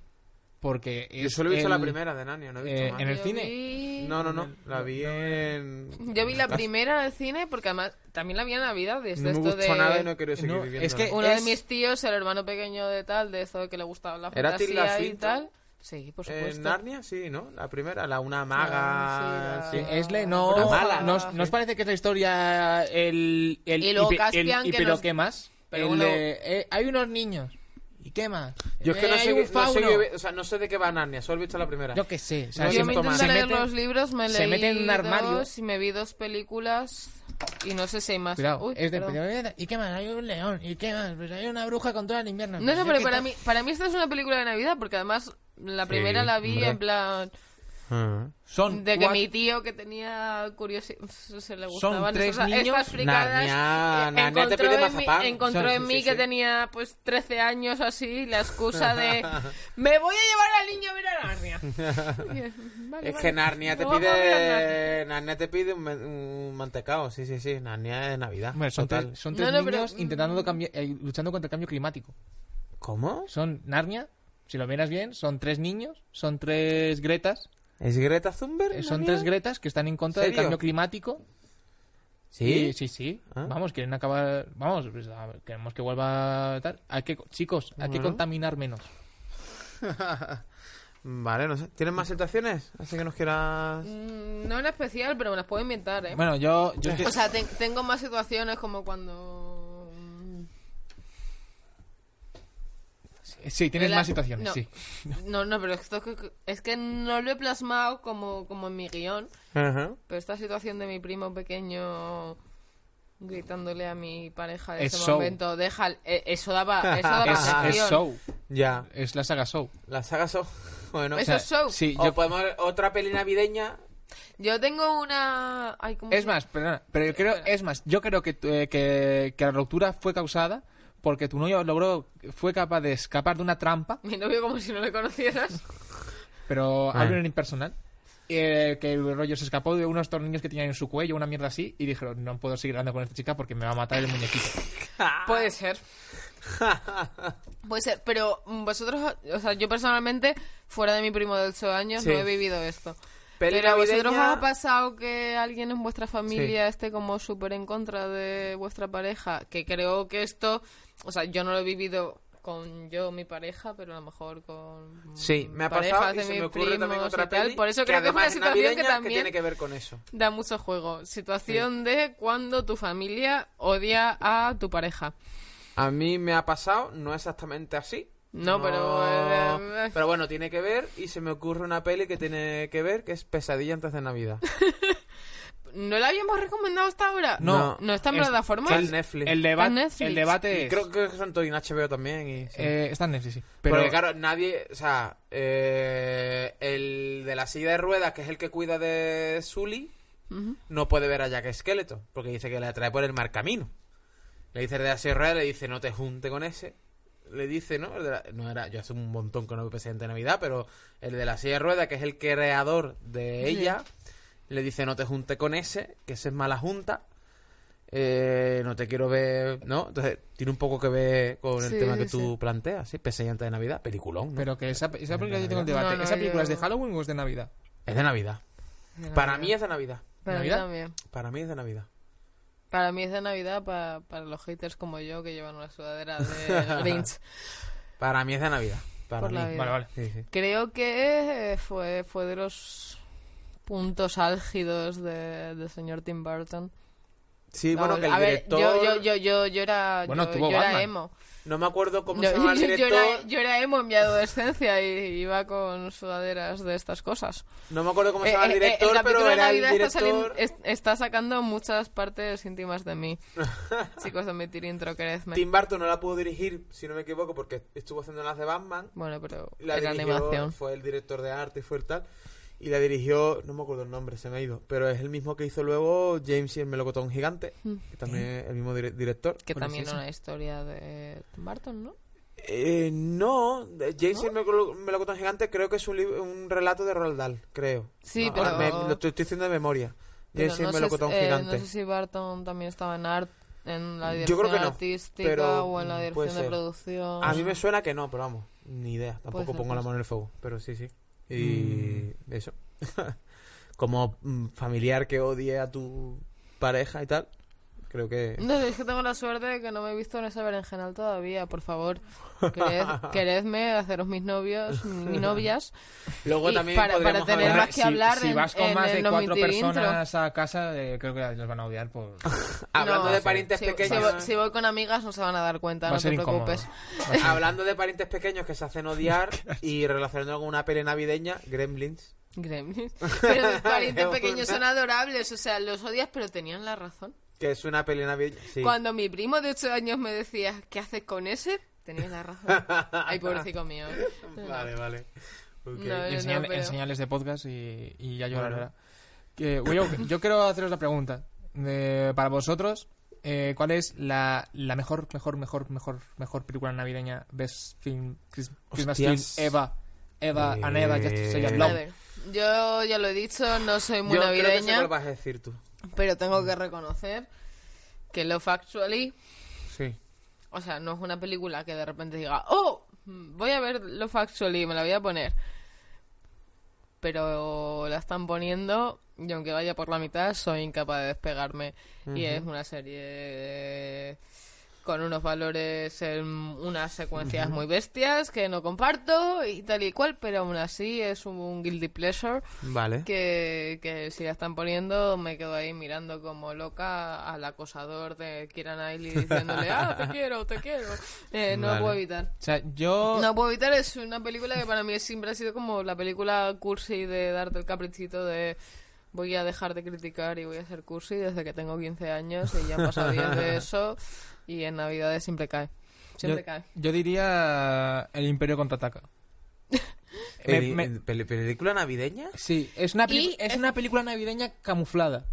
[SPEAKER 2] Porque
[SPEAKER 3] Yo
[SPEAKER 2] es
[SPEAKER 3] solo he visto la
[SPEAKER 2] el-
[SPEAKER 3] primera de Nanio, no he visto
[SPEAKER 2] eh,
[SPEAKER 3] más.
[SPEAKER 2] en el
[SPEAKER 1] Yo
[SPEAKER 2] cine.
[SPEAKER 1] vi-
[SPEAKER 3] No, no, no. La vi en.
[SPEAKER 1] Yo vi la primera en el cine porque además también la vi en Navidad. Desde
[SPEAKER 3] No me
[SPEAKER 1] esto
[SPEAKER 3] gustó
[SPEAKER 1] de.
[SPEAKER 3] nada y no he querido seguir
[SPEAKER 2] No,
[SPEAKER 3] viviendo.
[SPEAKER 2] es que-
[SPEAKER 1] Uno
[SPEAKER 2] Es-
[SPEAKER 1] de mis tíos, el hermano pequeño de tal, de esto de que le gustaba la
[SPEAKER 3] ¿Era Tilda
[SPEAKER 1] fantasía y
[SPEAKER 3] Swinton?
[SPEAKER 1] tal. Sí, por
[SPEAKER 2] Eh,
[SPEAKER 1] supuesto.
[SPEAKER 3] En Narnia, sí, ¿no? La primera, la una
[SPEAKER 1] Ah,
[SPEAKER 3] maga.
[SPEAKER 1] sí,
[SPEAKER 3] sí.
[SPEAKER 1] la-
[SPEAKER 2] Es la- no,
[SPEAKER 3] Pero mala.
[SPEAKER 2] ¿no os- ¿no os parece que es la historia el, el
[SPEAKER 1] Y luego
[SPEAKER 2] hipe-
[SPEAKER 1] Caspian,
[SPEAKER 2] el
[SPEAKER 1] que
[SPEAKER 2] pero
[SPEAKER 1] nos-
[SPEAKER 2] qué más?
[SPEAKER 1] Pero
[SPEAKER 2] El
[SPEAKER 1] uno-
[SPEAKER 2] de, eh, hay unos niños. ¿Y qué más?
[SPEAKER 3] Yo es que
[SPEAKER 2] Eh,
[SPEAKER 3] no
[SPEAKER 2] hay
[SPEAKER 3] sé,
[SPEAKER 2] un
[SPEAKER 3] qué- no sé
[SPEAKER 2] fauno.
[SPEAKER 3] qué- o sea, no sé de qué va Narnia, solo he visto la primera.
[SPEAKER 2] Yo qué sé. o sea,
[SPEAKER 3] No
[SPEAKER 2] se
[SPEAKER 1] Yo me
[SPEAKER 3] siento
[SPEAKER 2] me-
[SPEAKER 3] mal.
[SPEAKER 1] intenté
[SPEAKER 2] se
[SPEAKER 1] leer
[SPEAKER 2] meten-
[SPEAKER 1] los libros, me leí
[SPEAKER 2] se mete en un armario.
[SPEAKER 1] dos y me vi dos películas y no sé si hay más.
[SPEAKER 2] Cuidado,
[SPEAKER 1] Uy,
[SPEAKER 2] es de-
[SPEAKER 1] perdón.
[SPEAKER 2] ¿Y qué más? Hay un león. ¿Y qué más? Pues hay una bruja con toda el invierno.
[SPEAKER 1] No sé, pero para mí, para mí esta es una película de Navidad porque además la primera la vi
[SPEAKER 3] hombre.
[SPEAKER 1] en plan
[SPEAKER 3] Ah.
[SPEAKER 2] Son
[SPEAKER 1] de que
[SPEAKER 2] cuatro-
[SPEAKER 1] mi tío que tenía curiosidad se le gustaban
[SPEAKER 2] tres
[SPEAKER 1] estas-
[SPEAKER 2] niños.
[SPEAKER 1] estas fricadas
[SPEAKER 3] Narnia,
[SPEAKER 1] eh,
[SPEAKER 3] Narnia Ah, te
[SPEAKER 1] encontró
[SPEAKER 3] pide
[SPEAKER 1] en mí,
[SPEAKER 3] mazapán.
[SPEAKER 1] encontró
[SPEAKER 3] Sí,
[SPEAKER 1] en
[SPEAKER 3] sí,
[SPEAKER 1] mí
[SPEAKER 3] sí,
[SPEAKER 1] que
[SPEAKER 3] sí.
[SPEAKER 1] tenía pues 13 años o así la excusa de me voy a llevar al niño a ver a Narnia Vale,
[SPEAKER 3] Es
[SPEAKER 1] vale.
[SPEAKER 3] que Narnia te
[SPEAKER 1] Vamos a ver a Narnia.
[SPEAKER 3] pide. Narnia te pide un, men- un mantecado, sí, sí, sí. Narnia es Navidad.
[SPEAKER 2] Hombre, son,
[SPEAKER 3] total.
[SPEAKER 2] tres, son tres
[SPEAKER 1] No, no, pero- mm.
[SPEAKER 2] niños intentando cambiar, eh, luchando contra el cambio climático.
[SPEAKER 3] ¿Cómo?
[SPEAKER 2] Son Narnia, si lo miras bien, son tres niños, son tres Gretas,
[SPEAKER 3] ¿Es Greta Thunberg?
[SPEAKER 2] eh, son
[SPEAKER 3] Narnia?
[SPEAKER 2] tres Gretas que están en contra del
[SPEAKER 3] ¿Serio?
[SPEAKER 2] cambio climático.
[SPEAKER 3] ¿Sí?
[SPEAKER 2] Y- sí, sí.
[SPEAKER 3] Ah.
[SPEAKER 2] Vamos, quieren acabar, vamos, pues, a ver, queremos que vuelva tal. Hay que, chicos, hay que contaminar menos.
[SPEAKER 3] vale, no sé. ¿Tienen más situaciones? Así que nos quieras.
[SPEAKER 1] Mm, No en especial, pero me las puedo inventar, ¿eh?
[SPEAKER 2] Bueno, yo, yo te-
[SPEAKER 1] O sea, te- tengo más situaciones como cuando... mm,
[SPEAKER 2] sí, tienes
[SPEAKER 1] la-
[SPEAKER 2] más situaciones,
[SPEAKER 1] no.
[SPEAKER 2] sí.
[SPEAKER 1] No, no, pero esto es que, es que no lo he plasmado como, como en mi guión.
[SPEAKER 3] Ajá.
[SPEAKER 1] Pero esta situación de mi primo pequeño gritándole a mi pareja de
[SPEAKER 2] Es
[SPEAKER 1] ese
[SPEAKER 2] show.
[SPEAKER 1] momento, deja, eh, eso daba, eso daba
[SPEAKER 2] Es,
[SPEAKER 1] la
[SPEAKER 2] es
[SPEAKER 1] guión.
[SPEAKER 2] show,
[SPEAKER 3] Ya.
[SPEAKER 2] es la saga show.
[SPEAKER 3] Las sagas son. Bueno,
[SPEAKER 1] Eso es show.
[SPEAKER 2] Sí,
[SPEAKER 3] o
[SPEAKER 2] yo-
[SPEAKER 3] podemos ver otra peli navideña.
[SPEAKER 1] Yo tengo una... ay, ¿cómo
[SPEAKER 2] es
[SPEAKER 1] se-
[SPEAKER 2] más, perdona, pero yo creo, es más, yo creo que, tu- eh, que, que la ruptura fue causada porque tu novio logró, fue capaz de escapar de una trampa
[SPEAKER 1] Mi novio como si no le conocieras.
[SPEAKER 2] pero
[SPEAKER 3] Ah.
[SPEAKER 2] hablo en impersonal. eh, que el rollo se escapó de unos tornillos que tenían en su cuello, una mierda así, y dijeron: No puedo seguir hablando con esta chica porque me va a matar el muñequito.
[SPEAKER 1] Puede ser. Puede ser, pero mm, vosotros, o sea, yo personalmente, fuera de mi primo de 8 años,
[SPEAKER 3] Sí.
[SPEAKER 1] no he vivido esto.
[SPEAKER 3] Peli
[SPEAKER 1] pero a vosotros
[SPEAKER 3] navideña-
[SPEAKER 1] os ha pasado que alguien en vuestra familia esté como súper en contra de vuestra pareja, que creo que esto, o sea, yo no lo he vivido con yo, mi pareja, pero a lo mejor con
[SPEAKER 3] Sí, me ha
[SPEAKER 1] parejas
[SPEAKER 3] pasado y
[SPEAKER 1] de
[SPEAKER 3] se
[SPEAKER 1] mis
[SPEAKER 3] me ocurre también
[SPEAKER 1] primos
[SPEAKER 3] otra
[SPEAKER 1] y tal.
[SPEAKER 3] peli.
[SPEAKER 1] Por eso creo que es
[SPEAKER 3] además
[SPEAKER 1] una
[SPEAKER 3] es
[SPEAKER 1] situación que
[SPEAKER 3] navideña,
[SPEAKER 1] también
[SPEAKER 3] tiene que ver con eso.
[SPEAKER 1] da mucho juego. Situación de cuando tu familia odia a tu pareja.
[SPEAKER 3] A mí me ha pasado, no exactamente así.
[SPEAKER 1] No, pero, eh,
[SPEAKER 3] Pero bueno, tiene que ver y se me ocurre una peli que tiene que ver, que es Pesadilla antes de Navidad.
[SPEAKER 1] ¿No la habíamos recomendado hasta ahora?
[SPEAKER 3] No.
[SPEAKER 1] ¿No está en
[SPEAKER 2] Es-
[SPEAKER 1] plataformas?
[SPEAKER 3] Está en Netflix.
[SPEAKER 2] El,
[SPEAKER 1] Está
[SPEAKER 2] debate
[SPEAKER 1] en Netflix.
[SPEAKER 2] el debate
[SPEAKER 3] Y
[SPEAKER 2] es.
[SPEAKER 3] creo, creo que son todos en HBO también. Y, sí.
[SPEAKER 2] eh, está en Netflix, sí.
[SPEAKER 3] Pero
[SPEAKER 2] Pero
[SPEAKER 3] claro, nadie, o sea, eh, el de la silla de ruedas, que es el que cuida de Sully, no puede ver a Jack Esqueleto, porque dice que le atrae por el mal camino. Le dice el de la silla de ruedas, le dice, no te junte con ese. Le dice, ¿no? El de la- no era, yo hace un montón que no veo presidente de Navidad, pero el de la silla de ruedas, que es el creador de ella, le dice, no te junte con ese, que ese es mala junta. Eh, no te quiero ver, ¿no? Entonces, tiene un poco que ver con
[SPEAKER 1] Sí,
[SPEAKER 3] el tema
[SPEAKER 1] sí,
[SPEAKER 3] que tú
[SPEAKER 1] sí.
[SPEAKER 3] planteas, ¿sí? Pesadilla antes de Navidad, peliculón, ¿no?
[SPEAKER 2] Pero que esa, esa película yo tengo el debate.
[SPEAKER 1] No, no,
[SPEAKER 2] ¿Esa película
[SPEAKER 1] yo-
[SPEAKER 2] es de Halloween o es de Navidad?
[SPEAKER 3] Es de Navidad. Para mí es de Navidad.
[SPEAKER 1] Para mí
[SPEAKER 2] ¿Navidad?
[SPEAKER 1] también.
[SPEAKER 3] Para mí es de Navidad.
[SPEAKER 1] Para mí es de Navidad para, para los haters como yo que llevan una sudadera de Grinch.
[SPEAKER 3] Para mí es de Navidad. Para
[SPEAKER 1] Por
[SPEAKER 3] mí.
[SPEAKER 1] la vida.
[SPEAKER 2] Vale, vale.
[SPEAKER 3] Sí, sí.
[SPEAKER 1] Creo que eh, fue, fue de los puntos álgidos de, de señor Tim Burton.
[SPEAKER 3] Sí, bueno,
[SPEAKER 1] No,
[SPEAKER 3] que el
[SPEAKER 1] a ver,
[SPEAKER 3] director...
[SPEAKER 1] yo, yo, yo, yo, yo era,
[SPEAKER 2] Bueno,
[SPEAKER 1] yo,
[SPEAKER 2] tuvo
[SPEAKER 1] yo era
[SPEAKER 2] Batman.
[SPEAKER 1] emo.
[SPEAKER 3] No me acuerdo cómo
[SPEAKER 1] Yo,
[SPEAKER 3] se llama el
[SPEAKER 1] yo- yo
[SPEAKER 3] director.
[SPEAKER 1] era, yo era emo en mi adolescencia y iba con sudaderas de estas cosas.
[SPEAKER 3] No me acuerdo cómo se
[SPEAKER 1] Eh,
[SPEAKER 3] llama el
[SPEAKER 1] eh,
[SPEAKER 3] director,
[SPEAKER 1] capítulo
[SPEAKER 3] pero
[SPEAKER 1] de
[SPEAKER 3] era el
[SPEAKER 1] Navidad
[SPEAKER 3] director...
[SPEAKER 1] está, saliendo- es- está sacando muchas partes íntimas de mí. Chicos, admitir intro, creedme.
[SPEAKER 3] Tim Burton no la pudo dirigir, si no me equivoco, porque estuvo haciendo las de Batman.
[SPEAKER 1] Bueno, pero
[SPEAKER 3] La
[SPEAKER 1] era
[SPEAKER 3] dirigió,
[SPEAKER 1] animación.
[SPEAKER 3] fue el director de arte y fue el tal. Y la dirigió, no me acuerdo el nombre, se me ha ido. Pero es el mismo que hizo luego James y el melocotón gigante, que también es el mismo dire- director.
[SPEAKER 1] Mm. Que
[SPEAKER 2] Bueno,
[SPEAKER 1] también
[SPEAKER 2] sí,
[SPEAKER 1] era una historia de Tim Burton, ¿no?
[SPEAKER 3] Eh, no, de- James y el Melo- melocotón gigante creo que es un, lib- un relato de Roald Dahl, creo.
[SPEAKER 1] Sí,
[SPEAKER 3] No, ahora
[SPEAKER 1] pero-
[SPEAKER 3] me- lo estoy, estoy diciendo de memoria.
[SPEAKER 1] Pero
[SPEAKER 3] James y el
[SPEAKER 1] no, sé,
[SPEAKER 3] melocotón
[SPEAKER 1] si- eh, no
[SPEAKER 3] gigante.
[SPEAKER 1] sé si Burton también estaba en art en la
[SPEAKER 3] Yo
[SPEAKER 1] dirección
[SPEAKER 3] creo que no,
[SPEAKER 1] artística
[SPEAKER 3] pero,
[SPEAKER 1] o en la
[SPEAKER 3] mm,
[SPEAKER 1] dirección
[SPEAKER 3] puede
[SPEAKER 1] de
[SPEAKER 3] ser.
[SPEAKER 1] producción.
[SPEAKER 3] A mí me suena que no, pero vamos, ni idea.
[SPEAKER 1] Puede
[SPEAKER 3] Tampoco
[SPEAKER 1] ser, Mm.
[SPEAKER 3] pongo la
[SPEAKER 1] puede
[SPEAKER 3] mano en el fuego, pero sí, sí. Y eso. Como mm, familiar que odie a tu pareja y tal, creo que...
[SPEAKER 1] No, es que tengo la suerte de que no me he visto en esa berenjenal todavía, por favor. Quered, queredme, haceros mis novios, mis novias.
[SPEAKER 3] Luego
[SPEAKER 1] Y
[SPEAKER 3] también
[SPEAKER 1] para- para
[SPEAKER 3] podríamos
[SPEAKER 1] tener
[SPEAKER 3] hablar-
[SPEAKER 1] más que hablar
[SPEAKER 2] si
[SPEAKER 1] en-
[SPEAKER 2] vas con
[SPEAKER 1] en
[SPEAKER 2] más
[SPEAKER 1] el
[SPEAKER 2] de
[SPEAKER 1] No
[SPEAKER 2] cuatro
[SPEAKER 1] Mentir Intro.
[SPEAKER 2] personas a casa, eh, creo que les van a odiar por.
[SPEAKER 3] Hablando
[SPEAKER 1] No,
[SPEAKER 3] de parientes
[SPEAKER 1] si- Si,
[SPEAKER 3] pequeños...
[SPEAKER 1] voy- si voy con amigas no se van a dar cuenta,
[SPEAKER 2] Va a
[SPEAKER 1] no te
[SPEAKER 2] ser incómodo.
[SPEAKER 1] preocupes.
[SPEAKER 3] Hablando de parientes pequeños que se hacen odiar y relacionándolo con una peli navideña, Gremlins.
[SPEAKER 1] Gremlins. Pero los parientes
[SPEAKER 3] Qué
[SPEAKER 1] pequeños son
[SPEAKER 3] buena.
[SPEAKER 1] adorables, o sea, los odias, pero tenían la razón.
[SPEAKER 3] Que es una peli navideña. Sí.
[SPEAKER 1] Cuando mi primo de 8 años me decía, ¿qué haces con ese? Tenías la razón. Ay, pobrecito mío.
[SPEAKER 3] Eh, Vale, vale. Ok.
[SPEAKER 1] No,
[SPEAKER 2] Y
[SPEAKER 1] yo
[SPEAKER 2] enseñale-
[SPEAKER 1] pero-
[SPEAKER 2] enseñales de podcast y, y ya
[SPEAKER 3] Bueno.
[SPEAKER 2] llorará. Que, oye, yo, yo quiero haceros la pregunta. de- para vosotros, eh, ¿cuál es la, la mejor, mejor, mejor, mejor, mejor película navideña? Best film, Chris- Christmas film,
[SPEAKER 3] Hostias.
[SPEAKER 2] Eva. Eva, and Eva, just to say I
[SPEAKER 3] Eh,
[SPEAKER 2] love.
[SPEAKER 1] A ver, yo ya lo he dicho, no soy muy
[SPEAKER 3] Yo creo que sé
[SPEAKER 1] navideña,
[SPEAKER 3] cuál vas a decir tú.
[SPEAKER 1] pero tengo que reconocer que Love Actually,
[SPEAKER 3] Sí.
[SPEAKER 1] o sea, no es una película que de repente diga, oh, voy a ver Love Actually, me la voy a poner. Pero la están poniendo y aunque vaya por la mitad, soy incapaz de despegarme. Y es una serie con unos valores en unas secuencias muy bestias que no comparto y tal y cual, pero aún así es un, guilty pleasure
[SPEAKER 3] Vale.
[SPEAKER 1] que, que si la están poniendo me quedo ahí mirando como loca al acosador de Kira Knightley diciéndole, ah, te quiero, te quiero. Eh, no lo
[SPEAKER 3] Vale.
[SPEAKER 1] puedo evitar.
[SPEAKER 2] O sea, yo...
[SPEAKER 1] No puedo evitar es una película que para mí siempre ha sido como la película cursi de darte el caprichito de voy a dejar de criticar y voy a ser cursi desde que tengo 15 años y ya han pasado días de eso y en navidades siempre cae. Siempre
[SPEAKER 2] yo,
[SPEAKER 1] cae.
[SPEAKER 2] yo diría El Imperio contraataca. Me-
[SPEAKER 3] Peli-
[SPEAKER 2] Eh, me-
[SPEAKER 3] peli- ¿Película navideña?
[SPEAKER 2] sí, es una, peli-
[SPEAKER 1] Y
[SPEAKER 2] es
[SPEAKER 1] es-
[SPEAKER 2] una película navideña camuflada.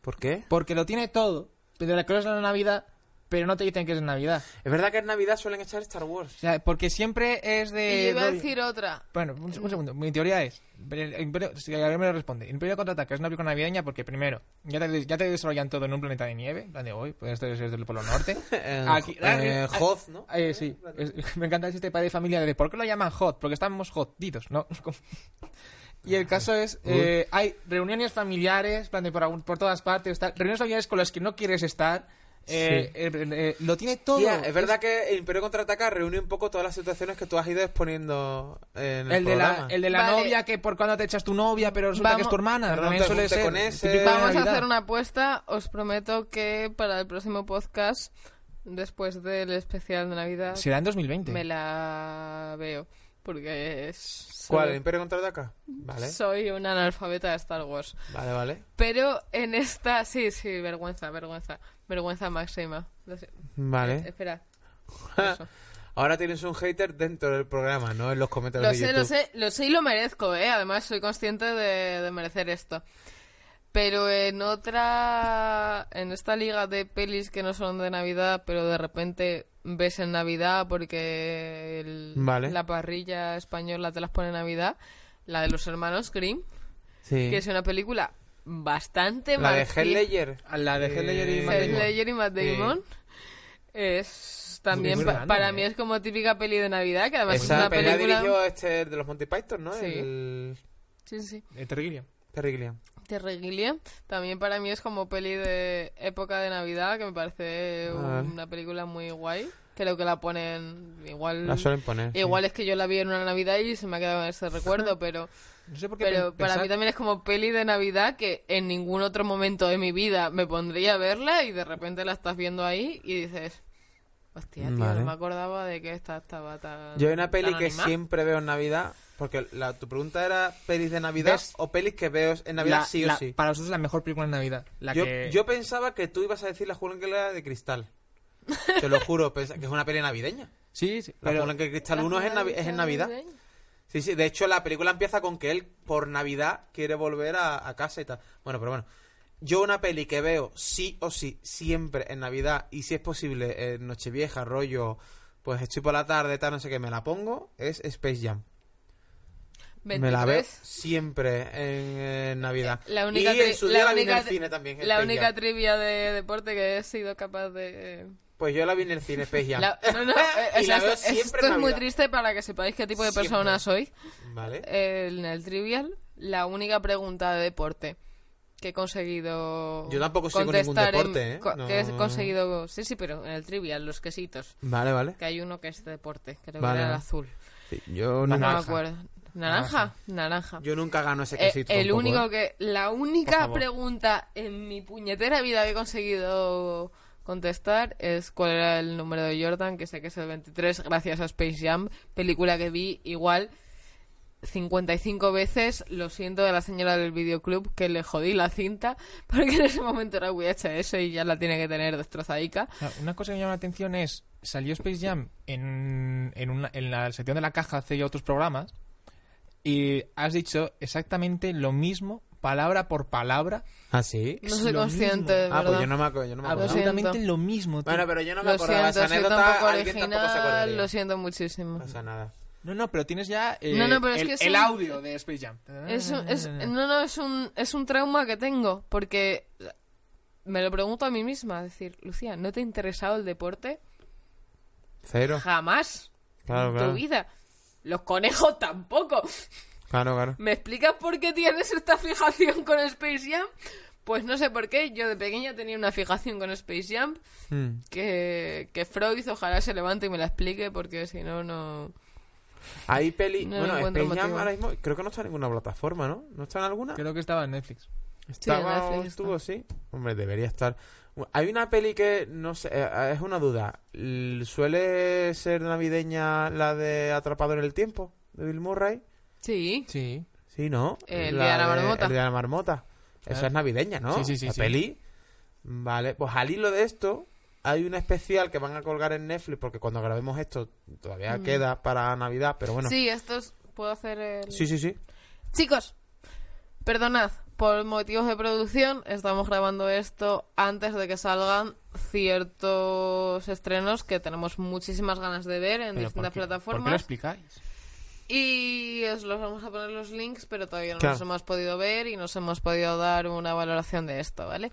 [SPEAKER 3] ¿Por qué?
[SPEAKER 2] Porque lo tiene todo, pero la es la Navidad, pero no te dicen que es Navidad.
[SPEAKER 3] Es verdad que en Navidad suelen echar Star
[SPEAKER 2] O
[SPEAKER 3] Wars.
[SPEAKER 2] sea, porque siempre es
[SPEAKER 1] Y
[SPEAKER 2] de...
[SPEAKER 1] yo iba a
[SPEAKER 2] rollo-
[SPEAKER 1] decir otra.
[SPEAKER 2] Bueno, un, un segundo. Mi teoría es... el Imperio- si alguien me lo responde. El Imperio Contraataca es una película navideña porque, primero, ya te, ya te desarrollan todo en un planeta de nieve. en plan de hoy, pues esto es del Polo Norte.
[SPEAKER 3] En,
[SPEAKER 2] Aquí-
[SPEAKER 3] en Hoth, ¿no?
[SPEAKER 2] Eh, sí. Es- me encanta este padre de familia de... ¿Por qué lo llaman hot? Porque estamos jotitos, ¿no? y el caso es... eh, hay reuniones familiares plan de por, algún- por todas partes. tal, reuniones familiares con las que no quieres estar. eh, eh, eh, lo tiene todo.
[SPEAKER 3] Tía, es verdad que el Imperio Contraataca reúne un poco todas las situaciones que tú has ido exponiendo en el,
[SPEAKER 2] El de, la,
[SPEAKER 3] programa.
[SPEAKER 2] el de la
[SPEAKER 1] Vale.
[SPEAKER 2] novia que por cuando te echas tu novia, pero resulta
[SPEAKER 1] Vamos-
[SPEAKER 2] que es tu hermana.
[SPEAKER 3] Pero no
[SPEAKER 2] También
[SPEAKER 3] te
[SPEAKER 2] suele
[SPEAKER 3] junte
[SPEAKER 2] ser
[SPEAKER 3] con ese.
[SPEAKER 2] típico de
[SPEAKER 1] Vamos a
[SPEAKER 2] Navidad.
[SPEAKER 1] hacer una apuesta. Os prometo que para el próximo podcast, después del especial de Navidad,
[SPEAKER 2] Será en 2020.
[SPEAKER 1] me la veo. Porque es...
[SPEAKER 3] ¿Cuál? ¿El
[SPEAKER 1] soy-
[SPEAKER 3] Imperio Contraataca? Vale,
[SPEAKER 1] Soy una analfabeta de Star Wars.
[SPEAKER 3] vale, vale.
[SPEAKER 1] Pero en esta, sí, sí, vergüenza, vergüenza, vergüenza máxima. Lo sé.
[SPEAKER 3] Vale.
[SPEAKER 1] Espera. Eso.
[SPEAKER 3] Ahora tienes un hater dentro del programa, no en los comentarios
[SPEAKER 1] Lo
[SPEAKER 3] de
[SPEAKER 1] sé,
[SPEAKER 3] YouTube.
[SPEAKER 1] lo sé, lo sé y lo merezco, ¿eh? Además, soy consciente de, de merecer esto. Pero en otra, en esta liga de pelis que no son de Navidad, pero de repente ves en Navidad porque el-
[SPEAKER 3] Vale.
[SPEAKER 1] la parrilla española te las pone en Navidad, la de los hermanos Grimm,
[SPEAKER 3] Sí.
[SPEAKER 1] que es una película bastante
[SPEAKER 3] La de
[SPEAKER 1] mal
[SPEAKER 3] Hell Ledger.
[SPEAKER 2] A la de Heath Ledger y
[SPEAKER 3] Eh,
[SPEAKER 2] Matt
[SPEAKER 1] Heath
[SPEAKER 2] Damon.
[SPEAKER 1] Ledger y Matt Damon es también
[SPEAKER 2] Muy
[SPEAKER 1] pa-
[SPEAKER 2] random,
[SPEAKER 1] para
[SPEAKER 2] eh.
[SPEAKER 1] mí es como típica peli de Navidad que además es
[SPEAKER 3] Esa
[SPEAKER 1] una
[SPEAKER 3] película
[SPEAKER 1] película
[SPEAKER 3] dirigió este de los Monty Python, ¿no?
[SPEAKER 1] Sí.
[SPEAKER 3] El
[SPEAKER 1] sí sí
[SPEAKER 2] Eh, Terry Gilliam.
[SPEAKER 3] Terry Gilliam.
[SPEAKER 1] Terry Gilliam también para mí es como peli de época de Navidad que me parece
[SPEAKER 3] Vale.
[SPEAKER 1] una película muy guay creo que la ponen igual
[SPEAKER 3] La suelen poner. sí.
[SPEAKER 1] Mm. igual es que yo la vi en una Navidad y se me ha quedado ese recuerdo pero
[SPEAKER 2] No sé por qué
[SPEAKER 1] pero
[SPEAKER 2] pe-
[SPEAKER 1] para
[SPEAKER 2] pensar-
[SPEAKER 1] mí también es como peli de Navidad que en ningún otro momento de mi vida me pondría a verla y de repente la estás viendo ahí y dices, hostia, tío,
[SPEAKER 3] Vale.
[SPEAKER 1] no me acordaba de que esta estaba tan.
[SPEAKER 3] Yo hay una peli
[SPEAKER 1] tan
[SPEAKER 3] que
[SPEAKER 1] animada".
[SPEAKER 3] siempre veo en Navidad, porque la, tu pregunta era pelis de Navidad
[SPEAKER 2] ¿Ves?
[SPEAKER 3] o pelis que veo en Navidad
[SPEAKER 2] la-
[SPEAKER 3] sí o
[SPEAKER 2] la-
[SPEAKER 3] sí.
[SPEAKER 2] Para vosotros la mejor película de Navidad. La
[SPEAKER 3] Yo,
[SPEAKER 2] que...
[SPEAKER 3] yo pensaba que tú ibas a decir la jungla de cristal. Te lo juro, pensa- que es una peli navideña.
[SPEAKER 2] Sí, sí.
[SPEAKER 3] La
[SPEAKER 2] pero-
[SPEAKER 3] jungla de cristal 1 es en, Navi- es en Navidad.
[SPEAKER 1] Navideña.
[SPEAKER 3] Sí, sí, de hecho la película empieza con que él por Navidad quiere volver a, a casa y tal. Bueno, pero bueno. Yo una peli que veo sí o sí, siempre en Navidad y si es posible en Nochevieja, rollo, pues estoy por la tarde, tal, no sé qué, me la pongo, es Space Jam. Me la veo
[SPEAKER 1] 23.
[SPEAKER 3] siempre en, eh, Navidad.
[SPEAKER 1] La única,
[SPEAKER 3] y en
[SPEAKER 1] tri-
[SPEAKER 3] su
[SPEAKER 1] la
[SPEAKER 3] día la, vi en
[SPEAKER 1] única
[SPEAKER 3] el
[SPEAKER 1] tri-
[SPEAKER 3] cine también.
[SPEAKER 1] la
[SPEAKER 3] Space
[SPEAKER 1] única
[SPEAKER 3] Jam.
[SPEAKER 1] trivia de deporte que he sido capaz de.
[SPEAKER 3] Pues yo la vi en el cine Space Jam.
[SPEAKER 1] La- no, no, eh, o
[SPEAKER 3] Y
[SPEAKER 1] sea,
[SPEAKER 3] la veo
[SPEAKER 1] esto,
[SPEAKER 3] siempre
[SPEAKER 1] esto
[SPEAKER 3] en
[SPEAKER 1] es muy
[SPEAKER 3] Navidad.
[SPEAKER 1] triste para que sepáis qué tipo de
[SPEAKER 3] Siempre.
[SPEAKER 1] persona soy.
[SPEAKER 3] Vale.
[SPEAKER 1] en el trivial la única pregunta de deporte que he conseguido
[SPEAKER 3] Yo tampoco sigo
[SPEAKER 1] contestar
[SPEAKER 3] ningún
[SPEAKER 1] en-
[SPEAKER 3] deporte, ¿eh?
[SPEAKER 1] co-
[SPEAKER 3] No.
[SPEAKER 1] que he conseguido sí sí pero en el trivial los quesitos
[SPEAKER 3] Vale, vale.
[SPEAKER 1] que hay uno que es de deporte creo
[SPEAKER 3] Vale.
[SPEAKER 1] que era el azul
[SPEAKER 3] yo,
[SPEAKER 1] no me
[SPEAKER 2] Naranja.
[SPEAKER 1] acuerdo naranja naranja
[SPEAKER 3] yo nunca gano ese
[SPEAKER 1] Eh,
[SPEAKER 3] quesito.
[SPEAKER 1] el
[SPEAKER 3] tampoco,
[SPEAKER 1] único
[SPEAKER 3] ¿eh?
[SPEAKER 1] que la
[SPEAKER 2] Por
[SPEAKER 1] única
[SPEAKER 2] favor.
[SPEAKER 1] pregunta en mi puñetera vida que he conseguido contestar es cuál era el número de Jordan que sé que es el 23 gracias a Space Jam película que vi igual 55 veces lo siento de la señora del videoclub que le jodí la cinta porque en ese momento era VHS y ya la tiene que tener destrozadica
[SPEAKER 2] O sea, Ah, Una cosa que me llama la atención es, salió Space Jam en, en, una- en la sección de la caja hace ya otros programas y has dicho exactamente lo mismo, palabra por palabra,
[SPEAKER 3] ¿Ah, sí?
[SPEAKER 1] no soy
[SPEAKER 2] lo
[SPEAKER 1] consciente
[SPEAKER 2] mismo.
[SPEAKER 1] de
[SPEAKER 3] Ah, pues
[SPEAKER 1] verdad.
[SPEAKER 3] yo no me acuerdo. Yo no me
[SPEAKER 1] Ah, pues
[SPEAKER 3] acuerdo.
[SPEAKER 1] sí.
[SPEAKER 2] absolutamente lo mismo. tío.
[SPEAKER 3] Bueno, pero yo no me
[SPEAKER 1] lo
[SPEAKER 3] acordaba
[SPEAKER 1] siento
[SPEAKER 3] esa
[SPEAKER 1] soy
[SPEAKER 3] anécdota.
[SPEAKER 1] tan poco
[SPEAKER 3] alguien tampoco se
[SPEAKER 1] original
[SPEAKER 3] acordaría. Pues
[SPEAKER 1] lo siento muchísimo
[SPEAKER 3] No pasa nada.
[SPEAKER 2] No, no, pero tienes ya eh,
[SPEAKER 1] No, no, pero es
[SPEAKER 2] el,
[SPEAKER 1] que es
[SPEAKER 2] el
[SPEAKER 1] un-
[SPEAKER 2] audio de Space Jam. Ah,
[SPEAKER 1] Es un- es-
[SPEAKER 3] Ah.
[SPEAKER 1] no, no, es un, es un trauma que tengo, porque me lo pregunto a mí misma, es decir, Lucía, ¿no te ha interesado el deporte?
[SPEAKER 3] Cero.
[SPEAKER 1] Jamás
[SPEAKER 3] Claro,
[SPEAKER 1] en
[SPEAKER 3] claro.
[SPEAKER 1] tu vida. Los conejos tampoco.
[SPEAKER 3] Claro, claro.
[SPEAKER 1] ¿Me explicas por qué tienes esta fijación con Space Jam? Pues no sé por qué, yo de pequeña tenía una fijación con Space Jump
[SPEAKER 3] Mm.
[SPEAKER 1] que, que Freud ojalá se levante y me la explique porque si no, no...
[SPEAKER 3] Hay peli.
[SPEAKER 1] No
[SPEAKER 3] bueno,
[SPEAKER 1] encuentro
[SPEAKER 3] Space Jam
[SPEAKER 1] motivo.
[SPEAKER 3] ahora mismo creo que no está en ninguna plataforma, ¿no? ¿No está en alguna?
[SPEAKER 2] Creo que estaba en Netflix.
[SPEAKER 3] Estaba
[SPEAKER 1] en Netflix
[SPEAKER 3] estuvo, sí. Hombre, debería estar. Hay una peli que no sé, eh, es una duda. L- ¿Suele ser navideña la de Atrapado en el tiempo de Bill Murray?
[SPEAKER 1] Sí,
[SPEAKER 2] Sí.
[SPEAKER 3] Sí, ¿no?
[SPEAKER 1] El día de la marmota.
[SPEAKER 3] El día de la marmota. Eso
[SPEAKER 2] Claro.
[SPEAKER 3] es navideña, ¿no?
[SPEAKER 2] Sí, sí, sí,
[SPEAKER 3] La
[SPEAKER 2] sí.
[SPEAKER 3] peli. Vale, pues al hilo de esto, hay un especial que van a colgar en Netflix, porque cuando grabemos esto todavía queda para Navidad, pero bueno.
[SPEAKER 1] Mm. sí, estos puedo hacer el...
[SPEAKER 3] sí, sí. sí.
[SPEAKER 1] Chicos, perdonad, por motivos de producción estamos grabando esto antes de que salgan ciertos estrenos que tenemos muchísimas ganas de ver en
[SPEAKER 2] Pero ¿por
[SPEAKER 1] distintas
[SPEAKER 2] qué- ¿Por
[SPEAKER 1] plataformas.
[SPEAKER 2] qué lo explicáis?
[SPEAKER 1] Y os los vamos a poner los links, pero todavía no
[SPEAKER 3] Claro.
[SPEAKER 1] los hemos podido ver y nos hemos podido dar una valoración de esto, ¿vale?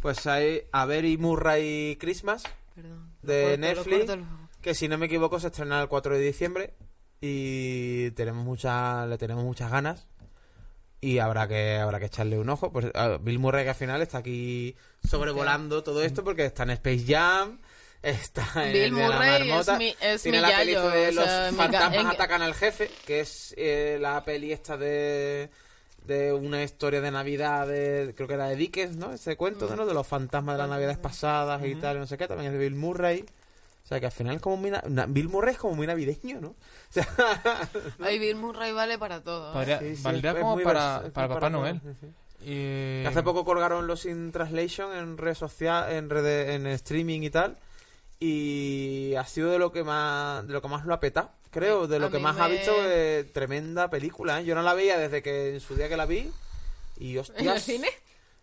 [SPEAKER 3] Pues hay A ver y Murray Christmas
[SPEAKER 1] Perdón. lo
[SPEAKER 3] de
[SPEAKER 1] corto, lo
[SPEAKER 3] Netflix,
[SPEAKER 1] corto, lo-
[SPEAKER 3] que si no me equivoco se estrena el 4 de diciembre y tenemos mucha, le tenemos muchas ganas y habrá que habrá que echarle un ojo. Pues a Bill Murray que al final está aquí sobrevolando todo esto porque está en Space Jam. Está en
[SPEAKER 1] Bill
[SPEAKER 3] el Día Eh, de la
[SPEAKER 1] Murray es
[SPEAKER 3] marmota,
[SPEAKER 1] mi- es
[SPEAKER 3] tiene
[SPEAKER 1] mi
[SPEAKER 3] la
[SPEAKER 1] yayo,
[SPEAKER 3] película de
[SPEAKER 1] o
[SPEAKER 3] los
[SPEAKER 1] sea, mi ca-
[SPEAKER 3] fantasmas
[SPEAKER 1] en-
[SPEAKER 3] atacan al jefe, que es eh, la peli esta de de una historia de Navidad, de, creo que era de Dickens, ¿no? Ese cuento, ¿no? De los fantasmas de las Navidades pasadas y tal, y no sé qué, también es de Bill Murray. O sea, que al final es como muy... na- na- Bill Murray es como muy navideño, ¿no? O sea,
[SPEAKER 1] Ay, Bill Murray vale para todo. ¿eh?
[SPEAKER 2] Podría-
[SPEAKER 3] sí, sí,
[SPEAKER 2] valdría
[SPEAKER 3] es
[SPEAKER 2] como
[SPEAKER 3] muy
[SPEAKER 2] para,
[SPEAKER 3] vers- es
[SPEAKER 2] para
[SPEAKER 3] muy
[SPEAKER 2] Papá
[SPEAKER 3] todo.
[SPEAKER 2] Noel.
[SPEAKER 3] Sí, sí.
[SPEAKER 2] Eh,
[SPEAKER 3] Hace poco colgaron los in translation en redes sociales, en redes, en streaming y tal, y ha sido de lo que más, de lo que más lo ha petado, creo, de lo
[SPEAKER 1] A
[SPEAKER 3] que
[SPEAKER 1] mí
[SPEAKER 3] más ha
[SPEAKER 1] me-
[SPEAKER 3] visto, eh, tremenda película. ¿eh? Yo no la veía desde que en su día que la vi y hostias.
[SPEAKER 1] ¿En el cine?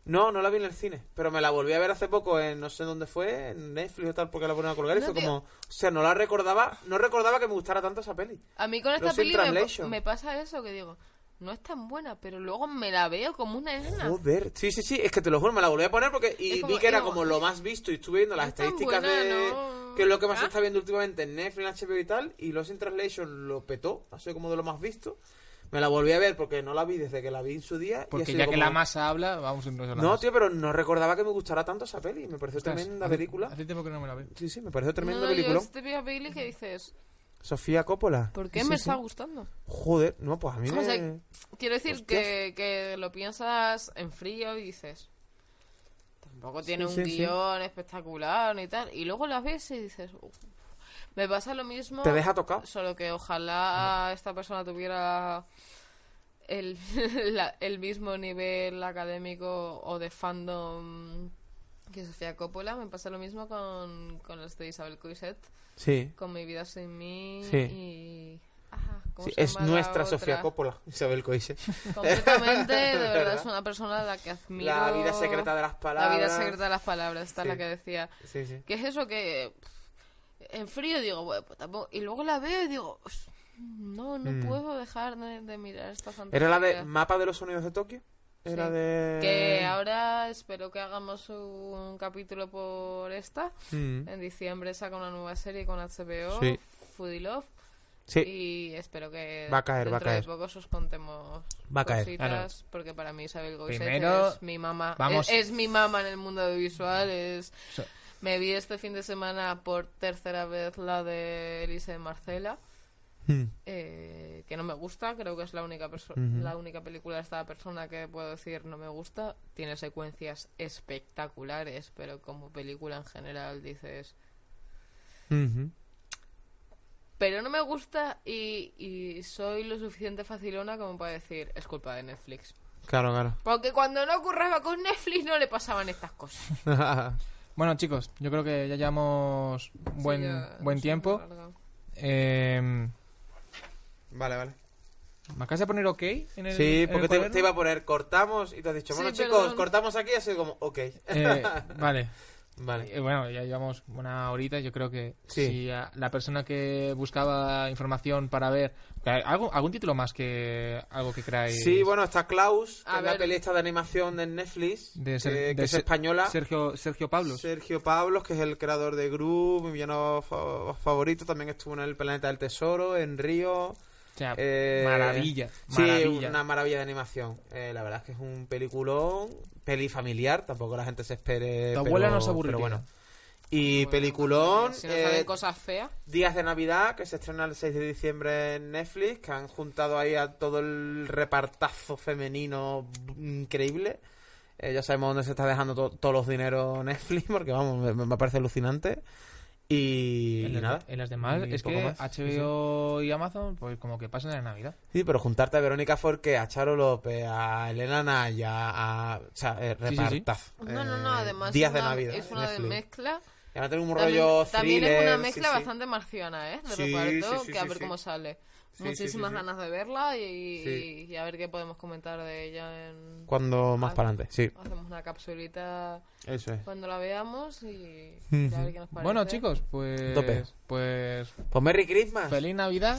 [SPEAKER 3] No, no la vi en el cine, pero me la volví a ver hace poco en no sé dónde fue, en Netflix o tal, porque la ponían a colgar y
[SPEAKER 1] No,
[SPEAKER 3] fue
[SPEAKER 1] tío.
[SPEAKER 3] como, o sea, no la recordaba, no recordaba que me gustara tanto esa peli.
[SPEAKER 1] A mí con esta
[SPEAKER 3] Los in
[SPEAKER 1] peli me,
[SPEAKER 3] translation.
[SPEAKER 1] me pasa eso, que digo, no es tan buena, pero luego me la veo como una nena.
[SPEAKER 3] Joder, sí, sí, sí, es que te lo juro, me la volví a poner porque y
[SPEAKER 1] Es como-
[SPEAKER 3] vi que era
[SPEAKER 1] digo,
[SPEAKER 3] como lo más visto y estuve viendo las
[SPEAKER 1] no es tan
[SPEAKER 3] estadísticas
[SPEAKER 1] buena,
[SPEAKER 3] de
[SPEAKER 1] no.
[SPEAKER 3] que es lo que más se
[SPEAKER 1] Ah.
[SPEAKER 3] está viendo últimamente en Netflix, HBO y tal, y Los in Translation lo petó, ha sido como de lo más visto. Me la volví a ver porque no la vi desde que la vi en su día. y ha
[SPEAKER 2] porque
[SPEAKER 3] sido
[SPEAKER 2] ya que
[SPEAKER 3] como-
[SPEAKER 2] la masa habla, vamos a entonces a la
[SPEAKER 3] No,
[SPEAKER 2] masa.
[SPEAKER 3] tío, pero no recordaba que me gustara tanto esa peli, me pareció
[SPEAKER 2] Ostras,
[SPEAKER 3] tremenda
[SPEAKER 2] hace-
[SPEAKER 3] película.
[SPEAKER 2] Hace tiempo que no me la veo.
[SPEAKER 3] Sí, sí, me pareció
[SPEAKER 1] No,
[SPEAKER 3] tremendo
[SPEAKER 1] no, yo
[SPEAKER 3] película.
[SPEAKER 1] es típica peli que dices,
[SPEAKER 3] Sofía Coppola.
[SPEAKER 1] ¿por qué
[SPEAKER 3] Sí,
[SPEAKER 1] me
[SPEAKER 3] sí.
[SPEAKER 1] está gustando?
[SPEAKER 3] Joder, no, pues a mí
[SPEAKER 1] O sea,
[SPEAKER 3] me...
[SPEAKER 1] quiero decir que, que lo piensas en frío y dices, tampoco tiene
[SPEAKER 3] Sí,
[SPEAKER 1] un
[SPEAKER 3] sí, sí.
[SPEAKER 1] guión espectacular ni tal. Y luego las ves y dices, "Uf". me pasa lo mismo.
[SPEAKER 3] Te deja tocado.
[SPEAKER 1] Solo que ojalá esta persona tuviera el, la- el mismo nivel académico o de fandom que Sofía Coppola. Me pasa lo mismo con, con las de Isabel Coixet,
[SPEAKER 3] Sí.
[SPEAKER 1] con Mi vida sin mí
[SPEAKER 3] Sí.
[SPEAKER 1] y... Ajá, ¿cómo
[SPEAKER 3] Sí,
[SPEAKER 1] se
[SPEAKER 3] es
[SPEAKER 1] llama la
[SPEAKER 3] nuestra Sofía
[SPEAKER 1] otra?
[SPEAKER 3] Coppola, Isabel Coixet.
[SPEAKER 1] Completamente, de verdad
[SPEAKER 3] ¿Verdad?
[SPEAKER 1] es una persona a la que admiro.
[SPEAKER 3] La vida secreta de las palabras.
[SPEAKER 1] La vida secreta de las palabras, esta es la
[SPEAKER 3] Sí.
[SPEAKER 1] que decía.
[SPEAKER 3] Sí, sí.
[SPEAKER 1] Que es eso que pff, en frío digo, bueno, pues tampoco. Y luego la veo y digo, "Ush, no, no puedo dejar de, de mirar esta fantasía.
[SPEAKER 3] Mm. ¿Era la de Mapa de los Sonidos de Tokio? Era
[SPEAKER 1] Sí.
[SPEAKER 3] de...
[SPEAKER 1] Que ahora espero que hagamos un capítulo por esta.
[SPEAKER 3] Mm.
[SPEAKER 1] En diciembre saca una nueva serie con HBO,
[SPEAKER 3] Sí.
[SPEAKER 1] Foodie Love.
[SPEAKER 3] Sí,
[SPEAKER 1] Y espero que
[SPEAKER 3] Va a caer, va a
[SPEAKER 1] dentro
[SPEAKER 3] caer.
[SPEAKER 1] de poco os contemos
[SPEAKER 3] Va a caer.
[SPEAKER 1] cositas,
[SPEAKER 2] Claro.
[SPEAKER 1] porque para mí Isabel Goiset
[SPEAKER 2] Primero,
[SPEAKER 1] es mi mamá.
[SPEAKER 2] vamos-
[SPEAKER 1] Es, es mi mamá en el mundo audiovisual. Es...
[SPEAKER 2] So-
[SPEAKER 1] Me vi este fin de semana por tercera vez la de Elise de Marcela,
[SPEAKER 3] Mm.
[SPEAKER 1] eh, que no me gusta, creo que es la única, perso- la única película de esta persona que puedo decir no me gusta. Tiene secuencias espectaculares, pero como película en general dices...
[SPEAKER 3] Mhm.
[SPEAKER 1] Pero no me gusta y, y soy lo suficiente facilona como para decir, es culpa de Netflix.
[SPEAKER 3] Claro,
[SPEAKER 1] Porque cuando no ocurraba con Netflix no le pasaban estas cosas.
[SPEAKER 3] claro.
[SPEAKER 2] Bueno, chicos, yo creo que ya llevamos buen,
[SPEAKER 1] Sí, ya
[SPEAKER 2] buen
[SPEAKER 1] nos
[SPEAKER 2] tiempo.
[SPEAKER 1] hemos alargado.
[SPEAKER 2] Eh, ¿Me
[SPEAKER 3] vale, vale.
[SPEAKER 2] acabas de poner OK en el en
[SPEAKER 3] Sí,
[SPEAKER 2] el
[SPEAKER 3] porque te,
[SPEAKER 2] cuaderno?
[SPEAKER 3] te iba a poner cortamos y te has dicho,
[SPEAKER 1] Sí,
[SPEAKER 3] bueno
[SPEAKER 1] pero
[SPEAKER 3] chicos,
[SPEAKER 1] no-
[SPEAKER 3] cortamos aquí, así como, ok.
[SPEAKER 2] Eh, vale.
[SPEAKER 3] vale.
[SPEAKER 2] Eh, bueno, ya llevamos una horita. Yo creo que
[SPEAKER 3] Sí.
[SPEAKER 2] si a- la persona que buscaba información para ver que hay algo, algún título más que algo que creáis
[SPEAKER 3] Sí, bueno, está Klaus, que
[SPEAKER 1] A
[SPEAKER 3] es la
[SPEAKER 1] ver.
[SPEAKER 3] peli esta de animación de Netflix, eh,
[SPEAKER 2] de, Ser-
[SPEAKER 3] que,
[SPEAKER 2] de
[SPEAKER 3] que es
[SPEAKER 2] Ser-
[SPEAKER 3] española.
[SPEAKER 2] Sergio Sergio Pablos.
[SPEAKER 3] Sergio Pablos, que es el creador de Gru, mi villano fa- favorito, también estuvo en el Planeta del Tesoro, en Río.
[SPEAKER 2] O sea,
[SPEAKER 3] Eh,
[SPEAKER 2] Ah, maravilla,
[SPEAKER 3] Sí,
[SPEAKER 2] maravilla.
[SPEAKER 3] una maravilla de animación. Eh, la verdad es que es un peliculón, peli familiar, tampoco la gente se espere.
[SPEAKER 2] Tu
[SPEAKER 3] pero-
[SPEAKER 2] abuela no se aburriría.
[SPEAKER 3] Pero bueno. Y peliculón,
[SPEAKER 1] Si no
[SPEAKER 3] eh,
[SPEAKER 1] salen cosas feas.
[SPEAKER 3] Días de Navidad, que se estrena el 6 de diciembre en Netflix, que han juntado ahí a todo el repartazo femenino b- increíble. Eh, ya sabemos dónde se está dejando to- todos los dineros Netflix, porque vamos, me, me parece alucinante. Y,
[SPEAKER 2] en,
[SPEAKER 3] y
[SPEAKER 2] las-
[SPEAKER 3] nada.
[SPEAKER 2] en las demás,
[SPEAKER 3] Y
[SPEAKER 2] es
[SPEAKER 3] poco
[SPEAKER 2] que
[SPEAKER 3] más.
[SPEAKER 2] HBO y Amazon, pues como que pasan en la Navidad.
[SPEAKER 3] Sí, pero juntarte a Verónica Forqué, a Charo López, a Elena Naya, a. O sea, eh,
[SPEAKER 2] Sí, sí, sí.
[SPEAKER 3] repartazo.
[SPEAKER 1] No, no, no,
[SPEAKER 3] Eh,
[SPEAKER 1] además
[SPEAKER 3] Días
[SPEAKER 1] es una,
[SPEAKER 3] de Navidad.
[SPEAKER 1] es una de
[SPEAKER 3] Netflix.
[SPEAKER 1] mezcla.
[SPEAKER 3] Y ahora tenemos un
[SPEAKER 1] También,
[SPEAKER 3] rollo
[SPEAKER 1] también es
[SPEAKER 3] thriller,
[SPEAKER 1] una
[SPEAKER 3] sí,
[SPEAKER 1] mezcla
[SPEAKER 3] sí.
[SPEAKER 1] bastante marciana, ¿eh? De
[SPEAKER 3] Sí,
[SPEAKER 1] reparto,
[SPEAKER 3] sí, sí,
[SPEAKER 1] que a
[SPEAKER 3] sí,
[SPEAKER 1] ver
[SPEAKER 3] sí.
[SPEAKER 1] cómo sale.
[SPEAKER 3] sí,
[SPEAKER 1] Muchísimas
[SPEAKER 3] sí, sí.
[SPEAKER 1] ganas de verla y,
[SPEAKER 3] Sí.
[SPEAKER 1] y a ver qué podemos comentar de ella. En...
[SPEAKER 3] Cuando más
[SPEAKER 1] Ah.
[SPEAKER 3] para adelante, sí.
[SPEAKER 1] Hacemos una capsulita
[SPEAKER 3] Eso es.
[SPEAKER 1] cuando la veamos y,
[SPEAKER 3] Ujú.
[SPEAKER 1] y a ver qué nos parece.
[SPEAKER 2] Bueno, chicos, pues.
[SPEAKER 3] Tope.
[SPEAKER 2] Pues.
[SPEAKER 3] Pues Merry Christmas.
[SPEAKER 2] Feliz Navidad.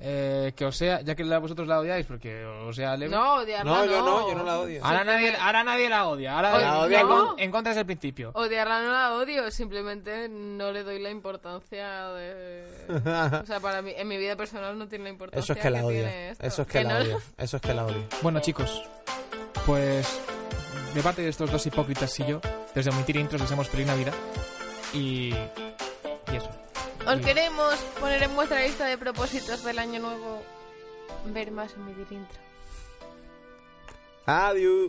[SPEAKER 2] Eh, que os sea. Ya que la- vosotros la odiáis, porque os sea leve.
[SPEAKER 1] No, odiarla
[SPEAKER 3] No,
[SPEAKER 1] no.
[SPEAKER 3] yo no, yo no la odio.
[SPEAKER 2] Ahora nadie, ahora nadie la odia. Ahora
[SPEAKER 1] La
[SPEAKER 2] en-
[SPEAKER 1] odia
[SPEAKER 2] en-
[SPEAKER 1] no.
[SPEAKER 2] En contra es el principio.
[SPEAKER 1] Odiarla no la odio, simplemente no le doy la importancia de... O sea, para mí, en mi vida personal no tiene la importancia
[SPEAKER 3] Eso es que la
[SPEAKER 1] Ah. tiene
[SPEAKER 3] odia.
[SPEAKER 1] esto.
[SPEAKER 3] Eso es que
[SPEAKER 1] no-
[SPEAKER 3] la odia. Eso es que la odia.
[SPEAKER 2] Bueno, chicos, pues de parte de estos dos hipócritas y yo, desde omitir intros les hemos feliz Navidad y, y eso.
[SPEAKER 1] Os
[SPEAKER 2] Y-
[SPEAKER 1] queremos poner en vuestra lista de propósitos del año nuevo ver más en medir intro.
[SPEAKER 3] Adiós.